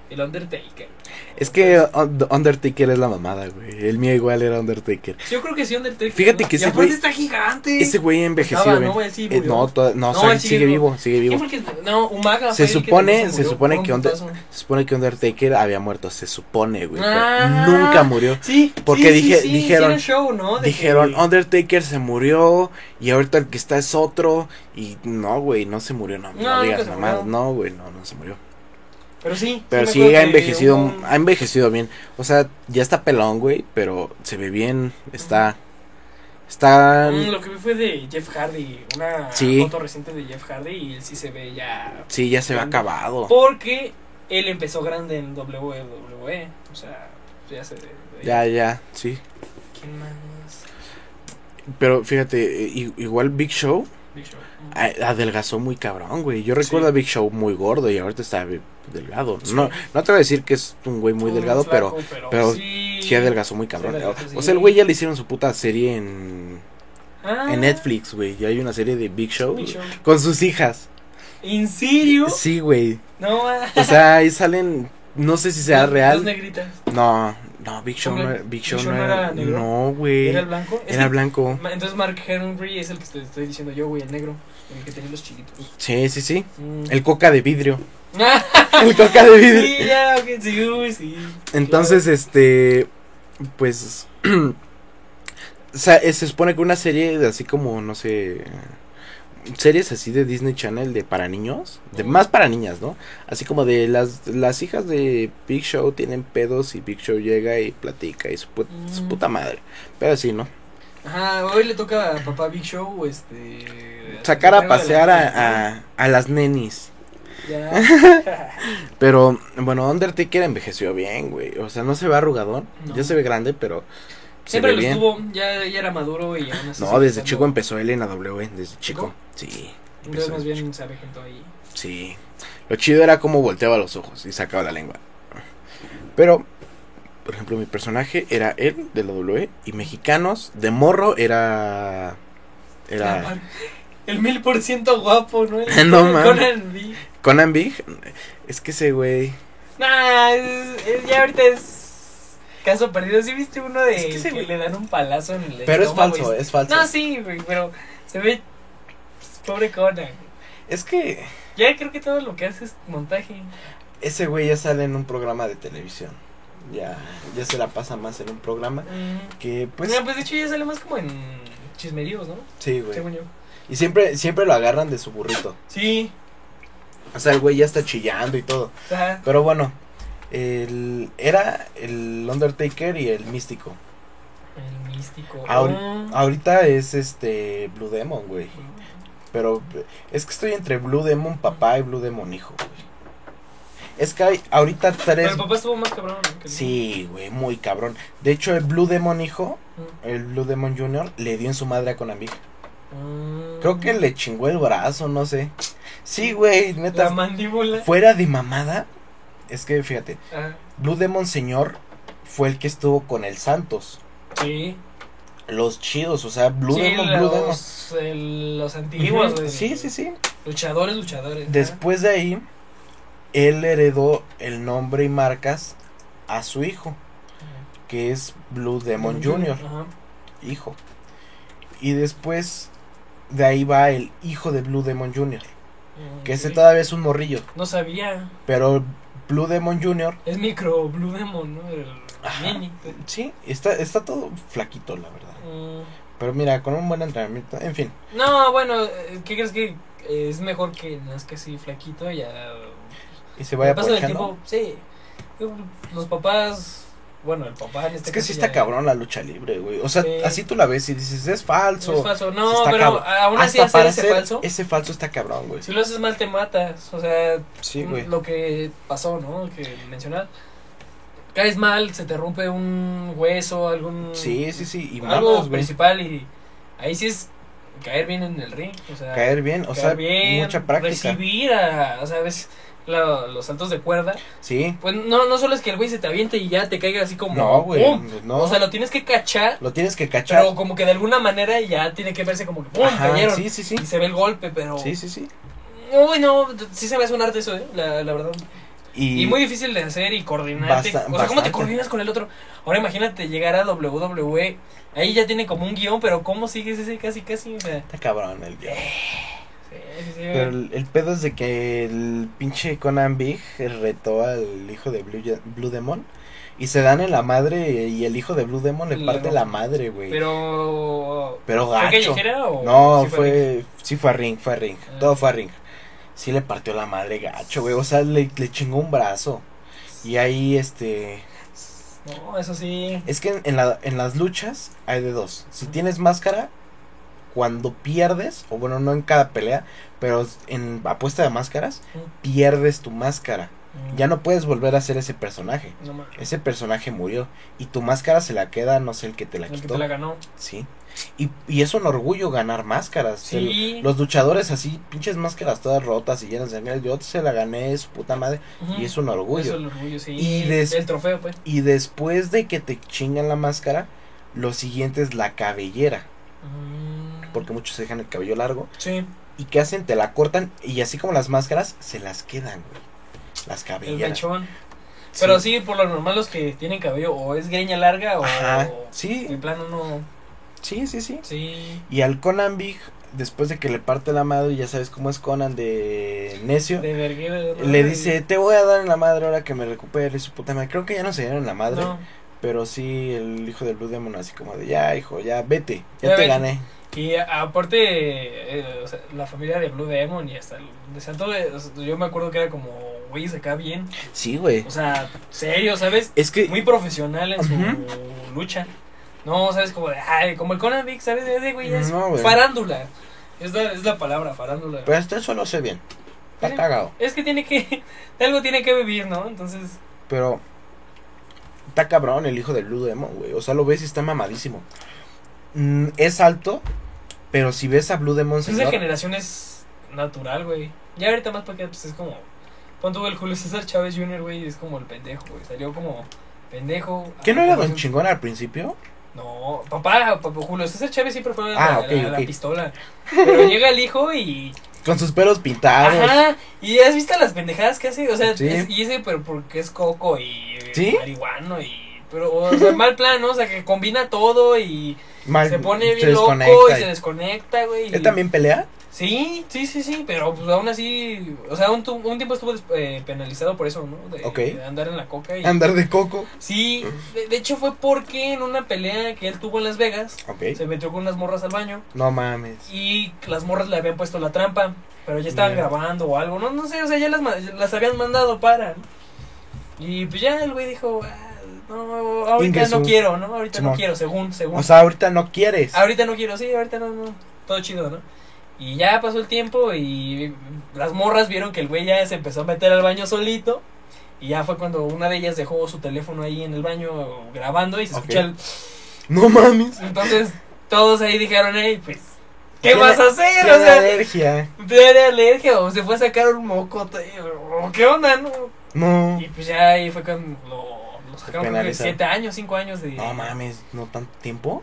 [SPEAKER 3] El Undertaker.
[SPEAKER 1] Es que
[SPEAKER 3] Pues,
[SPEAKER 1] Und- Undertaker es la mamada, güey. El mío igual era Undertaker.
[SPEAKER 3] Yo creo que sí, Undertaker.
[SPEAKER 1] Fíjate
[SPEAKER 3] ¿no?
[SPEAKER 1] que
[SPEAKER 3] Y
[SPEAKER 1] ese
[SPEAKER 3] aparte
[SPEAKER 1] güey-
[SPEAKER 3] está gigante.
[SPEAKER 1] Ese güey ha envejecido,
[SPEAKER 3] Estaba,
[SPEAKER 1] bien.
[SPEAKER 3] ¿no? Él sí
[SPEAKER 1] Eh,
[SPEAKER 3] murió.
[SPEAKER 1] no, to- no,
[SPEAKER 3] No,
[SPEAKER 1] sabe-
[SPEAKER 3] él
[SPEAKER 1] sigue,
[SPEAKER 3] sigue
[SPEAKER 1] vivo, sigue
[SPEAKER 3] ¿Quién
[SPEAKER 1] vivo.
[SPEAKER 3] fue el que- No, Umaga.
[SPEAKER 1] Se
[SPEAKER 3] fue el que
[SPEAKER 1] supone-
[SPEAKER 3] también
[SPEAKER 1] se
[SPEAKER 3] murió
[SPEAKER 1] supone
[SPEAKER 3] por un
[SPEAKER 1] que Under-
[SPEAKER 3] putazo.
[SPEAKER 1] Se supone que Undertaker había muerto, se supone, güey. pero
[SPEAKER 3] Ah.
[SPEAKER 1] Nunca murió.
[SPEAKER 3] Sí,
[SPEAKER 1] Porque
[SPEAKER 3] sí,
[SPEAKER 1] dije-
[SPEAKER 3] sí, sí,
[SPEAKER 1] dijeron-
[SPEAKER 3] hicieron show, ¿no? De
[SPEAKER 1] Dijeron, "Oh,
[SPEAKER 3] que-
[SPEAKER 1] Undertaker se murió y ahorita el que está es otro. Y no, güey, no se murió, no, no
[SPEAKER 3] nunca
[SPEAKER 1] digas
[SPEAKER 3] se
[SPEAKER 1] nomás.
[SPEAKER 3] murió.
[SPEAKER 1] No, güey, no, no se murió.
[SPEAKER 3] Pero sí.
[SPEAKER 1] Pero
[SPEAKER 3] me
[SPEAKER 1] sí,
[SPEAKER 3] acuerdo
[SPEAKER 1] ha
[SPEAKER 3] que
[SPEAKER 1] envejecido, ah,
[SPEAKER 3] hubo un-
[SPEAKER 1] ha envejecido bien. O sea, ya está pelón, güey, pero se ve bien, está... Está...
[SPEAKER 3] Mm, lo que vi fue de Jeff Hardy, una
[SPEAKER 1] Sí.
[SPEAKER 3] foto reciente de Jeff Hardy y él sí se ve ya.
[SPEAKER 1] Sí, ya se ve acabado.
[SPEAKER 3] Porque él empezó grande en WWE, o sea, ya se ve.
[SPEAKER 1] Ya, ya, sí.
[SPEAKER 3] ¿Quién más?
[SPEAKER 1] Pero fíjate, i- igual Big Show
[SPEAKER 3] Big Show. Mm.
[SPEAKER 1] a- adelgazó muy cabrón, güey. Yo recuerdo
[SPEAKER 3] Sí.
[SPEAKER 1] a Big Show muy gordo y ahorita está be- delgado.
[SPEAKER 3] Sí.
[SPEAKER 1] No, no te voy a decir que es un güey muy
[SPEAKER 3] Todo
[SPEAKER 1] delgado, pero
[SPEAKER 3] flaco, pero,
[SPEAKER 1] pero
[SPEAKER 3] sí,
[SPEAKER 1] sí adelgazó muy cabrón.
[SPEAKER 3] adelgazó,
[SPEAKER 1] o
[SPEAKER 3] sí.
[SPEAKER 1] sea, el güey ya le hicieron su puta serie en,
[SPEAKER 3] Ah,
[SPEAKER 1] en Netflix, güey. Ya hay una serie de Big Show
[SPEAKER 3] Big Show.
[SPEAKER 1] con sus hijas.
[SPEAKER 3] ¿En serio?
[SPEAKER 1] Sí, güey.
[SPEAKER 3] No, ah,
[SPEAKER 1] O sea, ahí salen, no sé si sea
[SPEAKER 3] dos- dos
[SPEAKER 1] real.
[SPEAKER 3] negritas.
[SPEAKER 1] No, no, Big Show
[SPEAKER 3] Ok.
[SPEAKER 1] no, era- Big
[SPEAKER 3] Big
[SPEAKER 1] Show
[SPEAKER 3] Show
[SPEAKER 1] no
[SPEAKER 3] no
[SPEAKER 1] era.
[SPEAKER 3] era negro.
[SPEAKER 1] No, güey.
[SPEAKER 3] ¿Era el blanco? Es
[SPEAKER 1] Era
[SPEAKER 3] que-
[SPEAKER 1] blanco.
[SPEAKER 3] Ma- Entonces Mark Henry es el que te estoy diciendo yo, güey, el negro, el que tenía los chiquitos.
[SPEAKER 1] Sí, sí, sí.
[SPEAKER 3] Mm.
[SPEAKER 1] *laughs* El coca de vidrio.
[SPEAKER 3] *laughs* Ah,
[SPEAKER 1] El coca de vidrio.
[SPEAKER 3] sí, ya, ok, sí, uy, sí.
[SPEAKER 1] Entonces, este. pues *clears throat* sa- eh, se supone que una serie de así como no sé series así de Disney Channel de para niños, de
[SPEAKER 3] Ujú.
[SPEAKER 1] más para niñas, ¿no? Así como de las las hijas de Big Show tienen pedos y Big Show llega y platica y su, put- su
[SPEAKER 3] Mm.
[SPEAKER 1] puta madre. Pero así, ¿no?
[SPEAKER 3] Ajá, hoy le toca a papá Big Show, este...
[SPEAKER 1] Sacar a
[SPEAKER 3] hacer la
[SPEAKER 1] pasear
[SPEAKER 3] fiesta.
[SPEAKER 1] a, a, a las nenis.
[SPEAKER 3] Ya.
[SPEAKER 1] Pero bueno, Undertaker envejeció bien, güey. O sea, no se ve arrugadón.
[SPEAKER 3] No.
[SPEAKER 1] Ya se ve grande, pero se
[SPEAKER 3] Siempre
[SPEAKER 1] ve
[SPEAKER 3] lo
[SPEAKER 1] bien.
[SPEAKER 3] estuvo, ya, ya era maduro y aún así
[SPEAKER 1] No,
[SPEAKER 3] sigue
[SPEAKER 1] desde
[SPEAKER 3] estando-
[SPEAKER 1] chico empezó él en la W, desde chico.
[SPEAKER 3] ¿Chico?
[SPEAKER 1] Sí.
[SPEAKER 3] Entonces
[SPEAKER 1] empezó
[SPEAKER 3] más
[SPEAKER 1] desde
[SPEAKER 3] bien se avejentó ahí.
[SPEAKER 1] chico. Sí. Lo chido era cómo volteaba los ojos y sacaba la lengua. Pero, por ejemplo, mi personaje era él de la W y mexicanos de morro era.
[SPEAKER 3] Ah,
[SPEAKER 1] Era
[SPEAKER 3] man. El mil por ciento
[SPEAKER 1] *laughs*
[SPEAKER 3] guapo, ¿no? El
[SPEAKER 1] No
[SPEAKER 3] Conan-
[SPEAKER 1] mames.
[SPEAKER 3] Conan Big.
[SPEAKER 1] Conan Big. Es que ese güey.
[SPEAKER 3] Nah, es- es- ya ahorita es caso perdido. ¿Sí viste uno de
[SPEAKER 1] Es que
[SPEAKER 3] que,
[SPEAKER 1] ese güey-
[SPEAKER 3] le dan un palazo en el
[SPEAKER 1] Pero es
[SPEAKER 3] estómago
[SPEAKER 1] falso,
[SPEAKER 3] y-
[SPEAKER 1] es falso.
[SPEAKER 3] No, sí, güey, pero se ve pobre Conan.
[SPEAKER 1] Es que
[SPEAKER 3] Ya creo que todo lo que hace es montaje.
[SPEAKER 1] ese güey ya sale en un programa de televisión. Ya, ya se la pasa más en un programa.
[SPEAKER 3] Mm.
[SPEAKER 1] Que pues.
[SPEAKER 3] Mira, pues de hecho ya sale más como en chismeríos, ¿no?
[SPEAKER 1] Sí, güey.
[SPEAKER 3] Según yo.
[SPEAKER 1] Y siempre, siempre lo agarran de su burrito.
[SPEAKER 3] Sí.
[SPEAKER 1] O sea, el güey ya está chillando y todo.
[SPEAKER 3] Ajá.
[SPEAKER 1] Pero bueno, el, era el Undertaker y el Místico.
[SPEAKER 3] El místico.
[SPEAKER 1] Ahori-
[SPEAKER 3] Mm.
[SPEAKER 1] Ahorita es este Blue Demon, güey. Pero eh, es que estoy entre Blue Demon papá y Blue Demon hijo, güey. Es que hay ahorita
[SPEAKER 3] Pero
[SPEAKER 1] tres...
[SPEAKER 3] el papá estuvo más cabrón. ¿no? Que-
[SPEAKER 1] Sí, güey, muy cabrón. De hecho, el Blue Demon hijo,
[SPEAKER 3] Mm.
[SPEAKER 1] el Blue Demon Junior, le dio en su madre a Konami.
[SPEAKER 3] Mm.
[SPEAKER 1] Creo que le chingó el brazo, no sé. Sí, güey,
[SPEAKER 3] La
[SPEAKER 1] neta.
[SPEAKER 3] mandíbula. Ah,
[SPEAKER 1] Fuera de mamada. Es que fíjate,
[SPEAKER 3] Ajá.
[SPEAKER 1] Blue Demon Señor fue el que estuvo con el Santos.
[SPEAKER 3] Sí.
[SPEAKER 1] Los chidos, o sea, Blue
[SPEAKER 3] sí,
[SPEAKER 1] Demon,
[SPEAKER 3] los,
[SPEAKER 1] Blue Demon.
[SPEAKER 3] el- los antiguos,
[SPEAKER 1] Ujú,
[SPEAKER 3] güey.
[SPEAKER 1] Sí, sí, sí.
[SPEAKER 3] Luchadores, luchadores. ajá.
[SPEAKER 1] Después de ahí, él heredó el nombre y marcas a su hijo,
[SPEAKER 3] Ajá.
[SPEAKER 1] que es Blue Demon Jr.,
[SPEAKER 3] Ajá.
[SPEAKER 1] hijo. Y después de ahí va el hijo de Blue Demon Jr., que ese
[SPEAKER 3] Ok.
[SPEAKER 1] todavía es un morrillo,
[SPEAKER 3] No sabía.
[SPEAKER 1] pero Blue Demon Jr.,
[SPEAKER 3] Es micro Blue Demon, ¿no? El
[SPEAKER 1] Ajá.
[SPEAKER 3] mini.
[SPEAKER 1] sí, está, está todo flaquito, la verdad.
[SPEAKER 3] Mm.
[SPEAKER 1] Pero mira, con un buen entrenamiento, en fin.
[SPEAKER 3] No, bueno, eh, ¿qué crees que es mejor que nazca así flaquito? Ya.
[SPEAKER 1] Y se
[SPEAKER 3] Con
[SPEAKER 1] vaya
[SPEAKER 3] el paso del
[SPEAKER 1] aprovechando.
[SPEAKER 3] tiempo, sí. Los papás. Bueno, el papá en este
[SPEAKER 1] Es que
[SPEAKER 3] caso
[SPEAKER 1] sí
[SPEAKER 3] ya-
[SPEAKER 1] está cabrón la lucha libre, güey. O sea,
[SPEAKER 3] Sí.
[SPEAKER 1] así tú la ves y dices, es falso.
[SPEAKER 3] Es falso. No,
[SPEAKER 1] está
[SPEAKER 3] pero
[SPEAKER 1] cabrón.
[SPEAKER 3] aún así
[SPEAKER 1] Hasta
[SPEAKER 3] hacer
[SPEAKER 1] para
[SPEAKER 3] ese
[SPEAKER 1] hacer
[SPEAKER 3] falso.
[SPEAKER 1] Ese falso está cabrón, güey.
[SPEAKER 3] Si lo haces mal te matas, o sea, mm,
[SPEAKER 1] Sí, güey.
[SPEAKER 3] lo que pasó, ¿no? Lo Que mencionas. Caes mal, se te rompe un hueso, algún
[SPEAKER 1] Sí, sí, sí. Y
[SPEAKER 3] algo
[SPEAKER 1] mamas, güey.
[SPEAKER 3] principal y ahí sí es caer bien en el ring, o sea,
[SPEAKER 1] Caer bien, o
[SPEAKER 3] caer
[SPEAKER 1] sea,
[SPEAKER 3] bien,
[SPEAKER 1] mucha práctica.
[SPEAKER 3] recibir a, o sea, ves la- los saltos de cuerda,
[SPEAKER 1] Sí.
[SPEAKER 3] pues no no solo es que el güey se te aviente y ya te caiga así como
[SPEAKER 1] No, güey.
[SPEAKER 3] ¡pum!
[SPEAKER 1] No.
[SPEAKER 3] O sea, lo tienes que cachar,
[SPEAKER 1] lo tienes que cachar.
[SPEAKER 3] pero como que de alguna manera ya tiene que verse como que pum,
[SPEAKER 1] Ajá,
[SPEAKER 3] cayeron.
[SPEAKER 1] sí, sí, sí.
[SPEAKER 3] Y se ve el golpe, pero
[SPEAKER 1] Sí, sí, sí.
[SPEAKER 3] No, no, sí se me hace un arte eso, eh, la, la verdad.
[SPEAKER 1] Y,
[SPEAKER 3] Y muy difícil de hacer y
[SPEAKER 1] Basta-
[SPEAKER 3] coordinarte. o sea, ¿cómo
[SPEAKER 1] bastante.
[SPEAKER 3] te coordinas con el otro? Ahora imagínate llegar a WWE. Ahí ya tiene como un guión, pero ¿cómo sigues ese casi, casi? O sea,
[SPEAKER 1] está cabrón el guión.
[SPEAKER 3] sí, sí, sí.
[SPEAKER 1] Pero el, el pedo es de que el pinche Conan Big retó al hijo de Blue, Ye- Blue Demon. Y se dan en la madre y el hijo de Blue Demon le
[SPEAKER 3] Le
[SPEAKER 1] parte
[SPEAKER 3] rompe.
[SPEAKER 1] la madre, güey. Pero,
[SPEAKER 3] Pero, ¿Fue
[SPEAKER 1] gacho.
[SPEAKER 3] callejera o.?
[SPEAKER 1] No,
[SPEAKER 3] sí
[SPEAKER 1] fue, sí fue a ring, fue a ring,
[SPEAKER 3] Ah.
[SPEAKER 1] todo fue a ring. Sí le partió la madre gacho, güey, o sea, le, le chingó un brazo. Y ahí, este,
[SPEAKER 3] No, eso sí.
[SPEAKER 1] es que en, en la- en las luchas hay de dos. Si tienes máscara, cuando pierdes, o bueno, no en cada pelea, pero en apuesta de máscaras,
[SPEAKER 3] Mm.
[SPEAKER 1] pierdes tu máscara. Ya
[SPEAKER 3] no.
[SPEAKER 1] no puedes volver a ser ese personaje.
[SPEAKER 3] mames.
[SPEAKER 1] Ese personaje murió y tu máscara se la queda, no sé, el que te la
[SPEAKER 3] El que
[SPEAKER 1] quitó.
[SPEAKER 3] te la ganó.
[SPEAKER 1] Sí. Y, y es un orgullo ganar máscaras.
[SPEAKER 3] Sí.
[SPEAKER 1] El- los luchadores así, pinches máscaras todas rotas y llenas de sangre. Yo se la gané, su puta madre.
[SPEAKER 3] Ujú.
[SPEAKER 1] Y es un
[SPEAKER 3] Eso
[SPEAKER 1] orgullo.
[SPEAKER 3] es el orgullo, sí.
[SPEAKER 1] Y des-
[SPEAKER 3] El trofeo, pues.
[SPEAKER 1] Y después de que te chingan la máscara, lo siguiente es la cabellera.
[SPEAKER 3] Mm.
[SPEAKER 1] Porque muchos se dejan el cabello largo.
[SPEAKER 3] Sí.
[SPEAKER 1] ¿Y qué hacen? Te la cortan. Y así como las máscaras, se las quedan, güey. Las
[SPEAKER 3] El
[SPEAKER 1] cabelleras.
[SPEAKER 3] mechón.
[SPEAKER 1] Sí.
[SPEAKER 3] Pero sí, por lo normal los que tienen cabello o es greña larga o
[SPEAKER 1] Ajá. Sí,
[SPEAKER 3] de plano no.
[SPEAKER 1] sí, sí, sí.
[SPEAKER 3] Sí.
[SPEAKER 1] Y al Conan Big, después de que le parte la madre, ya sabes cómo es Conan de necio.
[SPEAKER 3] De verguero.
[SPEAKER 1] Le dice, te voy a dar en la madre ahora que me recupere su puta madre. Creo que ya no se dieron en la madre.
[SPEAKER 3] No,
[SPEAKER 1] Pero sí, el hijo del Blue Demon, así como de ya, hijo, ya vete, ya,
[SPEAKER 3] Ya
[SPEAKER 1] te
[SPEAKER 3] ven.
[SPEAKER 1] gané.
[SPEAKER 3] Y a- aparte, eh, o sea, la familia de Blue Demon y hasta el de Santo, eh, o sea, yo me acuerdo que era como, güeyes acá bien.
[SPEAKER 1] Sí, güey.
[SPEAKER 3] O sea, serio, ¿sabes?
[SPEAKER 1] Es que.
[SPEAKER 3] Muy profesional en su
[SPEAKER 1] Ujú.
[SPEAKER 3] lucha. No, ¿sabes? Como de, ay, como el Conan Big, ¿sabes? Ese güey es
[SPEAKER 1] No, güey.
[SPEAKER 3] farándula. Es la, es la palabra, farándula.
[SPEAKER 1] Pero hasta eso lo sé bien. Está
[SPEAKER 3] Pero-
[SPEAKER 1] cagado.
[SPEAKER 3] Es que tiene que, *laughs* de algo tiene que vivir, ¿no? Entonces,
[SPEAKER 1] Pero. Está cabrón el hijo del Blue Demon, güey. O sea, lo ves y está mamadísimo. Mm, es alto, pero si ves a Blue Demon,
[SPEAKER 3] pues, esa
[SPEAKER 1] señor,
[SPEAKER 3] generación es natural, güey. Ya ahorita más para acá, pues es como, cuando el Julio César Chávez Jr., güey, es como el pendejo, güey. Salió como pendejo.
[SPEAKER 1] ¿Que no
[SPEAKER 3] Ah,
[SPEAKER 1] era
[SPEAKER 3] como
[SPEAKER 1] don
[SPEAKER 3] un-
[SPEAKER 1] chingón al principio?
[SPEAKER 3] No, papá, papá Julio César Chávez siempre fue la,
[SPEAKER 1] Ah, ok,
[SPEAKER 3] la- la
[SPEAKER 1] ok. *laughs*
[SPEAKER 3] pistola. Pero llega el hijo y.
[SPEAKER 1] Con sus pelos pintados.
[SPEAKER 3] Ajá, y has visto las pendejadas que hace. O sea,
[SPEAKER 1] Ah, Sí.
[SPEAKER 3] es- y ese, pero porque es coco y eh,
[SPEAKER 1] ¿Sí?
[SPEAKER 3] marihuano y. Pero, o sea, mal plan, ¿no? O sea, que combina todo y
[SPEAKER 1] Mal-
[SPEAKER 3] se pone bien
[SPEAKER 1] se
[SPEAKER 3] loco
[SPEAKER 1] desconecta
[SPEAKER 3] y se desconecta, güey. y-
[SPEAKER 1] ¿Él también pelea?
[SPEAKER 3] Sí, sí, sí, sí, pero pues aún así. O sea, un, tu- un tiempo estuvo des- eh, penalizado por eso, ¿no? De,
[SPEAKER 1] Ok. ¿eh?
[SPEAKER 3] de andar en la coca y.
[SPEAKER 1] Andar de coco.
[SPEAKER 3] sí, de, de hecho fue porque en una pelea que él tuvo en Las Vegas.
[SPEAKER 1] Ok.
[SPEAKER 3] Se metió con unas morras al baño
[SPEAKER 1] No mames.
[SPEAKER 3] y las morras le habían puesto la trampa, pero ya estaban
[SPEAKER 1] Mira.
[SPEAKER 3] grabando o algo, no, no sé, o sea, ya las, ma- las habían mandado para. ¿no? Y pues ya el güey dijo, "Ah, no, ahorita
[SPEAKER 1] Ingresó.
[SPEAKER 3] no quiero, ¿no? Ahorita
[SPEAKER 1] Simón.
[SPEAKER 3] no quiero, según, según.
[SPEAKER 1] O sea, ahorita no quieres.
[SPEAKER 3] ahorita no quiero, sí, ahorita no, no, todo chido, ¿no? Y ya pasó el tiempo y las morras vieron que el güey ya se empezó a meter al baño solito. Y ya fue cuando una de ellas dejó su teléfono ahí en el baño grabando y se
[SPEAKER 1] Ok.
[SPEAKER 3] escucha el
[SPEAKER 1] No mames.
[SPEAKER 3] entonces, todos ahí dijeron, hey, pues, ¿qué
[SPEAKER 1] Tiene-
[SPEAKER 3] vas a hacer?
[SPEAKER 1] Tiene
[SPEAKER 3] O sea,
[SPEAKER 1] alergia.
[SPEAKER 3] tiene alergia o se fue a sacar un moco, te- o qué onda, ¿no?
[SPEAKER 1] No.
[SPEAKER 3] Y pues ya ahí fue cuando lo, lo sacaron creo que
[SPEAKER 1] Penalizaron.
[SPEAKER 3] siete años, cinco años de...
[SPEAKER 1] No mames, no tanto tiempo.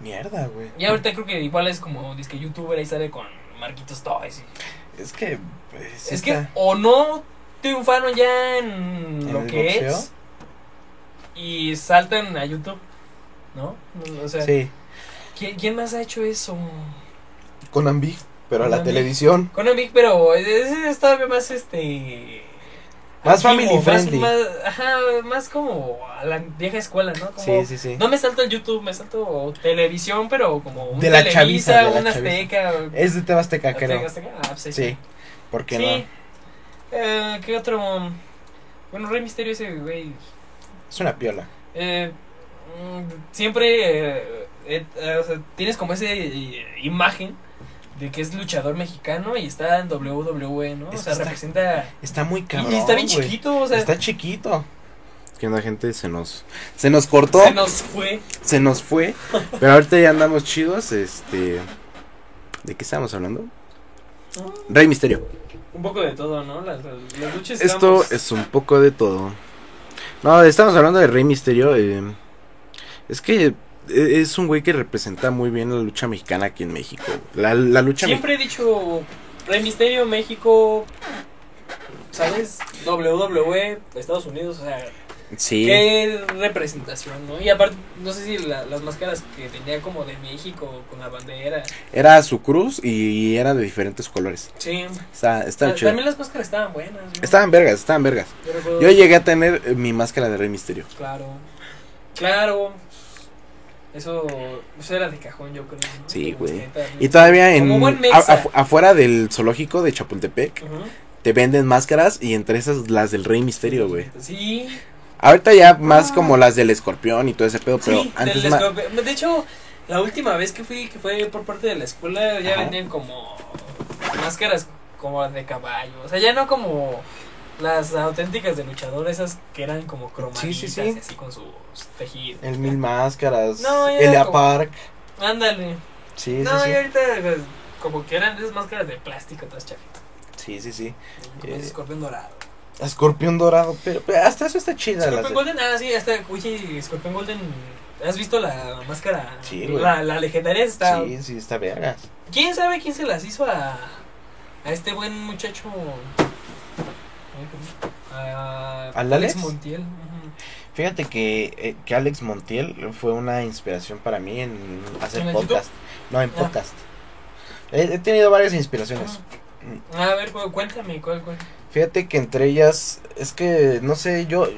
[SPEAKER 1] Mierda, güey.
[SPEAKER 3] Y ahorita creo que igual es como, dice que youtuber ahí sale con Marquitos Toys. y-
[SPEAKER 1] Es que. pues, sí
[SPEAKER 3] es que
[SPEAKER 1] está-
[SPEAKER 3] o no triunfaron ya en,
[SPEAKER 1] ¿En
[SPEAKER 3] lo
[SPEAKER 1] el
[SPEAKER 3] que
[SPEAKER 1] boxeo?
[SPEAKER 3] es y saltan a YouTube, ¿no? O sea,
[SPEAKER 1] Sí.
[SPEAKER 3] ¿quién, quién más ha hecho eso?
[SPEAKER 1] Con Ambi, pero a la
[SPEAKER 3] Con Ambi.
[SPEAKER 1] televisión.
[SPEAKER 3] Conan Big, pero ese es todavía más este.
[SPEAKER 1] Más family
[SPEAKER 3] más-
[SPEAKER 1] friendly.
[SPEAKER 3] Más, ajá, más como a la vieja escuela, ¿no? Como,
[SPEAKER 1] Sí, sí, sí.
[SPEAKER 3] No me salto el YouTube, me salto televisión, pero como un
[SPEAKER 1] De la
[SPEAKER 3] Televisa,
[SPEAKER 1] chaviza, de la
[SPEAKER 3] un Azteca.
[SPEAKER 1] Es de Tebasteca,
[SPEAKER 3] Azteca,
[SPEAKER 1] creo.
[SPEAKER 3] Azteca, ah, pues,
[SPEAKER 1] Sí. ¿Por qué
[SPEAKER 3] Sí. Eh, ¿Qué otro? Bueno, Rey Misterio ese, güey.
[SPEAKER 1] no? Es una piola.
[SPEAKER 3] Eh, mm, siempre eh, eh, eh, o sea, tienes como esa imagen de que es luchador mexicano y está en WWE, ¿no?
[SPEAKER 1] Es
[SPEAKER 3] o
[SPEAKER 1] que
[SPEAKER 3] sea,
[SPEAKER 1] está-
[SPEAKER 3] representa...
[SPEAKER 1] Está muy cabrón.
[SPEAKER 3] Y está bien
[SPEAKER 1] güey.
[SPEAKER 3] chiquito, o sea,
[SPEAKER 1] Está chiquito. ¿Qué onda, gente? Se nos. Se nos cortó.
[SPEAKER 3] se nos fue.
[SPEAKER 1] se nos fue. Pero ahorita ya andamos chidos. Este. ¿De qué estábamos hablando?
[SPEAKER 3] Ah.
[SPEAKER 1] Rey Misterio.
[SPEAKER 3] Un poco de todo, ¿no? Las, las- las luchas
[SPEAKER 1] Esto
[SPEAKER 3] estamos-
[SPEAKER 1] es un poco de todo. No, estamos hablando de Rey Misterio. eh, es que eh, es un güey que representa muy bien la lucha mexicana aquí en México. La, la lucha mexicana.
[SPEAKER 3] Siempre he dicho Rey Misterio, México, ¿sabes? WWE, Estados Unidos, o sea,
[SPEAKER 1] Sí.
[SPEAKER 3] qué representación, ¿no? Y aparte, no sé si la- las máscaras que tenía como de México con la bandera.
[SPEAKER 1] Era su cruz y era de diferentes colores.
[SPEAKER 3] Sí.
[SPEAKER 1] Está, está
[SPEAKER 3] Ta-
[SPEAKER 1] chido.
[SPEAKER 3] Ah, También las máscaras estaban buenas, ¿no?
[SPEAKER 1] Estaban vergas, estaban vergas.
[SPEAKER 3] Yo recuerdo-
[SPEAKER 1] Yo llegué a tener eh, mi máscara de Rey Misterio.
[SPEAKER 3] Claro. Claro. Eso, eso era de cajón, yo creo. ¿no?
[SPEAKER 1] Sí, güey.
[SPEAKER 3] Neta,
[SPEAKER 1] Y todavía en
[SPEAKER 3] Como buen
[SPEAKER 1] a-
[SPEAKER 3] mexa.
[SPEAKER 1] afu- afuera del zoológico de Chapultepec
[SPEAKER 3] Ujú.
[SPEAKER 1] te venden máscaras y entre esas las del Rey Misterio, güey.
[SPEAKER 3] Sí,
[SPEAKER 1] Ahorita ya más como las del escorpión y todo ese pedo, pero
[SPEAKER 3] sí,
[SPEAKER 1] antes
[SPEAKER 3] del
[SPEAKER 1] más.
[SPEAKER 3] escorpión. De hecho, la última vez que fui, que fue por parte de la escuela, ya
[SPEAKER 1] Ajá.
[SPEAKER 3] vendían como máscaras como de caballo. O sea, ya no como las auténticas de luchador, esas que eran como cromaditas,
[SPEAKER 1] Sí, sí, sí.
[SPEAKER 3] así con sus tejidos.
[SPEAKER 1] El mil máscaras,
[SPEAKER 3] No, ya
[SPEAKER 1] Elia
[SPEAKER 3] como-
[SPEAKER 1] Park.
[SPEAKER 3] Ándale.
[SPEAKER 1] Sí,
[SPEAKER 3] no,
[SPEAKER 1] sí,
[SPEAKER 3] y ahorita pues, como que eran esas máscaras de plástico, todas chafitas.
[SPEAKER 1] sí. Sí, sí, sí.
[SPEAKER 3] Como
[SPEAKER 1] Eh,
[SPEAKER 3] ese escorpión dorado.
[SPEAKER 1] Escorpión dorado, pero, pero hasta eso está chida. las
[SPEAKER 3] Scorpion
[SPEAKER 1] de-
[SPEAKER 3] Golden, ah, sí, hasta, oye, Scorpion Golden, ¿has visto la máscara?
[SPEAKER 1] Sí, güey.
[SPEAKER 3] la, la legendaria está
[SPEAKER 1] Sí, sí, está vergas.
[SPEAKER 3] ¿Quién sabe quién se las hizo a, a este buen muchacho? Ay, ¿cómo? A
[SPEAKER 1] ¿Al Alex?
[SPEAKER 3] Montiel. ujú.
[SPEAKER 1] Fíjate que, eh, que Alex Montiel fue una inspiración para mí en hacer
[SPEAKER 3] ¿En el
[SPEAKER 1] podcast. No, en
[SPEAKER 3] Ah.
[SPEAKER 1] podcast. He, he tenido varias inspiraciones.
[SPEAKER 3] Ajá. A ver, cu- cuéntame, ¿cuál, cuál?
[SPEAKER 1] Fíjate que entre ellas, es que no sé, yo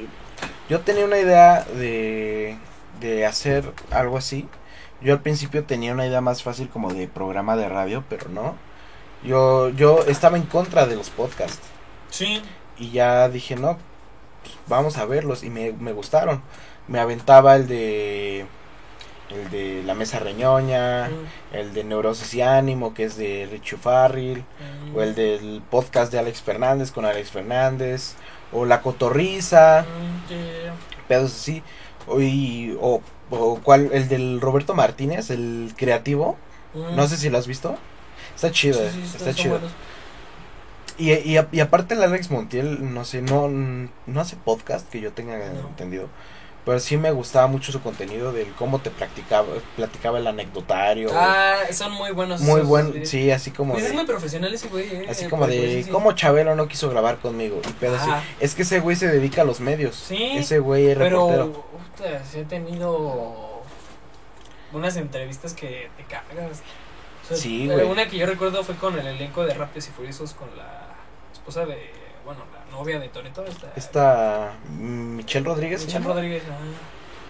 [SPEAKER 1] Yo tenía una idea de, de hacer algo así. Yo al principio tenía una idea más fácil como de programa de radio, pero no. Yo, yo estaba en contra de los podcasts.
[SPEAKER 3] Sí.
[SPEAKER 1] Y ya dije, no, pues, vamos a verlos. Y me, me gustaron. Me aventaba el de. El de La Mesa Reñoña.
[SPEAKER 3] Mm.
[SPEAKER 1] El de Neurosis y Ánimo, que es de Richu Farril.
[SPEAKER 3] Mm.
[SPEAKER 1] O el del podcast de Alex Fernández con Alex Fernández. O La Cotorriza.
[SPEAKER 3] Mm, ya, ya, ya.
[SPEAKER 1] Pedos así. O, y- o, o cuál, el del Roberto Martínez, el creativo.
[SPEAKER 3] Mm.
[SPEAKER 1] No sé si lo has visto. Está chido,
[SPEAKER 3] Sí,
[SPEAKER 1] eh,
[SPEAKER 3] sí, sí,
[SPEAKER 1] está
[SPEAKER 3] están
[SPEAKER 1] chido.
[SPEAKER 3] buenos.
[SPEAKER 1] Y, y, a- y aparte el Alex Montiel, no sé, no, no hace podcast que yo tenga
[SPEAKER 3] No.
[SPEAKER 1] entendido. Pero sí me gustaba mucho su contenido del cómo te practicaba, platicaba el anecdotario.
[SPEAKER 3] Ah, son muy buenos.
[SPEAKER 1] muy
[SPEAKER 3] esos
[SPEAKER 1] buen,
[SPEAKER 3] videos.
[SPEAKER 1] sí, así como
[SPEAKER 3] Pues es muy
[SPEAKER 1] de,
[SPEAKER 3] profesional ese güey. eh,
[SPEAKER 1] así
[SPEAKER 3] eh,
[SPEAKER 1] como
[SPEAKER 3] por
[SPEAKER 1] de
[SPEAKER 3] eso sí.
[SPEAKER 1] cómo Chabelo no quiso grabar conmigo. Y pedo así.
[SPEAKER 3] Ajá.
[SPEAKER 1] Es que ese güey se dedica a los medios.
[SPEAKER 3] Sí,
[SPEAKER 1] Ese güey es
[SPEAKER 3] Pero,
[SPEAKER 1] reportero.
[SPEAKER 3] puta, sí he tenido unas entrevistas que te cagas. O sea,
[SPEAKER 1] Sí,
[SPEAKER 3] eh,
[SPEAKER 1] güey.
[SPEAKER 3] Una que yo recuerdo fue con el elenco de Rápidos y Furiosos con la esposa de, bueno, la novia de Toreto. Esta,
[SPEAKER 1] Está mm, Michelle Rodríguez. ¿se
[SPEAKER 3] Michelle
[SPEAKER 1] llama?
[SPEAKER 3] Rodríguez. ajá.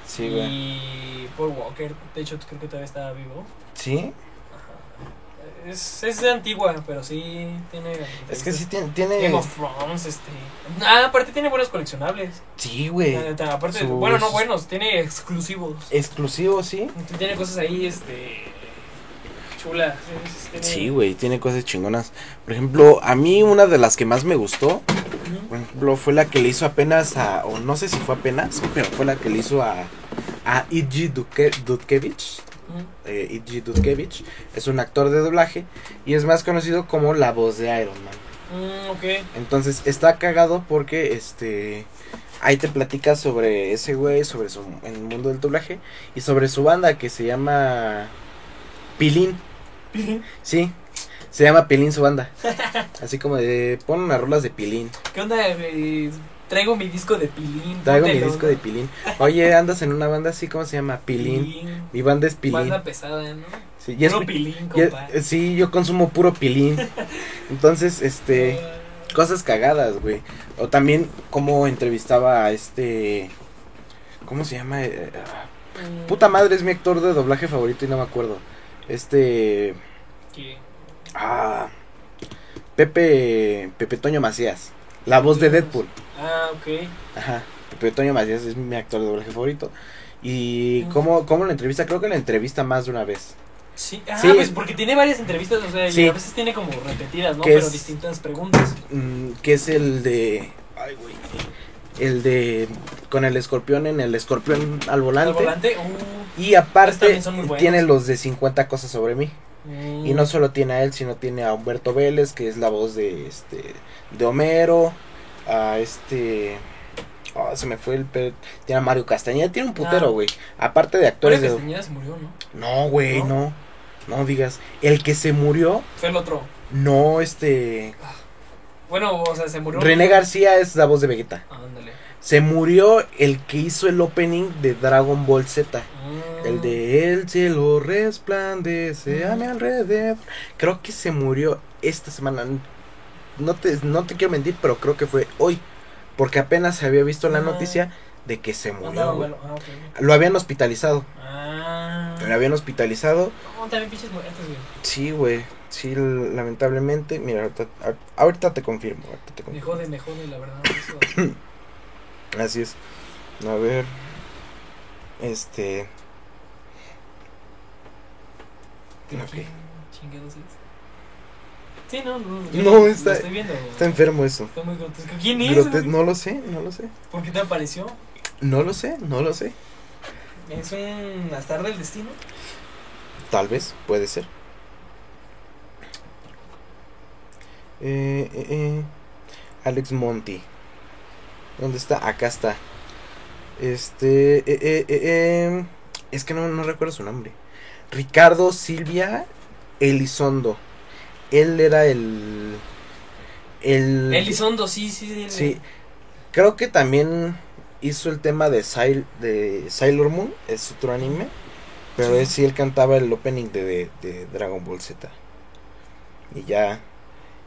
[SPEAKER 1] Sí, güey.
[SPEAKER 3] y Paul Walker, de hecho creo que todavía está vivo.
[SPEAKER 1] Sí.
[SPEAKER 3] Ajá. Es, es de antigua, pero sí tiene...
[SPEAKER 1] Es que sí
[SPEAKER 3] entrevistas.
[SPEAKER 1] tiene, tiene-
[SPEAKER 3] este Game of Thrones, este... Ah, aparte tiene buenos coleccionables.
[SPEAKER 1] sí, güey.
[SPEAKER 3] La neta, aparte,
[SPEAKER 1] sus-
[SPEAKER 3] bueno, no buenos, tiene exclusivos.
[SPEAKER 1] Exclusivo, sí.
[SPEAKER 3] Entonces, Tiene cosas ahí, este. chulas. es- tiene-
[SPEAKER 1] Sí, güey, tiene cosas chingonas. Por ejemplo, a mí una de las que más me gustó,
[SPEAKER 3] Ujú.
[SPEAKER 1] por ejemplo, fue la que le hizo apenas a, o no sé si fue apenas, pero fue la que le hizo a, a E.G. Dudke, Dudkevich.
[SPEAKER 3] Ujú.
[SPEAKER 1] Eh, E.G. Dudkevich es un actor de doblaje y es más conocido como la voz de Iron Man.
[SPEAKER 3] Mm, ok.
[SPEAKER 1] Entonces está cagado porque este ahí te platica sobre ese güey, sobre su el mundo del doblaje y sobre su banda que se llama Pilín. Sí. Se llama Pilín su banda. Así como de pon unas rolas de Pilín.
[SPEAKER 3] ¿Qué onda? eh, traigo mi disco de pilín.
[SPEAKER 1] Traigo mi
[SPEAKER 3] póntelo,
[SPEAKER 1] disco
[SPEAKER 3] ¿no?
[SPEAKER 1] de Pilín. Oye, andas en una banda así como se llama Pilín.
[SPEAKER 3] Pilín.
[SPEAKER 1] Mi banda es Pilín.
[SPEAKER 3] Banda pesada, ¿no?
[SPEAKER 1] Sí, y es-
[SPEAKER 3] Puro pilín,
[SPEAKER 1] y es-
[SPEAKER 3] compa.
[SPEAKER 1] eh, sí, yo consumo puro Pilín. Entonces, este
[SPEAKER 3] Ah,
[SPEAKER 1] cosas cagadas, güey. O también como entrevistaba a este. ¿Cómo se llama? Eh, ah,
[SPEAKER 3] mm,
[SPEAKER 1] Puta madre, es mi actor de doblaje favorito y no me acuerdo. Este.
[SPEAKER 3] que-
[SPEAKER 1] Ah. Pepe. Pepe Toño Macías. La voz de Deadpool.
[SPEAKER 3] Ah, ok.
[SPEAKER 1] Ajá. Pepe Toño Macías es mi actor de doblaje favorito. Y cómo, cómo la entrevista, creo que la entrevista más de una vez.
[SPEAKER 3] Sí. Ah,
[SPEAKER 1] Sí.
[SPEAKER 3] pues porque tiene varias entrevistas, o sea,
[SPEAKER 1] Sí.
[SPEAKER 3] y a veces tiene como repetidas, ¿no?
[SPEAKER 1] Que
[SPEAKER 3] Pero
[SPEAKER 1] es-
[SPEAKER 3] distintas preguntas.
[SPEAKER 1] Mm, que es el de. Ay, güey. El de. Con el escorpión en el escorpión al
[SPEAKER 3] Al
[SPEAKER 1] volante.
[SPEAKER 3] volante. uh,
[SPEAKER 1] Y
[SPEAKER 3] Pues
[SPEAKER 1] aparte
[SPEAKER 3] también son muy buenos.
[SPEAKER 1] tiene los de 50 cosas sobre mí.
[SPEAKER 3] mm,
[SPEAKER 1] Y no solo tiene a él, sino tiene a Humberto Vélez, que es la voz de este de Homero, a este ah, se me fue el pe- tiene a Mario Castañeda, tiene un putero,
[SPEAKER 3] Ah.
[SPEAKER 1] güey. Aparte de actores
[SPEAKER 3] Mario
[SPEAKER 1] de
[SPEAKER 3] Castañeda se murió, ¿no?
[SPEAKER 1] No, güey,
[SPEAKER 3] ¿No?
[SPEAKER 1] ¿No? no. digas, el que se murió,
[SPEAKER 3] Fue el otro.
[SPEAKER 1] no este
[SPEAKER 3] Bueno, o sea, se murió. Ah,
[SPEAKER 1] René García es la voz de Vegeta.
[SPEAKER 3] Ándale.
[SPEAKER 1] Se murió el que hizo el opening de Dragon Ball Z.
[SPEAKER 3] Mm.
[SPEAKER 1] El de el cielo resplandece a
[SPEAKER 3] Mm.
[SPEAKER 1] mi alrededor. Creo que se murió esta semana. No te, no te quiero mentir, pero creo que fue hoy. Porque apenas se había visto la
[SPEAKER 3] Ah.
[SPEAKER 1] noticia de que se murió.
[SPEAKER 3] Andaba
[SPEAKER 1] güey.
[SPEAKER 3] malo. Ah, ok.
[SPEAKER 1] Lo habían hospitalizado.
[SPEAKER 3] Ah.
[SPEAKER 1] Lo habían hospitalizado.
[SPEAKER 3] No, también pinches muertes, güey.
[SPEAKER 1] Sí, güey. Sí, l- lamentablemente. Mira, ahorita, ahor- ahorita te confirmo. ahorita te
[SPEAKER 3] Me
[SPEAKER 1] confirmo.
[SPEAKER 3] jode, me jode, la verdad. eso.
[SPEAKER 1] Así es. A ver. Este.
[SPEAKER 3] ¿Qué
[SPEAKER 1] Ok.
[SPEAKER 3] chingados es? Sí, no, no. yo
[SPEAKER 1] No,
[SPEAKER 3] lo
[SPEAKER 1] está-
[SPEAKER 3] estoy viendo. güey.
[SPEAKER 1] Está enfermo eso.
[SPEAKER 3] Está muy grotesco. ¿Quién es?
[SPEAKER 1] Pero te-
[SPEAKER 3] güey?
[SPEAKER 1] no lo sé, no lo sé.
[SPEAKER 3] ¿Por qué te apareció?
[SPEAKER 1] No lo sé, no lo sé.
[SPEAKER 3] ¿Es un azar del destino?
[SPEAKER 1] Tal vez, puede ser. Eh, eh, eh. Alex Monty. ¿Dónde está? Acá está. Este. eh, eh, eh, eh, Es que no, no recuerdo su nombre. Ricardo Silvia Elizondo. Él era el. El.
[SPEAKER 3] Elizondo, sí, sí. el-
[SPEAKER 1] Sí. Creo que también hizo el tema de, Sail- de Sailor Moon, es otro anime. Pero
[SPEAKER 3] Sí.
[SPEAKER 1] él sí él cantaba el opening de, de- de Dragon Ball Z. Y ya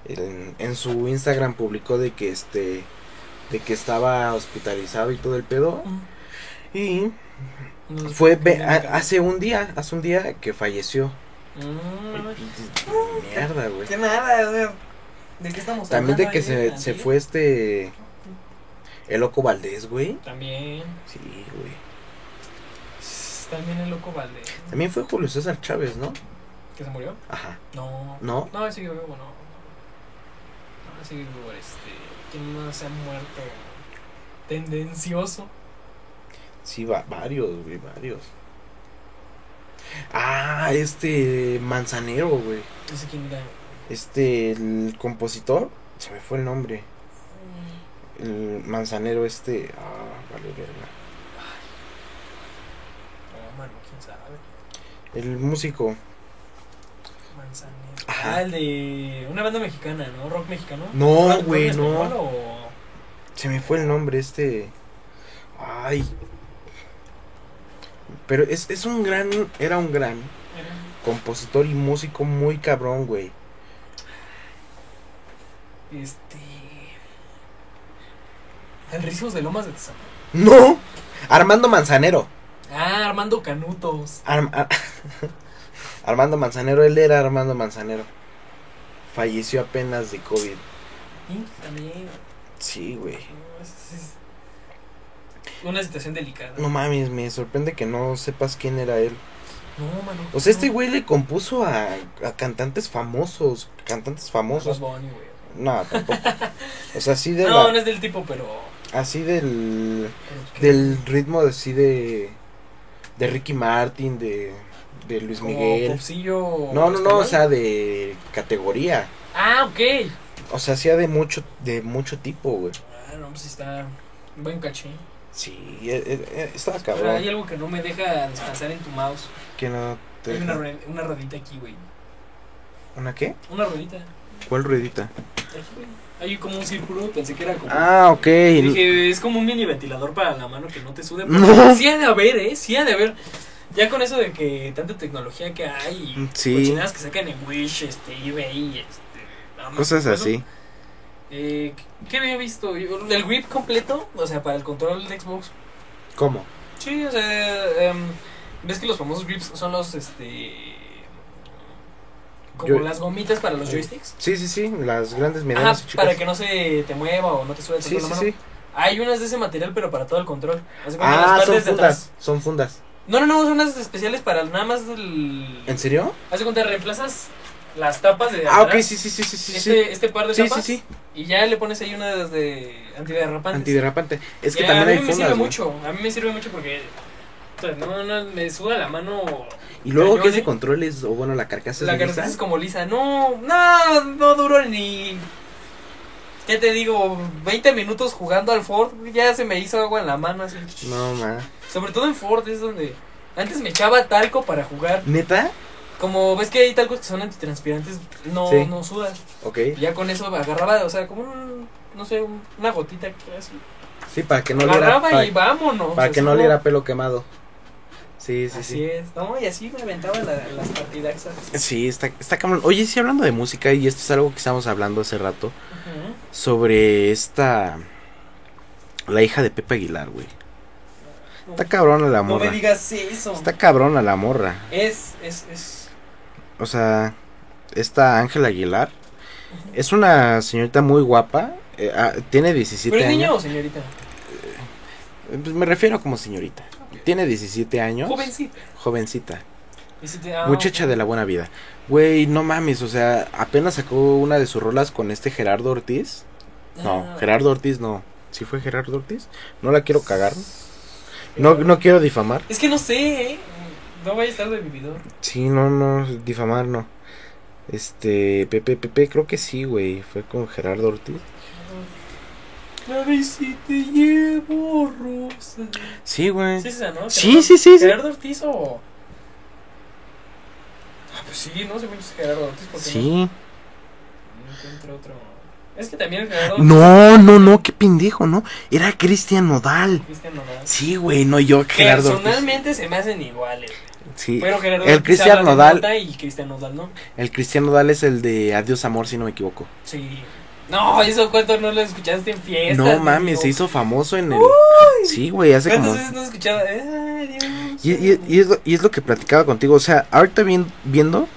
[SPEAKER 1] en, en su Instagram publicó de que este de que estaba hospitalizado y todo el pedo. Y
[SPEAKER 3] Ah, No,
[SPEAKER 1] fue
[SPEAKER 3] no,
[SPEAKER 1] ve-
[SPEAKER 3] no,
[SPEAKER 1] a- hace un día, hace un día que falleció.
[SPEAKER 3] Mm,
[SPEAKER 1] Mierda, güey.
[SPEAKER 3] que nada, o sea, ¿de qué estamos hablando?
[SPEAKER 1] También de que
[SPEAKER 3] ahí,
[SPEAKER 1] se,
[SPEAKER 3] Andy?
[SPEAKER 1] se fue este. El loco Valdés, güey.
[SPEAKER 3] También.
[SPEAKER 1] Sí, güey.
[SPEAKER 3] También el loco Valdés.
[SPEAKER 1] También fue Julio César Chávez, ¿no?
[SPEAKER 3] ¿Que se murió?
[SPEAKER 1] Ajá.
[SPEAKER 3] No.
[SPEAKER 1] ¿No?
[SPEAKER 3] No, él sigue vivo, no. No, él sigue vivo, este. ¿Quién no se ha muerto? Tendencioso.
[SPEAKER 1] Sí, va, varios, güey, varios. Ah, este. Manzanero, güey.
[SPEAKER 3] No sé quién era.
[SPEAKER 1] Este. El compositor. Se me fue el nombre. El manzanero este. Ah, vale, verga.
[SPEAKER 3] No, mano, quién sabe.
[SPEAKER 1] El músico.
[SPEAKER 3] Manzanero.
[SPEAKER 1] Ajá.
[SPEAKER 3] Ah, el de. Una banda mexicana, ¿no? Rock mexicano.
[SPEAKER 1] No,
[SPEAKER 3] ¿Rock- rock
[SPEAKER 1] güey,
[SPEAKER 3] en
[SPEAKER 1] no.
[SPEAKER 3] español o-
[SPEAKER 1] Se me fue el nombre este. Ay. Pero es, es un gran. Era un gran compositor y músico muy cabrón, güey.
[SPEAKER 3] Este. El Rizos de Lomas de Tezama.
[SPEAKER 1] ¡No! Armando Manzanero.
[SPEAKER 3] Ah, Armando Canutos.
[SPEAKER 1] Arm- Ar- *laughs* Armando Manzanero, él era Armando Manzanero. Falleció apenas de COVID.
[SPEAKER 3] Y también.
[SPEAKER 1] Sí, güey.
[SPEAKER 3] no, es- es- Una situación delicada.
[SPEAKER 1] No mames, me sorprende que no sepas quién era él.
[SPEAKER 3] No, mano.
[SPEAKER 1] O sea,
[SPEAKER 3] no.
[SPEAKER 1] este güey le compuso a, a cantantes famosos. Cantantes
[SPEAKER 3] Bad
[SPEAKER 1] famosos.
[SPEAKER 3] Bunny, güey.
[SPEAKER 1] No, tampoco. O sea, así de la-
[SPEAKER 3] No, no es del tipo, pero.
[SPEAKER 1] así del
[SPEAKER 3] pero que-
[SPEAKER 1] del ritmo de así de de Ricky Martin, de de Luis
[SPEAKER 3] como
[SPEAKER 1] Miguel.
[SPEAKER 3] popsillo
[SPEAKER 1] No, no, no,
[SPEAKER 3] español.
[SPEAKER 1] o sea, de categoría.
[SPEAKER 3] Ah, ok.
[SPEAKER 1] O sea, hacía de mucho de mucho tipo, güey.
[SPEAKER 3] Ah, no, pues está. Buen caché.
[SPEAKER 1] Sí, eh, eh, eh, estaba
[SPEAKER 3] Pero hay
[SPEAKER 1] cabrón.
[SPEAKER 3] algo que no me deja descansar en tu mouse.
[SPEAKER 1] Que no te
[SPEAKER 3] Hay una,
[SPEAKER 1] deja-
[SPEAKER 3] red- una rodita aquí, güey.
[SPEAKER 1] ¿Una qué?
[SPEAKER 3] Una rodita.
[SPEAKER 1] ¿Cuál ruedita?
[SPEAKER 3] Aquí, güey. Hay como un círculo, pensé que era como.
[SPEAKER 1] Ah, ok.
[SPEAKER 3] Dije, es como un mini ventilador para la mano que no te sude.
[SPEAKER 1] No.
[SPEAKER 3] porque Sí ha de haber, ¿eh? Sí ha de haber. Ya con eso de que tanta tecnología que hay. y
[SPEAKER 1] Sí.
[SPEAKER 3] Cochinadas que sacan en Wish, este, eBay, este. Amazon,
[SPEAKER 1] Cosas
[SPEAKER 3] todo
[SPEAKER 1] así.
[SPEAKER 3] Eh, ¿qué- ¿Qué había visto? Yo- El whip completo, o sea, para el control de Xbox.
[SPEAKER 1] ¿Cómo?
[SPEAKER 3] Sí, o sea, em, ves que los famosos grips son los, este, como
[SPEAKER 1] Yo-
[SPEAKER 3] las gomitas para los joysticks.
[SPEAKER 1] Sí, sí, sí, las grandes
[SPEAKER 3] Ajá,
[SPEAKER 1] medallas chicas.
[SPEAKER 3] para que no se te mueva o no te suba el
[SPEAKER 1] Sí,
[SPEAKER 3] tanto
[SPEAKER 1] sí,
[SPEAKER 3] la mano.
[SPEAKER 1] sí.
[SPEAKER 3] Hay unas de ese material, pero para todo el control. Haz de
[SPEAKER 1] Ah,
[SPEAKER 3] cuenta, las
[SPEAKER 1] son
[SPEAKER 3] partes de
[SPEAKER 1] fundas,
[SPEAKER 3] atrás.
[SPEAKER 1] son fundas.
[SPEAKER 3] No, no, no, son unas especiales para nada más del...
[SPEAKER 1] ¿En serio?
[SPEAKER 3] Haz de cuenta, reemplazas las tapas de
[SPEAKER 1] Ah, ok,
[SPEAKER 3] atrás,
[SPEAKER 1] sí, sí, sí, sí, sí.
[SPEAKER 3] este,
[SPEAKER 1] sí.
[SPEAKER 3] este par de
[SPEAKER 1] Sí, sí,
[SPEAKER 3] tapas.
[SPEAKER 1] sí,
[SPEAKER 3] Y ya le pones ahí unas de antiderrapantes.
[SPEAKER 1] antiderrapante. Es que
[SPEAKER 3] Y
[SPEAKER 1] también
[SPEAKER 3] a
[SPEAKER 1] hay
[SPEAKER 3] mí me
[SPEAKER 1] fundas.
[SPEAKER 3] sirve
[SPEAKER 1] güey.
[SPEAKER 3] mucho, a mí me sirve mucho porque o sea, no, no, me suda la mano.
[SPEAKER 1] Y luego que
[SPEAKER 3] cañón,
[SPEAKER 1] ese
[SPEAKER 3] ¿eh?
[SPEAKER 1] control es, o bueno, la carcasa
[SPEAKER 3] La
[SPEAKER 1] es lisa.
[SPEAKER 3] carcasa es como lisa. No, no, no duró ni. ¿Qué te digo? 20 minutos jugando al Ford. Ya se me hizo agua en la mano. Así.
[SPEAKER 1] No, ma.
[SPEAKER 3] Sobre todo en Ford es donde. Antes me echaba talco para jugar.
[SPEAKER 1] ¿Neta?
[SPEAKER 3] Como ves que hay talcos que son antitranspirantes, no,
[SPEAKER 1] Sí.
[SPEAKER 3] no sudan.
[SPEAKER 1] Ok.
[SPEAKER 3] Ya con eso agarraba, o sea, como un. No sé, un- una gotita. que así.
[SPEAKER 1] Sí, para que no oliera.
[SPEAKER 3] agarraba
[SPEAKER 1] Para,
[SPEAKER 3] y vámonos.
[SPEAKER 1] para
[SPEAKER 3] o
[SPEAKER 1] que
[SPEAKER 3] sea,
[SPEAKER 1] no
[SPEAKER 3] solo-
[SPEAKER 1] oliera pelo quemado. Sí, sí,
[SPEAKER 3] así
[SPEAKER 1] sí.
[SPEAKER 3] es. No, y así me aventaba la- las partidaxas.
[SPEAKER 1] Sí, está, está cabrón. Oye, sí, hablando de música, y esto es algo que estábamos hablando hace rato. Sobre esta. La hija de Pepe Aguilar, güey. Está cabrona la
[SPEAKER 3] No me
[SPEAKER 1] morra.
[SPEAKER 3] digas eso.
[SPEAKER 1] Está cabrona la morra.
[SPEAKER 3] Es, es, es.
[SPEAKER 1] O sea, esta Ángela Aguilar es una señorita muy guapa. eh, ah, tiene 17
[SPEAKER 3] ¿Pero es
[SPEAKER 1] años.
[SPEAKER 3] niño o señorita?
[SPEAKER 1] Eh, pues, me refiero como señorita. Tiene 17 años.
[SPEAKER 3] Jovencita.
[SPEAKER 1] Jovencita.
[SPEAKER 3] Diecisiete- ah,
[SPEAKER 1] muchacha de la buena vida. Güey, no mames, o sea, apenas sacó una de sus rolas con este Gerardo Ortiz.
[SPEAKER 3] ok.
[SPEAKER 1] No,
[SPEAKER 3] Ah,
[SPEAKER 1] Gerardo Ortiz no. ¿Sí fue Gerardo Ortiz? No la quiero cagar. No, no quiero difamar.
[SPEAKER 3] Es que no sé, ¿eh? No voy a estar de vividor.
[SPEAKER 1] Sí, no, no, difamar no. Este, Pepe, Pepe, creo que sí, güey. Fue con Gerardo Ortiz.
[SPEAKER 3] La vez si te llevo rosa.
[SPEAKER 1] Sí, güey.
[SPEAKER 3] Sí, es esa, ¿no?
[SPEAKER 1] Sí, sí, sí, sí.
[SPEAKER 3] ¿Gerardo Ortiz o.? Ah, pues sí, no sé mucho es Gerardo Ortiz porque
[SPEAKER 1] Sí.
[SPEAKER 3] no, no encuentro otro. Es que también el Gerardo Ortiz
[SPEAKER 1] No, no, no, qué pendejo, ¿no? Era Cristian Nodal.
[SPEAKER 3] Cristian Nodal.
[SPEAKER 1] Sí, güey, no yo, Gerardo Ortiz.
[SPEAKER 3] Personalmente se me hacen iguales.
[SPEAKER 1] Sí.
[SPEAKER 3] Pero Gerardo
[SPEAKER 1] El
[SPEAKER 3] Ortiz
[SPEAKER 1] Cristian
[SPEAKER 3] habla de
[SPEAKER 1] Nodal-
[SPEAKER 3] nota Y Cristian Nodal, ¿no?
[SPEAKER 1] El Cristian Nodal es el de Adiós Amor, si no me equivoco.
[SPEAKER 3] Sí. No, eso cuento no lo escuchaste en fiesta.
[SPEAKER 1] No mames, se hizo famoso en el. Sí, güey, hace
[SPEAKER 3] ¿Cuántas
[SPEAKER 1] como.
[SPEAKER 3] veces no escuchaba? Ay, Dios.
[SPEAKER 1] Y, y- y es lo, y es lo que platicaba contigo. O sea, ahorita bien- viendo,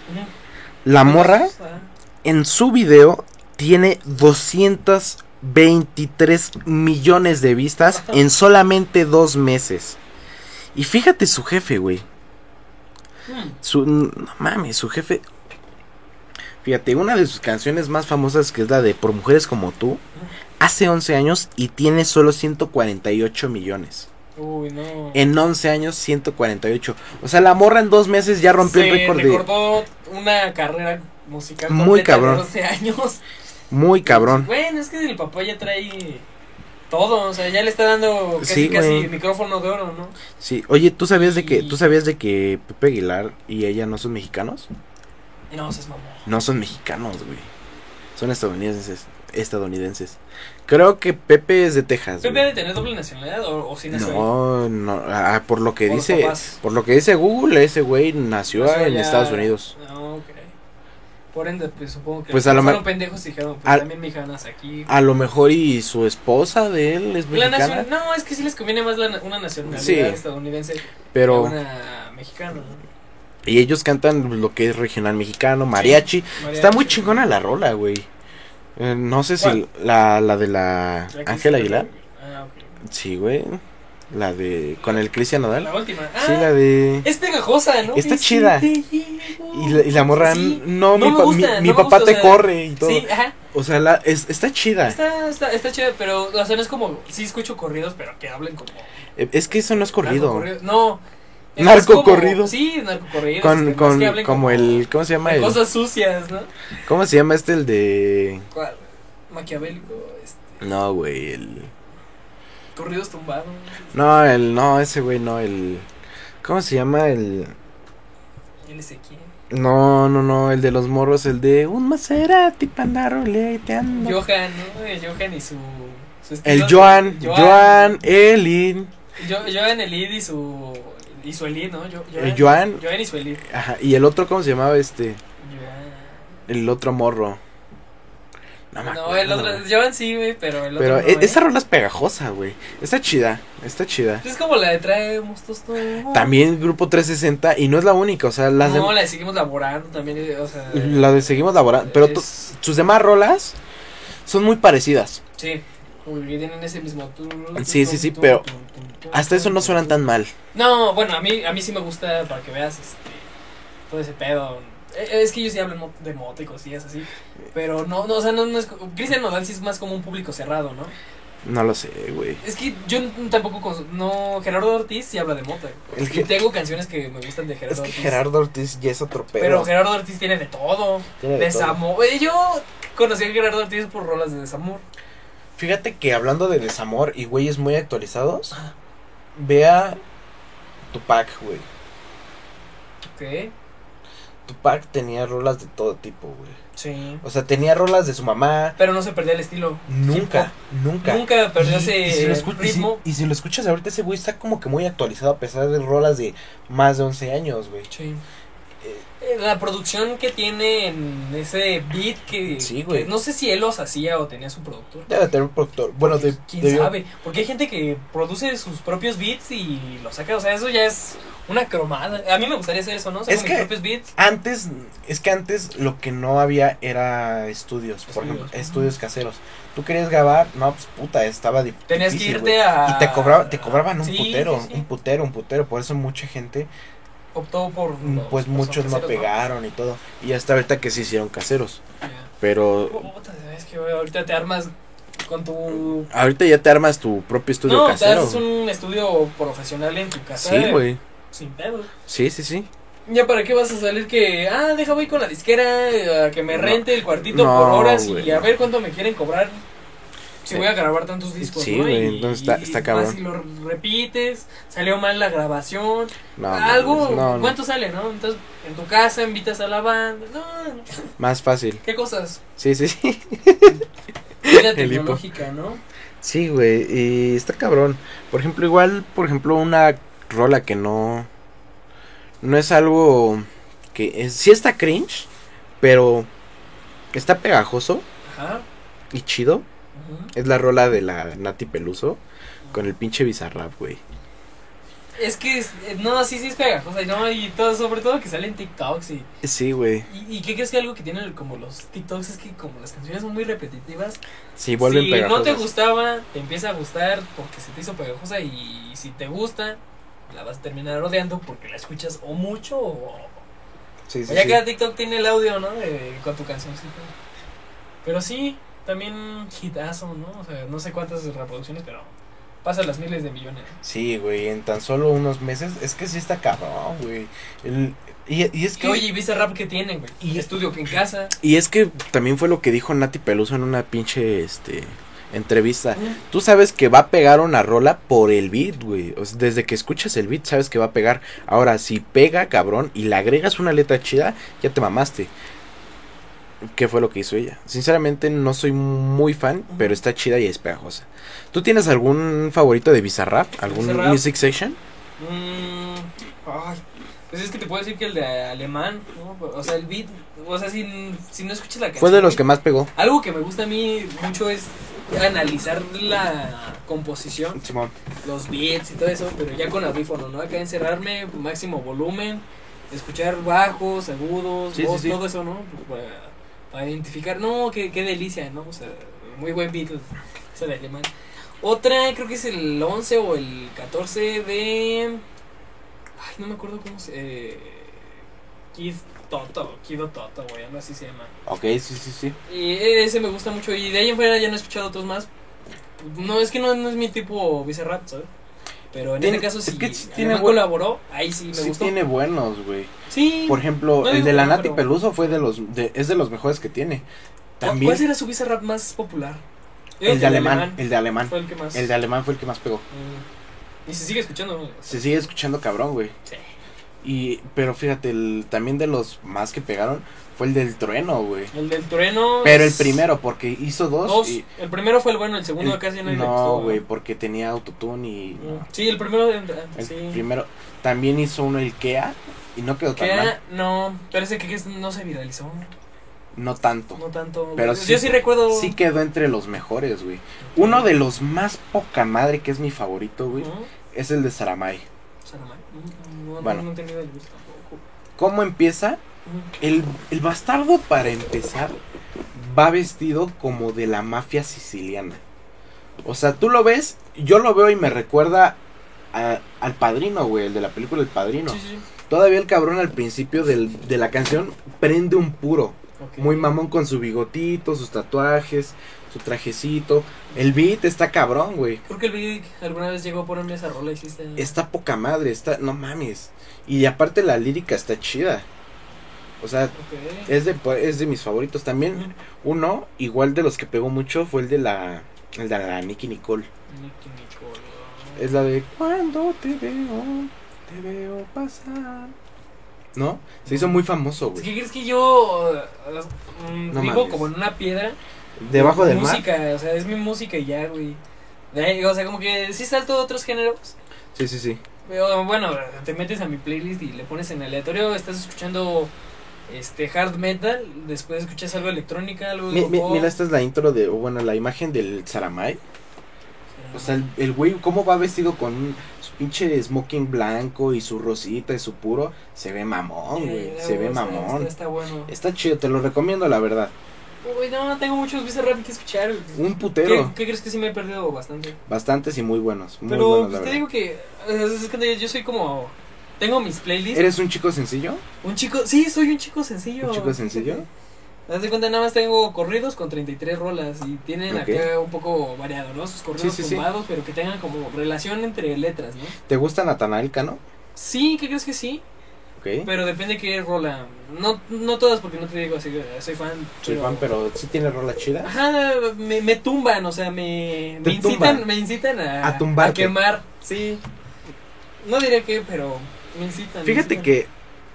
[SPEAKER 1] la morra
[SPEAKER 3] Ah.
[SPEAKER 1] en su video tiene 223 millones de vistas en solamente dos meses. Y fíjate su jefe, güey.
[SPEAKER 3] Hmm.
[SPEAKER 1] Su, no mames, su jefe. Fíjate, una de sus canciones más famosas, que es la de Por Mujeres como tú, hace 11 años y tiene solo 148 millones.
[SPEAKER 3] Uy, no.
[SPEAKER 1] En 11 años, 148. O sea, la morra en dos meses ya rompió el
[SPEAKER 3] Se
[SPEAKER 1] récord de.
[SPEAKER 3] recortó una carrera musical
[SPEAKER 1] Muy
[SPEAKER 3] completa
[SPEAKER 1] cabrón.
[SPEAKER 3] de 12
[SPEAKER 1] *laughs*
[SPEAKER 3] años.
[SPEAKER 1] Muy cabrón.
[SPEAKER 3] Bueno, es que el papá ya trae todo, o sea, ya le está dando casi
[SPEAKER 1] Sí,
[SPEAKER 3] casi
[SPEAKER 1] güey.
[SPEAKER 3] micrófono de oro, ¿no?
[SPEAKER 1] Sí, oye, ¿tú sabías de que
[SPEAKER 3] Sí.
[SPEAKER 1] tú sabías de que Pepe Aguilar y ella no son mexicanos?
[SPEAKER 3] No, seas mamón.
[SPEAKER 1] No son mexicanos, güey. Son estadounidenses, estadounidenses. Creo que Pepe es de Texas.
[SPEAKER 3] ¿Pepe
[SPEAKER 1] güey.
[SPEAKER 3] ha de tener doble nacionalidad o, o sin nacionalidad?
[SPEAKER 1] No, no, ah, por lo que
[SPEAKER 3] Por los
[SPEAKER 1] dice,
[SPEAKER 3] papás.
[SPEAKER 1] por lo que dice Google, ese güey nació
[SPEAKER 3] Nació
[SPEAKER 1] en
[SPEAKER 3] allá.
[SPEAKER 1] Estados Unidos.
[SPEAKER 3] No, Ah, ok. Por ende, pues supongo que
[SPEAKER 1] Pues a lo
[SPEAKER 3] fueron
[SPEAKER 1] ma-
[SPEAKER 3] pendejos y dijeron, pues
[SPEAKER 1] al- ¿Ah,
[SPEAKER 3] también mi nace aquí.
[SPEAKER 1] A lo mejor y su esposa de él es
[SPEAKER 3] La
[SPEAKER 1] mexicana,
[SPEAKER 3] nacion- No, es que sí les conviene más la na- una nacionalidad
[SPEAKER 1] Sí.
[SPEAKER 3] estadounidense
[SPEAKER 1] pero
[SPEAKER 3] que una mexicana. ¿no?
[SPEAKER 1] y ellos cantan lo que es regional mexicano, mariachi. Está muy
[SPEAKER 3] Mariachi.
[SPEAKER 1] chingona la rola, güey. Eh, no sé si
[SPEAKER 3] ¿Cuál?
[SPEAKER 1] la, la de la
[SPEAKER 3] La que
[SPEAKER 1] Ángela
[SPEAKER 3] hizo-
[SPEAKER 1] Aguilar.
[SPEAKER 3] Ah, ok.
[SPEAKER 1] Sí, güey. La de. Con el Cristian Nodal.
[SPEAKER 3] La última. Ah,
[SPEAKER 1] Sí, la de.
[SPEAKER 3] Es pegajosa, ¿no?
[SPEAKER 1] Está
[SPEAKER 3] Sí,
[SPEAKER 1] chida.
[SPEAKER 3] te
[SPEAKER 1] Y
[SPEAKER 3] llevo.
[SPEAKER 1] la, y la morra.
[SPEAKER 3] Sí.
[SPEAKER 1] No,
[SPEAKER 3] No
[SPEAKER 1] mi,
[SPEAKER 3] me
[SPEAKER 1] pa-
[SPEAKER 3] gusta,
[SPEAKER 1] mi-
[SPEAKER 3] no
[SPEAKER 1] mi
[SPEAKER 3] me
[SPEAKER 1] papá
[SPEAKER 3] gusta, o
[SPEAKER 1] te
[SPEAKER 3] sea,
[SPEAKER 1] corre y todo. Ah.
[SPEAKER 3] Sí, ajá.
[SPEAKER 1] O sea, la, es- está chida.
[SPEAKER 3] Está, está, está chida, pero, o sea, no es como. Sí, escucho corridos, pero que hablen como.
[SPEAKER 1] Eh, Es que eso no es corrido.
[SPEAKER 3] narcocorrido. No. es
[SPEAKER 1] Narcocorrido.
[SPEAKER 3] como- Sí, este, narcocorrido.
[SPEAKER 1] Con, con- como, el. ¿Cómo se llama el.?
[SPEAKER 3] Cosas sucias, ¿no?
[SPEAKER 1] ¿Cómo se llama este el de.?
[SPEAKER 3] ¿Cuál? Maquiavélico, este,
[SPEAKER 1] No, güey. El,
[SPEAKER 3] corridos tumbados.
[SPEAKER 1] no, el. No, ese güey, no. El. ¿Cómo se llama el.?
[SPEAKER 3] El Ezequiel.
[SPEAKER 1] No, no, no. El de los morros. El de. Un Maserati para andar roleteando.
[SPEAKER 3] Johan, ¿no? Eh, Johan y su. su
[SPEAKER 1] El
[SPEAKER 3] estilo de-
[SPEAKER 1] Joan, Joan, Elin,
[SPEAKER 3] Yo, Joan Elid y su. Y su Elid, ¿no? Yo,
[SPEAKER 1] Eh, Joan.
[SPEAKER 3] Joan y su Elid.
[SPEAKER 1] ajá, y el otro, ¿cómo se llamaba este?
[SPEAKER 3] Joan.
[SPEAKER 1] El otro morro. No, me
[SPEAKER 3] No,
[SPEAKER 1] acuerdo,
[SPEAKER 3] el otro.
[SPEAKER 1] güey.
[SPEAKER 3] Joan sí, güey, pero el otro.
[SPEAKER 1] Pero
[SPEAKER 3] no,
[SPEAKER 1] e-
[SPEAKER 3] ¿eh?
[SPEAKER 1] esa rola es pegajosa, güey. Está chida, está chida.
[SPEAKER 3] Es como la de traemos todos.
[SPEAKER 1] También Grupo 360, y no es la única, o sea, las
[SPEAKER 3] No,
[SPEAKER 1] de,
[SPEAKER 3] la de seguimos laborando también. eh, O sea.
[SPEAKER 1] la de Seguimos Laborando. Pero to-
[SPEAKER 3] es-
[SPEAKER 1] sus demás rolas son muy parecidas.
[SPEAKER 3] Sí. Como que tienen ese mismo. tu- tu-
[SPEAKER 1] Sí,
[SPEAKER 3] tu-
[SPEAKER 1] sí, sí,
[SPEAKER 3] tu-
[SPEAKER 1] pero
[SPEAKER 3] tu- tu- tu-
[SPEAKER 1] Hasta eso no suenan tan mal.
[SPEAKER 3] No, bueno, a mí, a mí sí me gusta para que veas este, todo ese pedo. Eh, Es que ellos sí hablan mo- de moto y cosillas así. Pero no, no o sea, no, no es. co- Cristian Nodal sí es más como un público cerrado, ¿no?
[SPEAKER 1] No lo sé, güey.
[SPEAKER 3] Es que yo n- tampoco. cons- No, Gerardo Ortiz sí habla de moto.
[SPEAKER 1] Es
[SPEAKER 3] Y
[SPEAKER 1] que,
[SPEAKER 3] tengo canciones que me gustan de Gerardo
[SPEAKER 1] es que
[SPEAKER 3] Ortiz.
[SPEAKER 1] Gerardo Ortiz ya es otro
[SPEAKER 3] pero,
[SPEAKER 1] pedo.
[SPEAKER 3] Gerardo Ortiz tiene de todo.
[SPEAKER 1] Tiene de todo.
[SPEAKER 3] Desamor. Eh, Yo conocí a Gerardo Ortiz por rolas de desamor.
[SPEAKER 1] Fíjate que hablando de desamor y güeyes muy actualizados,
[SPEAKER 3] Ah.
[SPEAKER 1] vea Tupac, güey.
[SPEAKER 3] Ok.
[SPEAKER 1] Tupac tenía rolas de todo tipo, güey.
[SPEAKER 3] Sí.
[SPEAKER 1] O sea, tenía rolas de su mamá.
[SPEAKER 3] Pero no se perdió el estilo.
[SPEAKER 1] Nunca, nunca.
[SPEAKER 3] Nunca perdió
[SPEAKER 1] Y-
[SPEAKER 3] ese
[SPEAKER 1] y si lo escu- y si-
[SPEAKER 3] ritmo.
[SPEAKER 1] Y si, lo escuchas ahorita, ese güey está como que muy actualizado a pesar de rolas de más de 11 años, güey.
[SPEAKER 3] Sí. Eh, La producción que tiene en ese beat que,
[SPEAKER 1] Sí, güey.
[SPEAKER 3] que no sé si él los hacía o tenía su productor.
[SPEAKER 1] Debe tener un productor. Bueno, de,
[SPEAKER 3] quién
[SPEAKER 1] debió-
[SPEAKER 3] sabe, porque hay gente que produce sus propios beats y los saca, o sea, eso ya es una cromada. A mí me gustaría hacer eso, ¿no? Saco
[SPEAKER 1] Es
[SPEAKER 3] mis
[SPEAKER 1] que-
[SPEAKER 3] propios beats.
[SPEAKER 1] Antes, es que antes lo que no había era estudios, por
[SPEAKER 3] Estudios.
[SPEAKER 1] ejemplo, estudios caseros. Tú querías grabar, no, pues puta, estaba dif-
[SPEAKER 3] Tenías que
[SPEAKER 1] difícil,
[SPEAKER 3] irte
[SPEAKER 1] güey.
[SPEAKER 3] a
[SPEAKER 1] Y te, cobraba, te cobraban un
[SPEAKER 3] Sí,
[SPEAKER 1] putero,
[SPEAKER 3] sí, sí.
[SPEAKER 1] un putero, un putero. Por eso mucha gente,
[SPEAKER 3] Optó por los-
[SPEAKER 1] pues
[SPEAKER 3] los
[SPEAKER 1] muchos no
[SPEAKER 3] caseros,
[SPEAKER 1] pegaron y todo. Y hasta ahorita que se hicieron caseros.
[SPEAKER 3] Ya.
[SPEAKER 1] Pero
[SPEAKER 3] Puta, es que güey, ahorita te armas con tu
[SPEAKER 1] ahorita ya te armas tu propio estudio
[SPEAKER 3] No, te
[SPEAKER 1] casero.
[SPEAKER 3] haces un estudio profesional en tu casa.
[SPEAKER 1] Sí, güey.
[SPEAKER 3] Sin pedo.
[SPEAKER 1] Sí, sí, sí.
[SPEAKER 3] ¿Ya para qué vas a salir que, ah, deja voy con la disquera eh, a que me
[SPEAKER 1] No.
[SPEAKER 3] rente el cuartito
[SPEAKER 1] No,
[SPEAKER 3] por horas
[SPEAKER 1] güey,
[SPEAKER 3] y a
[SPEAKER 1] no.
[SPEAKER 3] ver cuánto me quieren cobrar si
[SPEAKER 1] Sí.
[SPEAKER 3] voy a grabar tantos discos?
[SPEAKER 1] Sí,
[SPEAKER 3] ¿no?
[SPEAKER 1] güey,
[SPEAKER 3] Y-
[SPEAKER 1] entonces está- está
[SPEAKER 3] y
[SPEAKER 1] cabrón.
[SPEAKER 3] más si lo repites, salió mal la grabación,
[SPEAKER 1] No,
[SPEAKER 3] algo,
[SPEAKER 1] no, no, no.
[SPEAKER 3] ¿cuánto sale, no? Entonces, en tu casa invitas a la banda, no,
[SPEAKER 1] Más fácil. *laughs*
[SPEAKER 3] qué cosas.
[SPEAKER 1] Sí, sí, sí.
[SPEAKER 3] Vida
[SPEAKER 1] El hipo.
[SPEAKER 3] tecnológica, ¿no?
[SPEAKER 1] Sí, güey. Y está cabrón. Por ejemplo, igual, por ejemplo, una rola que no. No es algo que. es- sí está cringe, pero. Está pegajoso.
[SPEAKER 3] Ajá.
[SPEAKER 1] y chido
[SPEAKER 3] Ujú.
[SPEAKER 1] es la rola de la Nati Peluso con el pinche Bizarrap, güey.
[SPEAKER 3] Es que, es- eh, no, sí, sí es pegajosa. Y, no, y todo, sobre todo que salen TikToks. Y,
[SPEAKER 1] Sí, güey.
[SPEAKER 3] y, y qué crees que algo que tienen como los TikToks es que, como las canciones son muy repetitivas,
[SPEAKER 1] Sí, vuelven
[SPEAKER 3] si
[SPEAKER 1] pegajosas.
[SPEAKER 3] no te gustaba, te empieza a gustar porque se te hizo pegajosa y si te gusta, la vas a terminar odiando porque la escuchas o mucho o...
[SPEAKER 1] Sí, sí,
[SPEAKER 3] o ya
[SPEAKER 1] sí.
[SPEAKER 3] que TikTok tiene el audio, ¿no? De- con tu cancioncita. Pero sí, también hitazo, ¿no? O sea, no sé cuántas reproducciones, pero pasa las miles de millones.
[SPEAKER 1] Sí, güey, en tan solo unos meses. Es que sí está cabrón, güey. El- Y, y es que.
[SPEAKER 3] Oye, y viste rap que tienen, güey.
[SPEAKER 1] Y-
[SPEAKER 3] Y estudio que en casa.
[SPEAKER 1] Y es que también fue lo que dijo Nati Peluso en una pinche este entrevista. Tú sabes que va a pegar una rola por el beat, güey. O sea, desde que escuchas el beat sabes que va a pegar. Ahora, si pega, cabrón, y le agregas una letra chida, ya te mamaste. ¿Qué fue lo que hizo ella? Sinceramente no soy muy fan, pero está chida y es pegajosa. ¿Tú tienes algún favorito de Bizarrap? ¿Algún
[SPEAKER 3] Bizarrap.
[SPEAKER 1] Music Section?
[SPEAKER 3] Mm, ay, pues es que te puedo decir que el de alemán, ¿no? O sea, el beat, o sea, si, si no escuchas la canción...
[SPEAKER 1] Fue de los
[SPEAKER 3] güey,
[SPEAKER 1] que más pegó.
[SPEAKER 3] Algo que me gusta a mí mucho es analizar la composición,
[SPEAKER 1] Simón.
[SPEAKER 3] los beats y todo eso, pero ya con audífono, ¿no? Acá encerrarme, máximo volumen, escuchar bajos, agudos,
[SPEAKER 1] Sí, sí,
[SPEAKER 3] voz,
[SPEAKER 1] sí.
[SPEAKER 3] todo eso, ¿no? Para, para identificar, no, qué, qué delicia, ¿no? O sea, muy buen beat, ese de alemán. Otra, creo que es el 11 o el 14 de... Ay, no me acuerdo cómo se... Eh, Kid Toto, Kido Toto, güey, algo así se llama.
[SPEAKER 1] Ok, sí, sí, sí.
[SPEAKER 3] Y ese me gusta mucho. Y de ahí en fuera ya no he escuchado otros más. No, es que no, no es mi tipo Bizarrap, ¿sabes? Pero en
[SPEAKER 1] Tiene-
[SPEAKER 3] este caso,
[SPEAKER 1] es
[SPEAKER 3] si
[SPEAKER 1] que sí tiene
[SPEAKER 3] tiene
[SPEAKER 1] buen-
[SPEAKER 3] colaboró, ahí sí me
[SPEAKER 1] Sí
[SPEAKER 3] gustó.
[SPEAKER 1] tiene buenos, güey.
[SPEAKER 3] Sí.
[SPEAKER 1] Por ejemplo,
[SPEAKER 3] No
[SPEAKER 1] el
[SPEAKER 3] digo
[SPEAKER 1] de
[SPEAKER 3] que
[SPEAKER 1] la
[SPEAKER 3] no,
[SPEAKER 1] Nati
[SPEAKER 3] pero-
[SPEAKER 1] Peluso fue de los de- es de los mejores que tiene.
[SPEAKER 3] ¿Cu-
[SPEAKER 1] También
[SPEAKER 3] ¿Cuál será su Bizarrap más popular? Yo creo que
[SPEAKER 1] el de alemán, el de alemán.
[SPEAKER 3] Fue el que más.
[SPEAKER 1] El de alemán fue el que más pegó.
[SPEAKER 3] Mm. Y se sigue escuchando. ¿no?
[SPEAKER 1] Se sigue escuchando cabrón, güey.
[SPEAKER 3] Sí.
[SPEAKER 1] Y pero fíjate, el, también de los más que pegaron fue el del trueno, güey.
[SPEAKER 3] El del trueno.
[SPEAKER 1] Pero el
[SPEAKER 3] es
[SPEAKER 1] primero porque hizo dos,
[SPEAKER 3] Dos.
[SPEAKER 1] y
[SPEAKER 3] El primero fue el bueno, el segundo
[SPEAKER 1] el-
[SPEAKER 3] casi no le gustó, Mm.
[SPEAKER 1] No, güey, porque tenía autotune y no.
[SPEAKER 3] Sí, el primero. de-
[SPEAKER 1] El
[SPEAKER 3] sí.
[SPEAKER 1] primero también hizo uno el Kea y no quedó
[SPEAKER 3] Que
[SPEAKER 1] tan
[SPEAKER 3] era-
[SPEAKER 1] mal,
[SPEAKER 3] no, parece que es- no se viralizó.
[SPEAKER 1] no tanto.
[SPEAKER 3] No tanto.
[SPEAKER 1] Pero
[SPEAKER 3] Yo
[SPEAKER 1] sí-
[SPEAKER 3] sí recuerdo.
[SPEAKER 1] Sí quedó entre los mejores, güey. Uno de los más poca madre que es mi favorito, güey,
[SPEAKER 3] Ujú.
[SPEAKER 1] es el de Saramay.
[SPEAKER 3] Salamay. No, no,
[SPEAKER 1] Bueno.
[SPEAKER 3] no he tenido el gusto tampoco.
[SPEAKER 1] ¿Cómo empieza? El, el bastardo, para empezar, va vestido como de la mafia siciliana. O sea, tú lo ves, yo lo veo y me recuerda a- al padrino, güey, el de la película El Padrino.
[SPEAKER 3] Sí, sí.
[SPEAKER 1] Todavía el cabrón al principio del- de la canción prende un puro.
[SPEAKER 3] Ok.
[SPEAKER 1] Muy mamón con su bigotito, sus tatuajes, su trajecito. El beat está cabrón, güey.
[SPEAKER 3] Creo que el Big alguna vez llegó a ponerme esa rola y hiciste.
[SPEAKER 1] está poca madre, está, no mames. Y aparte la lírica está chida. O sea,
[SPEAKER 3] Ok.
[SPEAKER 1] es de, es de mis favoritos también.
[SPEAKER 3] Ujú.
[SPEAKER 1] Uno, igual de los que pegó mucho, fue el de la, el de la Nicky Nicole.
[SPEAKER 3] Nicky Nicole.
[SPEAKER 1] Es la de Cuando te veo, te veo pasar. ¿No? Se hizo muy famoso,
[SPEAKER 3] Es
[SPEAKER 1] güey.
[SPEAKER 3] que crees que yo eh, mm,
[SPEAKER 1] No
[SPEAKER 3] vivo
[SPEAKER 1] mames.
[SPEAKER 3] como en una piedra?
[SPEAKER 1] Debajo del mar.
[SPEAKER 3] música, o sea, es mi música y ya, güey. De ahí, O sea, como que sí salto de otros géneros.
[SPEAKER 1] Sí, sí, sí.
[SPEAKER 3] Pero, bueno, te metes a mi playlist y le pones en aleatorio, estás escuchando este hard metal, después escuchas algo de electrónica, algo de
[SPEAKER 1] Mi- mi-
[SPEAKER 3] pop.
[SPEAKER 1] mira, esta es la intro de, o bueno, la imagen del Saramay. O sea, el- el güey, ¿cómo va vestido con un- su pinche smoking blanco y su rosita y su puro? Se ve mamón, güey.
[SPEAKER 3] Eh,
[SPEAKER 1] Se ve
[SPEAKER 3] está-
[SPEAKER 1] mamón.
[SPEAKER 3] Está, está bueno.
[SPEAKER 1] Está chido, te lo recomiendo, la verdad.
[SPEAKER 3] Uy, no, tengo muchos Bizarrap que escuchar.
[SPEAKER 1] Un
[SPEAKER 3] ¿Qué,
[SPEAKER 1] putero.
[SPEAKER 3] ¿Qué crees que sí me he perdido bastante?
[SPEAKER 1] Bastantes y muy buenos. Muy
[SPEAKER 3] Pero
[SPEAKER 1] buenos, la
[SPEAKER 3] pues, te
[SPEAKER 1] verdad.
[SPEAKER 3] digo que eh, es que te- yo soy como tengo mis playlists.
[SPEAKER 1] ¿Eres un chico sencillo?
[SPEAKER 3] Un chico, sí, soy un chico sencillo.
[SPEAKER 1] ¿Un chico sencillo?
[SPEAKER 3] Haz de cuenta nada más tengo corridos con 33 rolas y tienen
[SPEAKER 1] Ok.
[SPEAKER 3] acá un poco variado, ¿no? Sus corridos
[SPEAKER 1] Sí, sí, sí.
[SPEAKER 3] tumbados, pero que tengan como relación entre letras, ¿no?
[SPEAKER 1] ¿Te gusta Natanael Cano?
[SPEAKER 3] Sí, ¿qué crees que sí?
[SPEAKER 1] Ok.
[SPEAKER 3] Pero depende qué rola. No, no todas porque no te digo así, eh, soy fan.
[SPEAKER 1] Soy
[SPEAKER 3] pero-
[SPEAKER 1] fan, pero sí tiene rola chida.
[SPEAKER 3] Ajá, me, me tumban, o sea, me,
[SPEAKER 1] Te
[SPEAKER 3] me incitan,
[SPEAKER 1] tumban.
[SPEAKER 3] me incitan a,
[SPEAKER 1] A tumbarte.
[SPEAKER 3] quemar, sí. No diré qué, pero me incitan. me
[SPEAKER 1] Fíjate
[SPEAKER 3] incitan.
[SPEAKER 1] que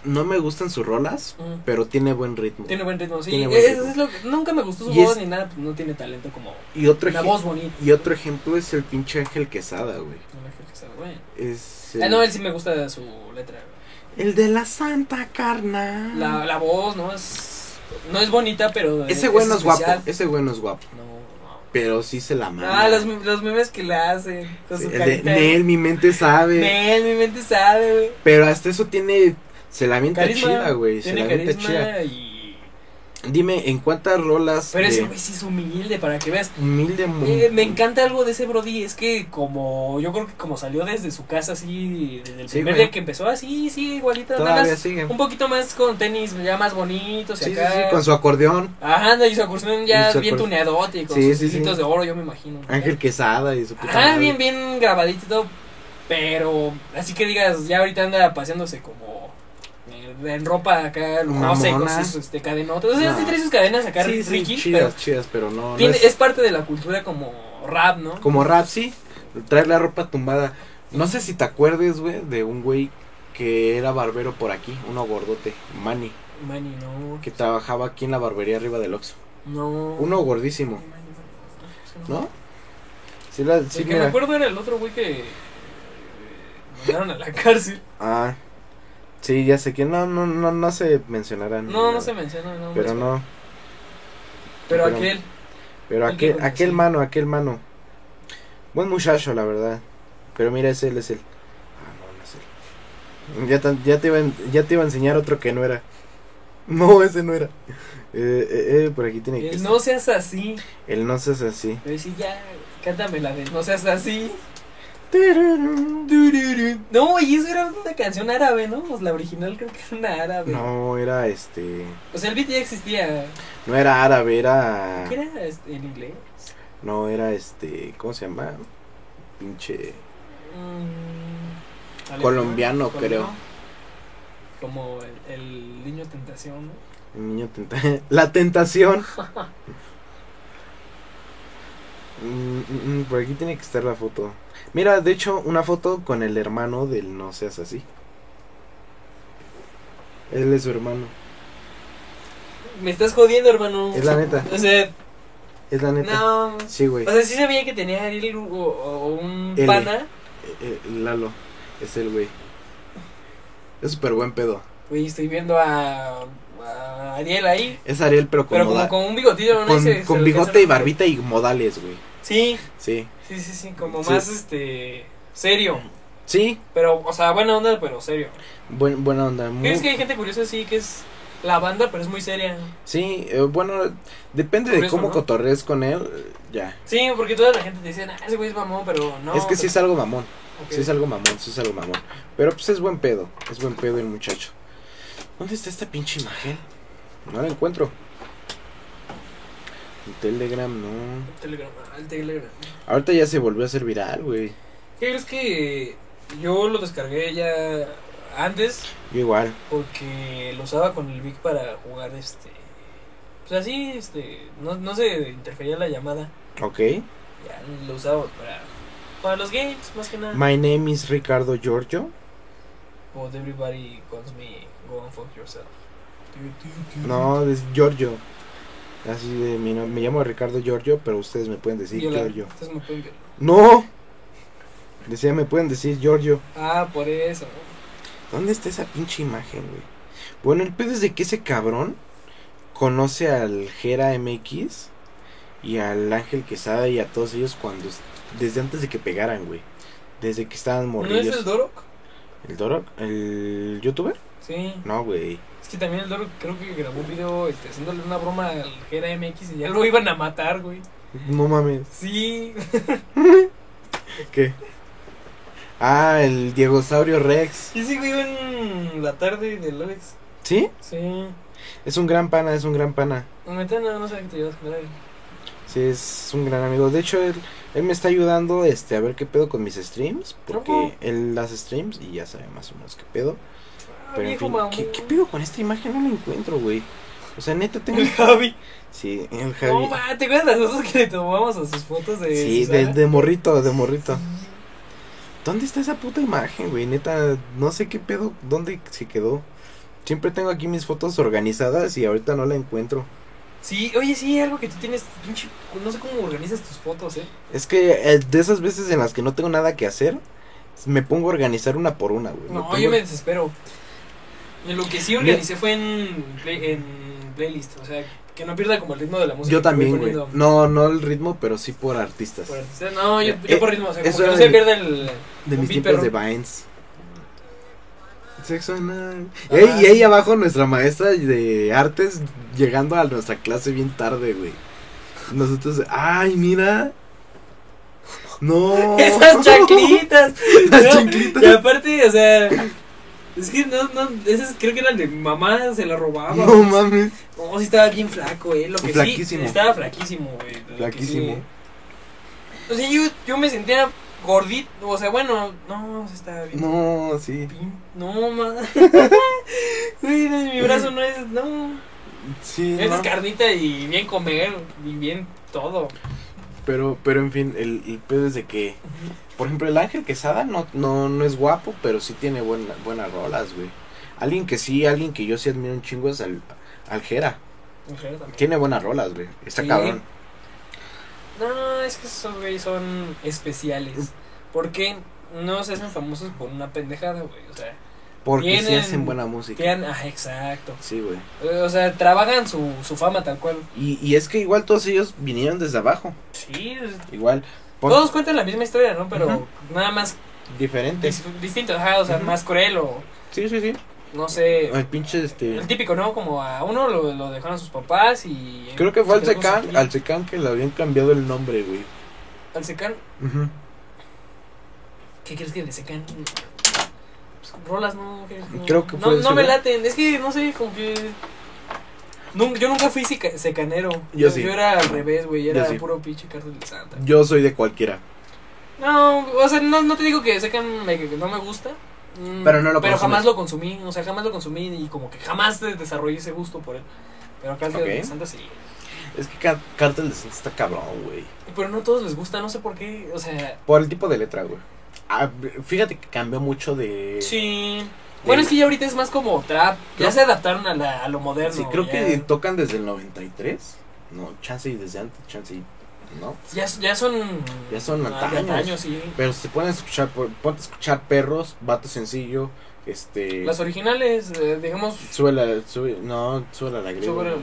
[SPEAKER 1] no me gustan sus rolas,
[SPEAKER 3] Mm.
[SPEAKER 1] pero tiene buen ritmo.
[SPEAKER 3] Tiene buen ritmo, sí.
[SPEAKER 1] Tiene buen
[SPEAKER 3] es-
[SPEAKER 1] ritmo.
[SPEAKER 3] es lo que- nunca me gustó su
[SPEAKER 1] Y
[SPEAKER 3] voz
[SPEAKER 1] es-
[SPEAKER 3] ni nada, pues, no tiene talento como
[SPEAKER 1] Y otro,
[SPEAKER 3] la
[SPEAKER 1] ejem-
[SPEAKER 3] voz bonita.
[SPEAKER 1] y otro ejemplo es el pinche Ángel Quesada, güey.
[SPEAKER 3] No me creo que sea bueno.
[SPEAKER 1] Es
[SPEAKER 3] Ah, no, él sí me gusta su letra. güey.
[SPEAKER 1] el de la Santa Carna.
[SPEAKER 3] La, la voz, ¿no? Es, no es bonita, pero.
[SPEAKER 1] Ah. Ese güey no es guapo,
[SPEAKER 3] especial.
[SPEAKER 1] ese güey no es guapo.
[SPEAKER 3] No,
[SPEAKER 1] Pero sí se la manda.
[SPEAKER 3] Ah, los, los memes que la hacen. Con
[SPEAKER 1] Sí,
[SPEAKER 3] su
[SPEAKER 1] el de,
[SPEAKER 3] carita.
[SPEAKER 1] Nel, mi mente sabe.
[SPEAKER 3] Nel, mi mente sabe, güey.
[SPEAKER 1] Pero hasta eso tiene. Se la avienta
[SPEAKER 3] Carisma.
[SPEAKER 1] chida, güey. Se la
[SPEAKER 3] Tiene
[SPEAKER 1] avienta
[SPEAKER 3] carisma
[SPEAKER 1] chida.
[SPEAKER 3] y...
[SPEAKER 1] Dime, ¿en cuántas rolas.
[SPEAKER 3] Pero
[SPEAKER 1] de
[SPEAKER 3] ese güey sí es humilde, para que veas.
[SPEAKER 1] Humilde mu-
[SPEAKER 3] Eh, me encanta algo de ese Brody, es que como yo creo que como salió desde su casa así, desde el
[SPEAKER 1] Sí,
[SPEAKER 3] primer
[SPEAKER 1] güey.
[SPEAKER 3] día que empezó así, sí, igualita, nada
[SPEAKER 1] Todavía
[SPEAKER 3] más,
[SPEAKER 1] sigue.
[SPEAKER 3] un poquito más con tenis ya más bonitos y
[SPEAKER 1] Sí, sí,
[SPEAKER 3] acá.
[SPEAKER 1] sí, con su acordeón.
[SPEAKER 3] Ajá, anda, y su acordeón ya
[SPEAKER 1] Y su
[SPEAKER 3] bien
[SPEAKER 1] acordeón.
[SPEAKER 3] tuneadote y con
[SPEAKER 1] Sí,
[SPEAKER 3] sus
[SPEAKER 1] sí, sí.
[SPEAKER 3] hilitos de oro, yo me imagino.
[SPEAKER 1] Ángel Quesada y su puta.
[SPEAKER 3] Ajá,
[SPEAKER 1] madre.
[SPEAKER 3] Ah, bien, bien grabadito y todo, pero así que digas, ya ahorita anda paseándose como eh, en ropa acá, no sé, con
[SPEAKER 1] Mamona.
[SPEAKER 3] sus este, cadenotas, o sea,
[SPEAKER 1] No.
[SPEAKER 3] sí trae sus cadenas acá,
[SPEAKER 1] Sí, sí,
[SPEAKER 3] Ricky, pero
[SPEAKER 1] chidas, chidas, pero no. no
[SPEAKER 3] tiene- este
[SPEAKER 1] es-
[SPEAKER 3] es parte de la cultura como rap, ¿no?
[SPEAKER 1] Como rap, sí. Trae la ropa tumbada. No sé si te acuerdes, güey, de un güey que era barbero por aquí, uno gordote, Manny,
[SPEAKER 3] Manny, no.
[SPEAKER 1] que trabajaba aquí en la barbería arriba del Oxxo.
[SPEAKER 3] No.
[SPEAKER 1] Uno gordísimo,
[SPEAKER 3] Manny, Manny, Manny,
[SPEAKER 1] ¿no? Sí, la, sí,
[SPEAKER 3] el que
[SPEAKER 1] mira.
[SPEAKER 3] me acuerdo era el otro güey que eh, mandaron a la
[SPEAKER 1] *laughs*
[SPEAKER 3] cárcel.
[SPEAKER 1] Ah, sí, ya sé que no, no, no, no se mencionará. ni
[SPEAKER 3] No, no
[SPEAKER 1] nada.
[SPEAKER 3] se menciona, no.
[SPEAKER 1] Pero
[SPEAKER 3] me-
[SPEAKER 1] no,
[SPEAKER 3] Pero
[SPEAKER 1] pero-
[SPEAKER 3] aquel.
[SPEAKER 1] pero
[SPEAKER 3] El que
[SPEAKER 1] aquel,
[SPEAKER 3] conocí.
[SPEAKER 1] aquel mano, aquel mano. Buen muchacho, la verdad. Pero mira, es él, es él. Ah, no, no es él. Ya, tan- ya, te, iba, en- ya te iba a enseñar otro que no era. *laughs* No, ese no era. Eh, eh, eh, por aquí tiene que
[SPEAKER 3] El
[SPEAKER 1] estar.
[SPEAKER 3] no seas así.
[SPEAKER 1] El no seas así.
[SPEAKER 3] Pero sí, ya, cántame la de no seas así.
[SPEAKER 1] Tururú.
[SPEAKER 3] No, y eso era una canción árabe, ¿no? Pues la original creo que era una árabe.
[SPEAKER 1] No, era este.
[SPEAKER 3] O sea, el beat ya existía.
[SPEAKER 1] No era árabe, era.
[SPEAKER 3] ¿Qué era este, en inglés?
[SPEAKER 1] No, era este. ¿Cómo se llama? Pinche.
[SPEAKER 3] Mm, alemán,
[SPEAKER 1] Colombiano,
[SPEAKER 3] colombiano.
[SPEAKER 1] creo.
[SPEAKER 3] Como el, el niño tentación, ¿no?
[SPEAKER 1] El niño tenta *laughs* La
[SPEAKER 3] *laughs*
[SPEAKER 1] tentación. Mm, mm, mm, por aquí tiene que estar la foto. Mira, de hecho, una foto con el hermano del No seas así. Él es su hermano.
[SPEAKER 3] Me estás jodiendo, hermano.
[SPEAKER 1] Es la neta,
[SPEAKER 3] O sea,
[SPEAKER 1] es la neta.
[SPEAKER 3] no.
[SPEAKER 1] Sí, güey. Eh,
[SPEAKER 3] O sea, sí sabía que tenía a Ariel o, o un
[SPEAKER 1] L.
[SPEAKER 3] pana.
[SPEAKER 1] Eh, eh, Lalo, es el güey. Es súper buen pedo.
[SPEAKER 3] Güey, estoy viendo a, a Ariel ahí.
[SPEAKER 1] Es Ariel, pero con
[SPEAKER 3] Pero como
[SPEAKER 1] moda-
[SPEAKER 3] con un bigotillo, ¿no?
[SPEAKER 1] con-
[SPEAKER 3] Ese- se
[SPEAKER 1] con
[SPEAKER 3] lo
[SPEAKER 1] bigote y
[SPEAKER 3] alcanza a-
[SPEAKER 1] barbita y modales, güey.
[SPEAKER 3] Sí,
[SPEAKER 1] Sí.
[SPEAKER 3] sí, sí, sí. Como
[SPEAKER 1] Sí.
[SPEAKER 3] más, este, serio.
[SPEAKER 1] Sí,
[SPEAKER 3] Pero, o sea, buena onda, pero serio.
[SPEAKER 1] buen- buena onda. muy-
[SPEAKER 3] ¿Crees que hay gente curiosa así que es la banda, pero es muy seria?
[SPEAKER 1] Sí, eh, bueno, depende
[SPEAKER 3] Por
[SPEAKER 1] de
[SPEAKER 3] eso,
[SPEAKER 1] cómo
[SPEAKER 3] ¿no?
[SPEAKER 1] cotorrees con él, eh, ya.
[SPEAKER 3] Sí, porque toda la gente te dice, ah, ese güey es mamón, pero no.
[SPEAKER 1] es que sí es algo mamón,
[SPEAKER 3] Ok.
[SPEAKER 1] sí es algo mamón, sí es algo mamón. Pero pues es buen pedo, es buen pedo el muchacho. ¿Dónde está esta pinche imagen? No la encuentro. En Telegram, no.
[SPEAKER 3] Telegram, al Telegram.
[SPEAKER 1] Ahorita ya se volvió a hacer viral, güey.
[SPEAKER 3] ¿Qué crees que yo lo descargué ya antes?
[SPEAKER 1] Yo igual.
[SPEAKER 3] Porque lo usaba con el Vic para jugar este. Pues así, este. No, no se interfería la llamada.
[SPEAKER 1] Ok.
[SPEAKER 3] Ya lo usaba para. Para los games, más que nada.
[SPEAKER 1] My name is Ricardo Giorgio.
[SPEAKER 3] But everybody calls me go and fuck yourself.
[SPEAKER 1] No, es Giorgio. Así de mi nom- Me llamo Ricardo Giorgio, pero ustedes me pueden decir
[SPEAKER 3] Viola.
[SPEAKER 1] Giorgio.
[SPEAKER 3] Entonces me pueden ver.
[SPEAKER 1] ¡No! Decía, me pueden decir Giorgio.
[SPEAKER 3] Ah, por eso.
[SPEAKER 1] ¿Dónde está esa pinche imagen, güey? Bueno, el pedo es de que ese cabrón conoce al Gera MX y al Ángel Quesada y a todos ellos cuando es- desde antes de que pegaran, güey. Desde que estaban
[SPEAKER 3] ¿No es el
[SPEAKER 1] morrillos.
[SPEAKER 3] Dorok?
[SPEAKER 1] ¿El Doro? ¿El youtuber?
[SPEAKER 3] Sí.
[SPEAKER 1] No, güey.
[SPEAKER 3] Es que también el Dorok creo que grabó un video este, haciéndole una broma al Gera MX y ya lo iban a matar, güey.
[SPEAKER 1] No mames.
[SPEAKER 3] Sí. *laughs*
[SPEAKER 1] ¿Qué? Ah, el Diegosaurio Rex.
[SPEAKER 3] Y sí, güey, iba en la tarde del Alex.
[SPEAKER 1] ¿Sí?
[SPEAKER 3] Sí.
[SPEAKER 1] Es un gran pana, es un gran pana.
[SPEAKER 3] Neta, no, no sé qué te llevas con él.
[SPEAKER 1] Sí, es un gran amigo. De hecho, él, él me está ayudando este, a ver qué pedo con mis streams. Porque
[SPEAKER 3] Ujú.
[SPEAKER 1] él hace streams y ya sabe más o menos qué pedo.
[SPEAKER 3] Ah,
[SPEAKER 1] Pero en
[SPEAKER 3] viejo
[SPEAKER 1] fin,
[SPEAKER 3] mamón.
[SPEAKER 1] ¿qué, qué pedo con esta imagen? No la encuentro, güey. O sea, neta tengo.
[SPEAKER 3] *laughs* El Javi.
[SPEAKER 1] Sí, el
[SPEAKER 3] No,
[SPEAKER 1] Javi.
[SPEAKER 3] ma, ¿te acuerdas las fotos que le tomamos a sus fotos de.
[SPEAKER 1] Sí, de,
[SPEAKER 3] Susana?
[SPEAKER 1] de morrito, de morrito. ¿Dónde está esa puta imagen, güey? Neta, no sé qué pedo, dónde se quedó. Siempre tengo aquí mis fotos organizadas y ahorita no la encuentro.
[SPEAKER 3] Sí, oye, sí, algo que tú tienes, pinche, no sé cómo organizas tus fotos, eh.
[SPEAKER 1] Es que eh, de esas veces en las que no tengo nada que hacer, me pongo a organizar una por una, güey.
[SPEAKER 3] No,
[SPEAKER 1] pongo-
[SPEAKER 3] yo me desespero. En Lo que sí organicé fue en, Play- en playlist. O sea, que no pierda como el ritmo de la música.
[SPEAKER 1] Yo
[SPEAKER 3] que voy
[SPEAKER 1] también, güey.
[SPEAKER 3] poniendo
[SPEAKER 1] No, no el ritmo, pero sí por artistas.
[SPEAKER 3] por artistas. No, yo, yo
[SPEAKER 1] Eh,
[SPEAKER 3] por ritmo. O sea, como
[SPEAKER 1] eso
[SPEAKER 3] que
[SPEAKER 1] era
[SPEAKER 3] no
[SPEAKER 1] de
[SPEAKER 3] se
[SPEAKER 1] mi-
[SPEAKER 3] pierde el.
[SPEAKER 1] De
[SPEAKER 3] Un
[SPEAKER 1] mis
[SPEAKER 3] beat
[SPEAKER 1] tiempos de
[SPEAKER 3] perro.
[SPEAKER 1] Vines. Sexo anal.
[SPEAKER 3] Ah,
[SPEAKER 1] Ey, y
[SPEAKER 3] sí.
[SPEAKER 1] ahí abajo nuestra maestra de artes llegando a nuestra clase bien tarde, güey. Nosotros, ay, mira. No.
[SPEAKER 3] *laughs* Esas chanclitas.
[SPEAKER 1] Oh. *laughs* Las
[SPEAKER 3] ¿no?
[SPEAKER 1] chanclitas.
[SPEAKER 3] Y aparte, o sea. Es que no, no, esas creo que eran de mi mamá, se la robaba.
[SPEAKER 1] No mames.
[SPEAKER 3] No, sí estaba bien flaco, eh. Lo que
[SPEAKER 1] Flaquísimo.
[SPEAKER 3] sí, estaba flaquísimo, güey. lo que sí.
[SPEAKER 1] Flaquísimo.
[SPEAKER 3] O sea, yo, yo me sentía gordito. O sea, bueno, no, o sea, estaba bien.
[SPEAKER 1] No, sí.
[SPEAKER 3] pin-
[SPEAKER 1] *laughs*
[SPEAKER 3] No, ma. Güey, no, mi brazo no es. No.
[SPEAKER 1] Sí,
[SPEAKER 3] Es
[SPEAKER 1] no.
[SPEAKER 3] carnita y bien comer y bien todo.
[SPEAKER 1] Pero, pero en fin, el, el pedo es de que. Por ejemplo, el Ángel Quesada no, no, no es guapo, pero sí tiene buena, buenas rolas, güey. Alguien que sí, alguien que yo sí admiro un chingo es al, al Jera.
[SPEAKER 3] En general también.
[SPEAKER 1] Tiene buenas rolas, güey. Está
[SPEAKER 3] Sí.
[SPEAKER 1] cabrón.
[SPEAKER 3] No, es que esos güeyes son especiales. Porque no se hacen famosos por una pendejada, güey. O sea,
[SPEAKER 1] Porque sí
[SPEAKER 3] Tienen-
[SPEAKER 1] hacen buena música.
[SPEAKER 3] crean. Ah, exacto. Eh,
[SPEAKER 1] Sí, güey.
[SPEAKER 3] O sea, trabajan su, su fama tal cual.
[SPEAKER 1] Y, y es que igual todos ellos vinieron desde abajo.
[SPEAKER 3] Sí, es-
[SPEAKER 1] Igual. pon-
[SPEAKER 3] todos cuentan la misma historia, ¿no? Pero
[SPEAKER 1] Ujú.
[SPEAKER 3] nada más
[SPEAKER 1] Diferentes.
[SPEAKER 3] dis- distinto, ajá, o sea,
[SPEAKER 1] Ujú.
[SPEAKER 3] más cruel o
[SPEAKER 1] Sí, sí, sí.
[SPEAKER 3] no sé.
[SPEAKER 1] El pinche este.
[SPEAKER 3] Eh, El típico, ¿no? Como a uno lo, lo dejaron sus papás y.
[SPEAKER 1] Creo que fue al
[SPEAKER 3] se quedó con su
[SPEAKER 1] Secán,
[SPEAKER 3] tío.
[SPEAKER 1] al Secán que le habían cambiado el nombre, güey.
[SPEAKER 3] Al Secán.
[SPEAKER 1] Ujú.
[SPEAKER 3] ¿Qué crees que le secan? Pues, rolas no, que- no.
[SPEAKER 1] Creo que
[SPEAKER 3] no,
[SPEAKER 1] fue
[SPEAKER 3] no me
[SPEAKER 1] seguro.
[SPEAKER 3] laten, es que no sé, como que Nun- yo nunca fui seca- secanero.
[SPEAKER 1] Yo sí.
[SPEAKER 3] Yo era al revés, güey, era
[SPEAKER 1] Yo sí.
[SPEAKER 3] puro pinche cárcel de santa.
[SPEAKER 1] Yo soy de cualquiera.
[SPEAKER 3] No, o sea, no, no te digo que secan me- que no me gusta. mm,
[SPEAKER 1] Pero no lo
[SPEAKER 3] Pero
[SPEAKER 1] consumes.
[SPEAKER 3] jamás lo consumí, o sea, jamás lo consumí y como que jamás de- desarrollé ese gusto por él. Pero cárcel de
[SPEAKER 1] Ok.
[SPEAKER 3] santa sí.
[SPEAKER 1] Es que Car- Cártel de Santa está cabrón, güey.
[SPEAKER 3] Pero no a todos les gusta, no sé por qué, o sea,
[SPEAKER 1] Por el tipo de letra, güey. Ah, fíjate que cambió mucho de.
[SPEAKER 3] sí. Bueno, es que ya ahorita es más como trap. Ya
[SPEAKER 1] Creo-
[SPEAKER 3] se adaptaron a, la- a lo moderno.
[SPEAKER 1] Sí, creo
[SPEAKER 3] ya.
[SPEAKER 1] que tocan desde el 93. No, chance y desde antes, chance y. No.
[SPEAKER 3] Ya, ya son.
[SPEAKER 1] Ya son
[SPEAKER 3] ah, de
[SPEAKER 1] antaños.
[SPEAKER 3] sí.
[SPEAKER 1] Pero si te pones a escuchar, por- ponte a escuchar perros, vato sencillo, este.
[SPEAKER 3] Las originales, eh, digamos.
[SPEAKER 1] Suela, sube, no, suela la griega.
[SPEAKER 3] Sobre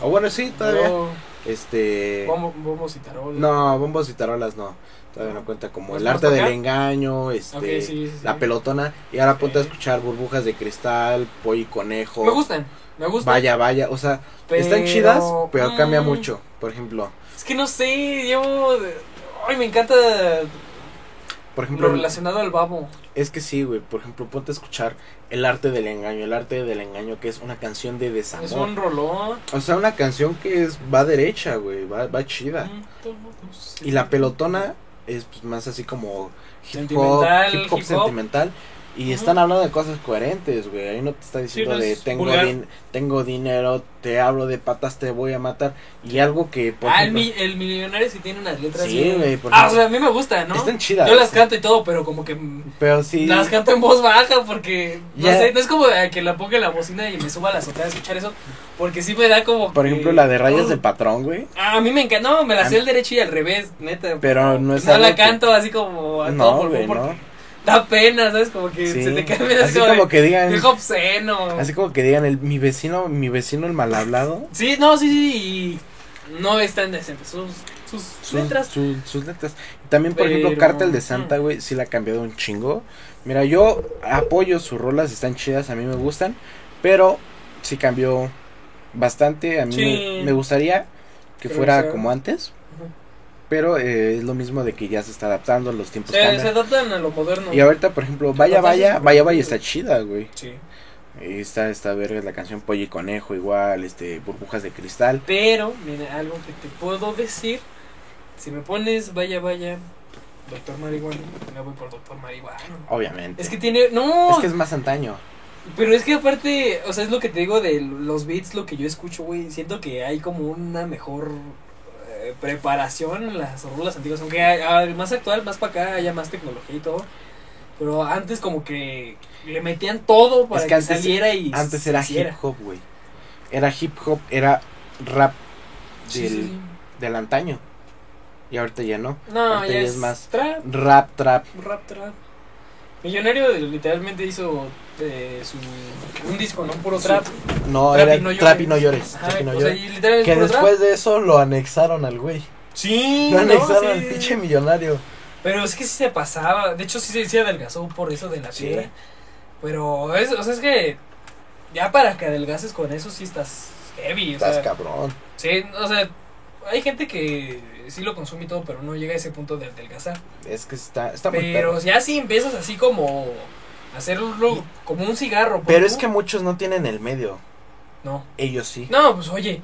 [SPEAKER 1] O bueno, sí, todavía.
[SPEAKER 3] Luego,
[SPEAKER 1] Este.
[SPEAKER 3] Bombo- bombos y tarolas.
[SPEAKER 1] No, bombos y tarolas no. Todavía no cuenta como
[SPEAKER 3] ¿Más-
[SPEAKER 1] el
[SPEAKER 3] más
[SPEAKER 1] arte
[SPEAKER 3] para
[SPEAKER 1] del
[SPEAKER 3] acá?
[SPEAKER 1] engaño, este.
[SPEAKER 3] Ok, sí, sí, sí.
[SPEAKER 1] La pelotona. Y ahora ponte a
[SPEAKER 3] Ok.
[SPEAKER 1] escuchar burbujas de cristal, pollo y conejo.
[SPEAKER 3] Me gustan, me gustan.
[SPEAKER 1] Vaya, vaya. O sea,
[SPEAKER 3] pero-
[SPEAKER 1] están chidas, pero cambia
[SPEAKER 3] mm,
[SPEAKER 1] mucho. Por ejemplo,
[SPEAKER 3] Es que no sé, llevo. Ay, me encanta
[SPEAKER 1] por ejemplo,
[SPEAKER 3] lo relacionado al babo.
[SPEAKER 1] es que sí, güey. Por ejemplo, ponte a escuchar el arte del engaño. El arte del engaño que es una canción de desamor.
[SPEAKER 3] Es un rolón.
[SPEAKER 1] O sea, una canción que es va derecha, güey, va, va chida.
[SPEAKER 3] Mm.
[SPEAKER 1] Y la pelotona es pues, más así como hip hop,
[SPEAKER 3] Sentimental,
[SPEAKER 1] hip hop
[SPEAKER 3] hip hop.
[SPEAKER 1] sentimental. Y
[SPEAKER 3] Ujú.
[SPEAKER 1] están hablando de cosas coherentes, güey. Ahí no te está diciendo
[SPEAKER 3] no
[SPEAKER 1] de
[SPEAKER 3] es
[SPEAKER 1] tengo,
[SPEAKER 3] vulgar.
[SPEAKER 1] din- tengo dinero, te hablo de patas, te voy a matar. Y algo que, por
[SPEAKER 3] Ah, el,
[SPEAKER 1] ejemplo,
[SPEAKER 3] mi- el millonario sí tiene unas letras.
[SPEAKER 1] Sí,
[SPEAKER 3] bien-
[SPEAKER 1] güey, por
[SPEAKER 3] Ah, o
[SPEAKER 1] ejemplo.
[SPEAKER 3] sea, a mí me gusta, ¿no?
[SPEAKER 1] están chidas.
[SPEAKER 3] Yo las canto y todo, pero como que
[SPEAKER 1] Pero sí,
[SPEAKER 3] Las canto en voz baja porque no
[SPEAKER 1] Ya.
[SPEAKER 3] sé, no es como de que la ponga en la bocina y me suba a la azotea a escuchar eso, porque sí me da como
[SPEAKER 1] por
[SPEAKER 3] que-
[SPEAKER 1] ejemplo, la de rayas
[SPEAKER 3] Oh.
[SPEAKER 1] del patrón, güey.
[SPEAKER 3] *laughs* Ah, a mí me encanta, no, me la
[SPEAKER 1] A
[SPEAKER 3] sé
[SPEAKER 1] mí-
[SPEAKER 3] al derecho y al revés, neta.
[SPEAKER 1] Pero no es algo
[SPEAKER 3] la
[SPEAKER 1] que-
[SPEAKER 3] canto así como a Ah, todo
[SPEAKER 1] No,
[SPEAKER 3] pulmón
[SPEAKER 1] güey,
[SPEAKER 3] porque
[SPEAKER 1] no.
[SPEAKER 3] da pena, ¿sabes? Como que
[SPEAKER 1] Sí.
[SPEAKER 3] se te cambia
[SPEAKER 1] Así como
[SPEAKER 3] que
[SPEAKER 1] que digan,
[SPEAKER 3] es obsceno.
[SPEAKER 1] así como que digan, el, mi vecino, mi vecino el mal hablado.
[SPEAKER 3] Sí, no, sí, sí, y no es tan decente sus sus,
[SPEAKER 1] sus
[SPEAKER 3] letras.
[SPEAKER 1] su- sus letras. También, por ejemplo,
[SPEAKER 3] Pero-
[SPEAKER 1] Cártel de Santa,
[SPEAKER 3] Mm.
[SPEAKER 1] güey, sí la ha cambiado un chingo. Mira, yo apoyo sus rolas, están chidas, a mí me gustan. Pero sí cambió bastante. A mí
[SPEAKER 3] Sí.
[SPEAKER 1] me, me gustaría que
[SPEAKER 3] Pero
[SPEAKER 1] fuera
[SPEAKER 3] sea-
[SPEAKER 1] como antes.
[SPEAKER 3] Ujú.
[SPEAKER 1] Pero eh, es lo mismo de que ya se está adaptando, los tiempos
[SPEAKER 3] se, se
[SPEAKER 1] cambian.
[SPEAKER 3] adaptan a lo moderno.
[SPEAKER 1] Pues Y ahorita, por ejemplo, Vaya,
[SPEAKER 3] Lo que haces
[SPEAKER 1] Vaya,
[SPEAKER 3] es-
[SPEAKER 1] Vaya, Vaya está chida, güey.
[SPEAKER 3] Sí.
[SPEAKER 1] Y Está esta verga la canción Pollo y Conejo, igual, este, Burbujas de Cristal.
[SPEAKER 3] Pero, mira, algo que te puedo decir. Si me pones, vaya, vaya, doctor marihuana, me voy por doctor marihuana.
[SPEAKER 1] Obviamente.
[SPEAKER 3] Es que tiene. No,
[SPEAKER 1] es que es más antaño.
[SPEAKER 3] pero es que aparte, o sea, es lo que te digo de los beats, lo que yo escucho, güey. Siento que hay como una mejor eh, preparación en las rulas antiguas. Aunque hay- hay más actual, más para acá, haya más tecnología y todo. Pero antes, como que le metían todo para
[SPEAKER 1] que
[SPEAKER 3] que,
[SPEAKER 1] antes-
[SPEAKER 3] saliera y.
[SPEAKER 1] Antes
[SPEAKER 3] se
[SPEAKER 1] era hip
[SPEAKER 3] hiciera.
[SPEAKER 1] hop, güey. Era hip hop, era rap del,
[SPEAKER 3] Sí, sí, sí.
[SPEAKER 1] del antaño. Y ahorita ya no.
[SPEAKER 3] No,
[SPEAKER 1] ahorita ya
[SPEAKER 3] ya es,
[SPEAKER 1] es más
[SPEAKER 3] trap,
[SPEAKER 1] Rap, trap.
[SPEAKER 3] rap, trap. Millonario literalmente hizo eh, su, un disco, ¿no? Puro trap.
[SPEAKER 1] No,
[SPEAKER 3] Trap y
[SPEAKER 1] era
[SPEAKER 3] no llores.
[SPEAKER 1] Trap y no llores.
[SPEAKER 3] Ajá,
[SPEAKER 1] Trap y no
[SPEAKER 3] o sea,
[SPEAKER 1] llores.
[SPEAKER 3] y literalmente
[SPEAKER 1] Que
[SPEAKER 3] puro trap.
[SPEAKER 1] después de eso lo anexaron al güey.
[SPEAKER 3] Sí,
[SPEAKER 1] Lo
[SPEAKER 3] ¿no?
[SPEAKER 1] anexaron
[SPEAKER 3] Sí.
[SPEAKER 1] al pinche millonario.
[SPEAKER 3] Pero es que sí se pasaba. De hecho, sí se sí adelgazó por eso de la
[SPEAKER 1] Sí.
[SPEAKER 3] piedra. Pero es, o sea, es que ya para que adelgaces con eso sí estás heavy. O
[SPEAKER 1] Estás
[SPEAKER 3] sea,
[SPEAKER 1] cabrón.
[SPEAKER 3] sí, o sea, hay gente que sí lo consume y todo, pero no llega a ese punto de adelgazar.
[SPEAKER 1] Es que está, está muy
[SPEAKER 3] Pero
[SPEAKER 1] perro.
[SPEAKER 3] ya si empiezas así como a hacerlo
[SPEAKER 1] Y-
[SPEAKER 3] como un cigarro. pon
[SPEAKER 1] Pero es
[SPEAKER 3] tú.
[SPEAKER 1] que muchos no tienen el medio.
[SPEAKER 3] No.
[SPEAKER 1] Ellos sí.
[SPEAKER 3] No, pues oye,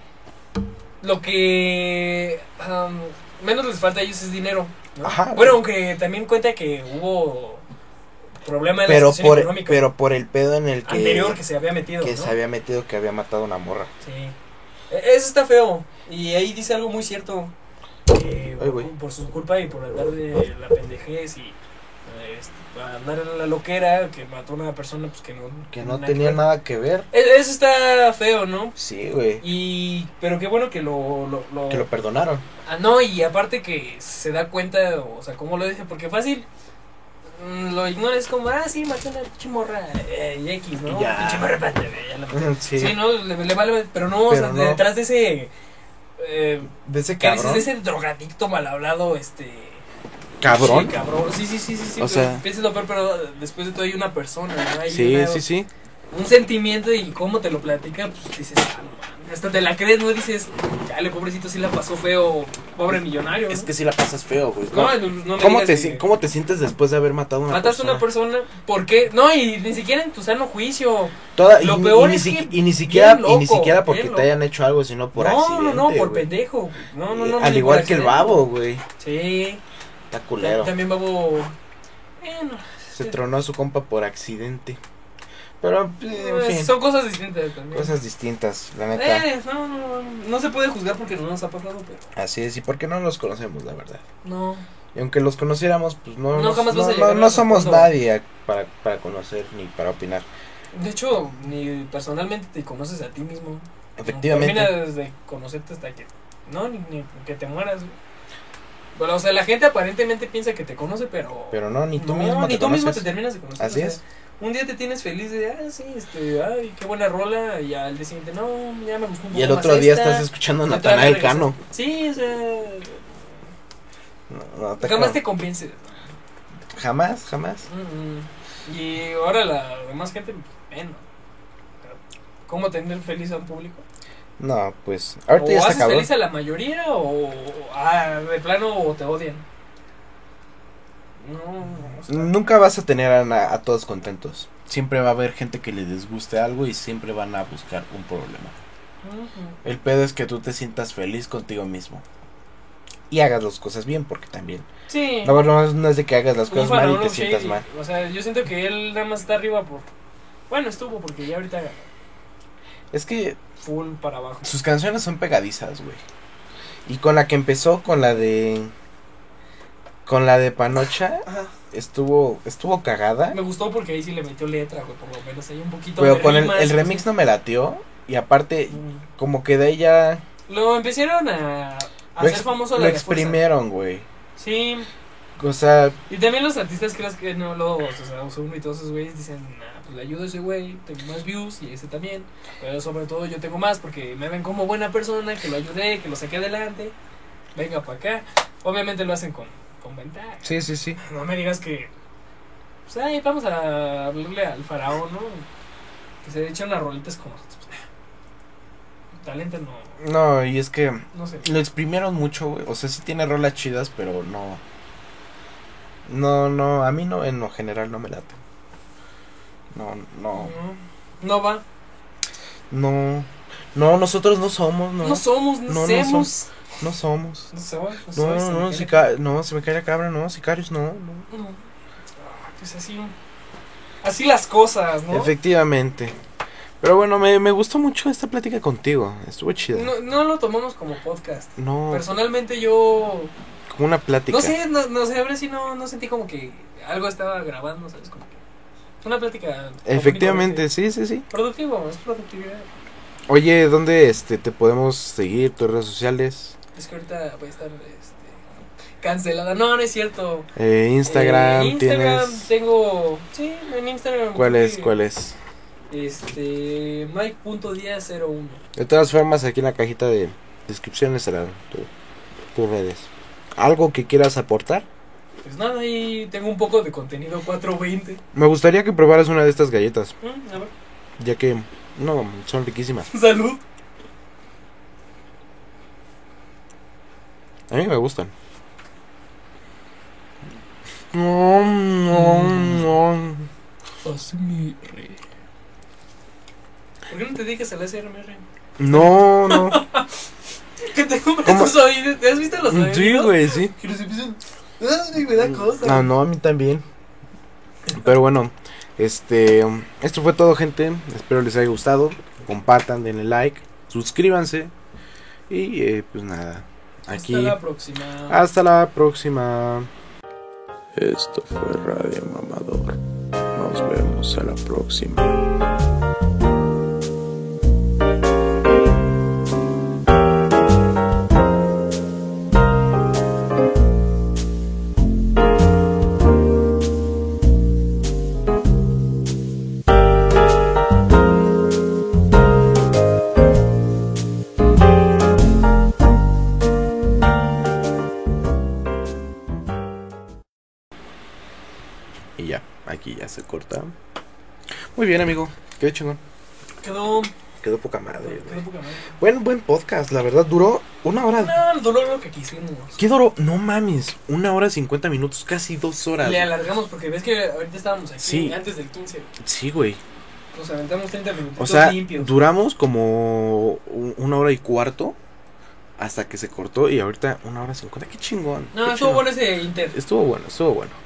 [SPEAKER 3] lo que am, menos les falta a ellos es dinero. ¿no?
[SPEAKER 1] Ajá.
[SPEAKER 3] Bueno, aunque también cuenta que hubo problema de la
[SPEAKER 1] pero
[SPEAKER 3] situación
[SPEAKER 1] por,
[SPEAKER 3] económica
[SPEAKER 1] pero por el pedo en el que,
[SPEAKER 3] anterior que se había metido.
[SPEAKER 1] que
[SPEAKER 3] ¿no?
[SPEAKER 1] se había metido que había matado una morra.
[SPEAKER 3] Sí. E- Eso está feo. Y ahí dice algo muy cierto. que
[SPEAKER 1] Ay, güey.
[SPEAKER 3] por su culpa y por andar de la pendejez y eh, este, andar en la loquera que mató a una persona pues, que no,
[SPEAKER 1] Que no
[SPEAKER 3] nada
[SPEAKER 1] tenía
[SPEAKER 3] ver.
[SPEAKER 1] nada que ver.
[SPEAKER 3] E- Eso está feo, ¿no?
[SPEAKER 1] Sí, güey.
[SPEAKER 3] Y, pero qué bueno que lo, lo- lo-
[SPEAKER 1] Que lo perdonaron. *laughs*
[SPEAKER 3] Ah, no, y aparte que se da cuenta, o sea, cómo lo dice, porque fácil, mm, lo ignora, es como, ah, sí, maté a una pinche morra, eh, y X, ¿no?
[SPEAKER 1] Y ya.
[SPEAKER 3] Pinche morra, pate, güey, ya la maté.
[SPEAKER 1] sí.
[SPEAKER 3] Sí, ¿no? Le, le vale, pero no, o
[SPEAKER 1] Pero
[SPEAKER 3] sea,
[SPEAKER 1] no.
[SPEAKER 3] detrás de ese, eh,
[SPEAKER 1] De ese
[SPEAKER 3] ¿qué dices?
[SPEAKER 1] cabrón.
[SPEAKER 3] De ese drogadicto mal hablado, este...
[SPEAKER 1] Cabrón.
[SPEAKER 3] Sí, cabrón, sí, sí, sí, sí, sí,
[SPEAKER 1] O
[SPEAKER 3] pero
[SPEAKER 1] sea-
[SPEAKER 3] piensas lo peor, pero después de todo hay una persona, ¿no? Hay
[SPEAKER 1] Sí,
[SPEAKER 3] una-
[SPEAKER 1] sí, sí.
[SPEAKER 3] un sentimiento y cómo te lo platica, pues dices, ah, no mames. hasta te la crees, ¿no? Dices, chale, pobrecito, sí la pasó feo, pobre millonario.
[SPEAKER 1] Es
[SPEAKER 3] ¿no?
[SPEAKER 1] que si la pasas feo, güey.
[SPEAKER 3] No,
[SPEAKER 1] ¿Cómo-
[SPEAKER 3] no, no me
[SPEAKER 1] ¿Cómo,
[SPEAKER 3] digas
[SPEAKER 1] te,
[SPEAKER 3] que
[SPEAKER 1] si- ¿Cómo te sientes después de haber matado a una
[SPEAKER 3] Mataste a
[SPEAKER 1] persona?
[SPEAKER 3] una persona, ¿por qué? No, y ni siquiera en tu sano juicio.
[SPEAKER 1] Toda- y,
[SPEAKER 3] Lo
[SPEAKER 1] ni-
[SPEAKER 3] peor
[SPEAKER 1] y ni
[SPEAKER 3] es
[SPEAKER 1] si-
[SPEAKER 3] que
[SPEAKER 1] y ni siquiera
[SPEAKER 3] bien
[SPEAKER 1] y ni
[SPEAKER 3] loco,
[SPEAKER 1] siquiera
[SPEAKER 3] bien
[SPEAKER 1] porque te
[SPEAKER 3] loco.
[SPEAKER 1] hayan hecho algo, sino por
[SPEAKER 3] no,
[SPEAKER 1] accidente.
[SPEAKER 3] no, no, por
[SPEAKER 1] güey.
[SPEAKER 3] pendejo. güey. No, no,
[SPEAKER 1] Eh,
[SPEAKER 3] no.
[SPEAKER 1] Al
[SPEAKER 3] ni
[SPEAKER 1] igual
[SPEAKER 3] por
[SPEAKER 1] que el
[SPEAKER 3] accidente.
[SPEAKER 1] babo, güey.
[SPEAKER 3] Sí.
[SPEAKER 1] Está culero.
[SPEAKER 3] También babo. Bueno,
[SPEAKER 1] Se tronó a su compa por accidente. Pero, eh, en
[SPEAKER 3] eh,
[SPEAKER 1] fin,
[SPEAKER 3] son cosas distintas también.
[SPEAKER 1] cosas distintas, la neta.
[SPEAKER 3] eh, no, no, no, no se puede juzgar porque no nos ha pasado, pero
[SPEAKER 1] Así es, y porque no los conocemos, la verdad.
[SPEAKER 3] no.
[SPEAKER 1] Y aunque los conociéramos, pues no,
[SPEAKER 3] No,
[SPEAKER 1] nos-
[SPEAKER 3] jamás vas a
[SPEAKER 1] no-
[SPEAKER 3] llegar
[SPEAKER 1] no-
[SPEAKER 3] a
[SPEAKER 1] no somos
[SPEAKER 3] nosotros.
[SPEAKER 1] nadie a- para, para conocer ni para opinar.
[SPEAKER 3] De hecho, ni personalmente te conoces a ti mismo.
[SPEAKER 1] Efectivamente,
[SPEAKER 3] Terminas de conocerte hasta que. No, ni, ni que te mueras. güey. Bueno, o sea, la gente aparentemente piensa que te conoce, pero.
[SPEAKER 1] pero no, ni tú
[SPEAKER 3] no,
[SPEAKER 1] mismo
[SPEAKER 3] ni
[SPEAKER 1] te
[SPEAKER 3] tú mismo te
[SPEAKER 1] conoces.
[SPEAKER 3] terminas de conocer.
[SPEAKER 1] Así
[SPEAKER 3] o sea,
[SPEAKER 1] es.
[SPEAKER 3] Un día te tienes feliz de, ah, sí, este, ay, qué buena rola. Y al día siguiente, no, ya me gustó un poco
[SPEAKER 1] Y el
[SPEAKER 3] más
[SPEAKER 1] otro día
[SPEAKER 3] esta,
[SPEAKER 1] estás escuchando a
[SPEAKER 3] otra
[SPEAKER 1] Natanael
[SPEAKER 3] vez
[SPEAKER 1] Cano.
[SPEAKER 3] regresas. Sí, o sea.
[SPEAKER 1] No, no, te
[SPEAKER 3] Jamás
[SPEAKER 1] creo.
[SPEAKER 3] te convences.
[SPEAKER 1] jamás, jamás.
[SPEAKER 3] Mm, mm. Y ahora la demás gente, menos. ¿Cómo tener feliz al público?
[SPEAKER 1] No, pues ahorita ya
[SPEAKER 3] o
[SPEAKER 1] está
[SPEAKER 3] haces
[SPEAKER 1] cabrón.
[SPEAKER 3] feliz a la mayoría o ah, de plano o te odian. No, o sea,
[SPEAKER 1] Nunca vas a tener a, na- a todos contentos. Siempre va a haber gente que le disguste algo y siempre van a buscar un problema.
[SPEAKER 3] ujú.
[SPEAKER 1] El pedo es que tú te sientas feliz contigo mismo. Y hagas las cosas bien, porque también.
[SPEAKER 3] Sí.
[SPEAKER 1] No, no, es- no es de que hagas las
[SPEAKER 3] un
[SPEAKER 1] cosas mal y
[SPEAKER 3] faraón
[SPEAKER 1] te
[SPEAKER 3] O'Shea,
[SPEAKER 1] sientas mal.
[SPEAKER 3] O sea, yo siento que él nada más está arriba por Bueno, estuvo porque ya ahorita
[SPEAKER 1] Es que
[SPEAKER 3] full para abajo.
[SPEAKER 1] sus canciones son pegadizas, güey. Y con la que empezó, con la de. Con la de Panocha, estuvo estuvo cagada.
[SPEAKER 3] Me gustó porque ahí sí le metió letra, güey, por lo menos ahí un poquito
[SPEAKER 1] ¿Ah? Pero
[SPEAKER 3] de
[SPEAKER 1] con el,
[SPEAKER 3] rimas,
[SPEAKER 1] el
[SPEAKER 3] o
[SPEAKER 1] remix
[SPEAKER 3] sea,
[SPEAKER 1] no me latió. Y aparte,
[SPEAKER 3] mm.
[SPEAKER 1] como que de ella.
[SPEAKER 3] Lo empezaron a, a
[SPEAKER 1] lo
[SPEAKER 3] hacer
[SPEAKER 1] ex-
[SPEAKER 3] famoso a
[SPEAKER 1] lo
[SPEAKER 3] la de fuerza.
[SPEAKER 1] exprimieron, güey.
[SPEAKER 3] Sí.
[SPEAKER 1] O sea,
[SPEAKER 3] Y también los artistas que las que no los, o sea, Ozuna y todos esos güeyes dicen, "Nah, pues le ayudo a ese güey, tengo más views y ese también, pero sobre todo yo tengo más porque me ven como buena persona, que lo ayudé, que lo saqué adelante, venga para acá. Obviamente lo hacen con, con ventaja.
[SPEAKER 1] sí, sí, sí.
[SPEAKER 3] No me digas que, pues ahí vamos a hablarle al faraón, ¿no? Que se echa unas rolitas con nosotros. Pues, nah. Talento no,
[SPEAKER 1] No, y es que
[SPEAKER 3] no sé.
[SPEAKER 1] lo exprimieron mucho, güey. O sea, sí tiene rolas chidas, pero no. No, no, a mí no, en lo general no me late. No, no,
[SPEAKER 3] No, no va,
[SPEAKER 1] no. No, nosotros no somos, no.
[SPEAKER 3] no,
[SPEAKER 1] No,
[SPEAKER 3] somos,
[SPEAKER 1] No, no
[SPEAKER 3] no, somos.
[SPEAKER 1] somos.
[SPEAKER 3] No somos, no
[SPEAKER 1] No,
[SPEAKER 3] soy, se
[SPEAKER 1] no,
[SPEAKER 3] me
[SPEAKER 1] no,
[SPEAKER 3] cae la
[SPEAKER 1] sica- no, se me cae la cabra, no, sicarios, no. no.
[SPEAKER 3] No. Ah, Pues así. Así las cosas, ¿no?
[SPEAKER 1] Efectivamente. Pero bueno, me, me gustó mucho esta plática contigo. Estuvo chida. No,
[SPEAKER 3] No, no lo tomamos como podcast. Personalmente yo.
[SPEAKER 1] como una plática.
[SPEAKER 3] No sé, no, no sé, ahora sí no, no sentí como que algo estaba grabando, ¿sabes? Como que una plática.
[SPEAKER 1] Efectivamente, sí, sí, sí.
[SPEAKER 3] Productivo, es productividad.
[SPEAKER 1] Oye, ¿dónde este te podemos seguir tus redes sociales?
[SPEAKER 3] Es que ahorita voy a estar. Este... Cancelada. No, no es cierto.
[SPEAKER 1] Eh, Instagram,
[SPEAKER 3] Eh, Instagram
[SPEAKER 1] tienes.
[SPEAKER 3] tengo. Sí, en Instagram.
[SPEAKER 1] ¿Cuál es?
[SPEAKER 3] sí.
[SPEAKER 1] ¿Cuál es?
[SPEAKER 3] Este. Mike.1001.
[SPEAKER 1] De todas formas, aquí en la cajita de descripciones serán tu- tus redes. ¿Algo que quieras aportar?
[SPEAKER 3] Pues nada, ahí tengo un poco de contenido 420.
[SPEAKER 1] Me gustaría que probaras una de estas galletas,
[SPEAKER 3] Mm, a ver.
[SPEAKER 1] ya que no, son riquísimas.
[SPEAKER 3] *laughs* Salud.
[SPEAKER 1] A mí me gustan. No, no,
[SPEAKER 3] Mm.
[SPEAKER 1] no.
[SPEAKER 3] ASMR. ¿Por qué no te dedicas al ASMR?
[SPEAKER 1] No, no.
[SPEAKER 3] Que te compras
[SPEAKER 1] ¿Cómo?
[SPEAKER 3] *laughs* tus oídos. ¿Te has visto *laughs* los oídos?
[SPEAKER 1] Sí, güey, sí.
[SPEAKER 3] Que los empiezan. ¡Ay, me da cosa!
[SPEAKER 1] Ah, no, a mí también. Pero bueno, este, esto fue todo, gente. Espero les haya gustado. Compartan, denle like, suscríbanse. Y eh, pues nada, aquí. Ah.
[SPEAKER 3] Hasta la próxima.
[SPEAKER 1] Hasta la próxima.
[SPEAKER 2] Esto fue Radio Mamador. Nos vemos a la próxima.
[SPEAKER 1] Y ya, aquí ya se corta. Muy bien, amigo. Qué chingón.
[SPEAKER 3] Quedó.
[SPEAKER 1] Quedó poca madre,
[SPEAKER 3] Quedó
[SPEAKER 1] güey.
[SPEAKER 3] poca madre.
[SPEAKER 1] Buen, buen podcast, la verdad. Duró una hora.
[SPEAKER 3] No, el dolor lo que quisimos.
[SPEAKER 1] ¿Qué duró? No mames. Una hora cincuenta minutos, casi dos horas.
[SPEAKER 3] Le alargamos porque ves que ahorita estábamos aquí
[SPEAKER 1] Sí.
[SPEAKER 3] antes del 15.
[SPEAKER 1] Sí, güey.
[SPEAKER 3] Nos aventamos 30 minutos
[SPEAKER 1] O sea,
[SPEAKER 3] limpios.
[SPEAKER 1] duramos como u- una hora y cuarto hasta que se cortó y ahorita una hora cincuenta. Qué chingón.
[SPEAKER 3] No,
[SPEAKER 1] qué
[SPEAKER 3] estuvo
[SPEAKER 1] chingón.
[SPEAKER 3] bueno ese Inter.
[SPEAKER 1] Estuvo bueno, estuvo bueno.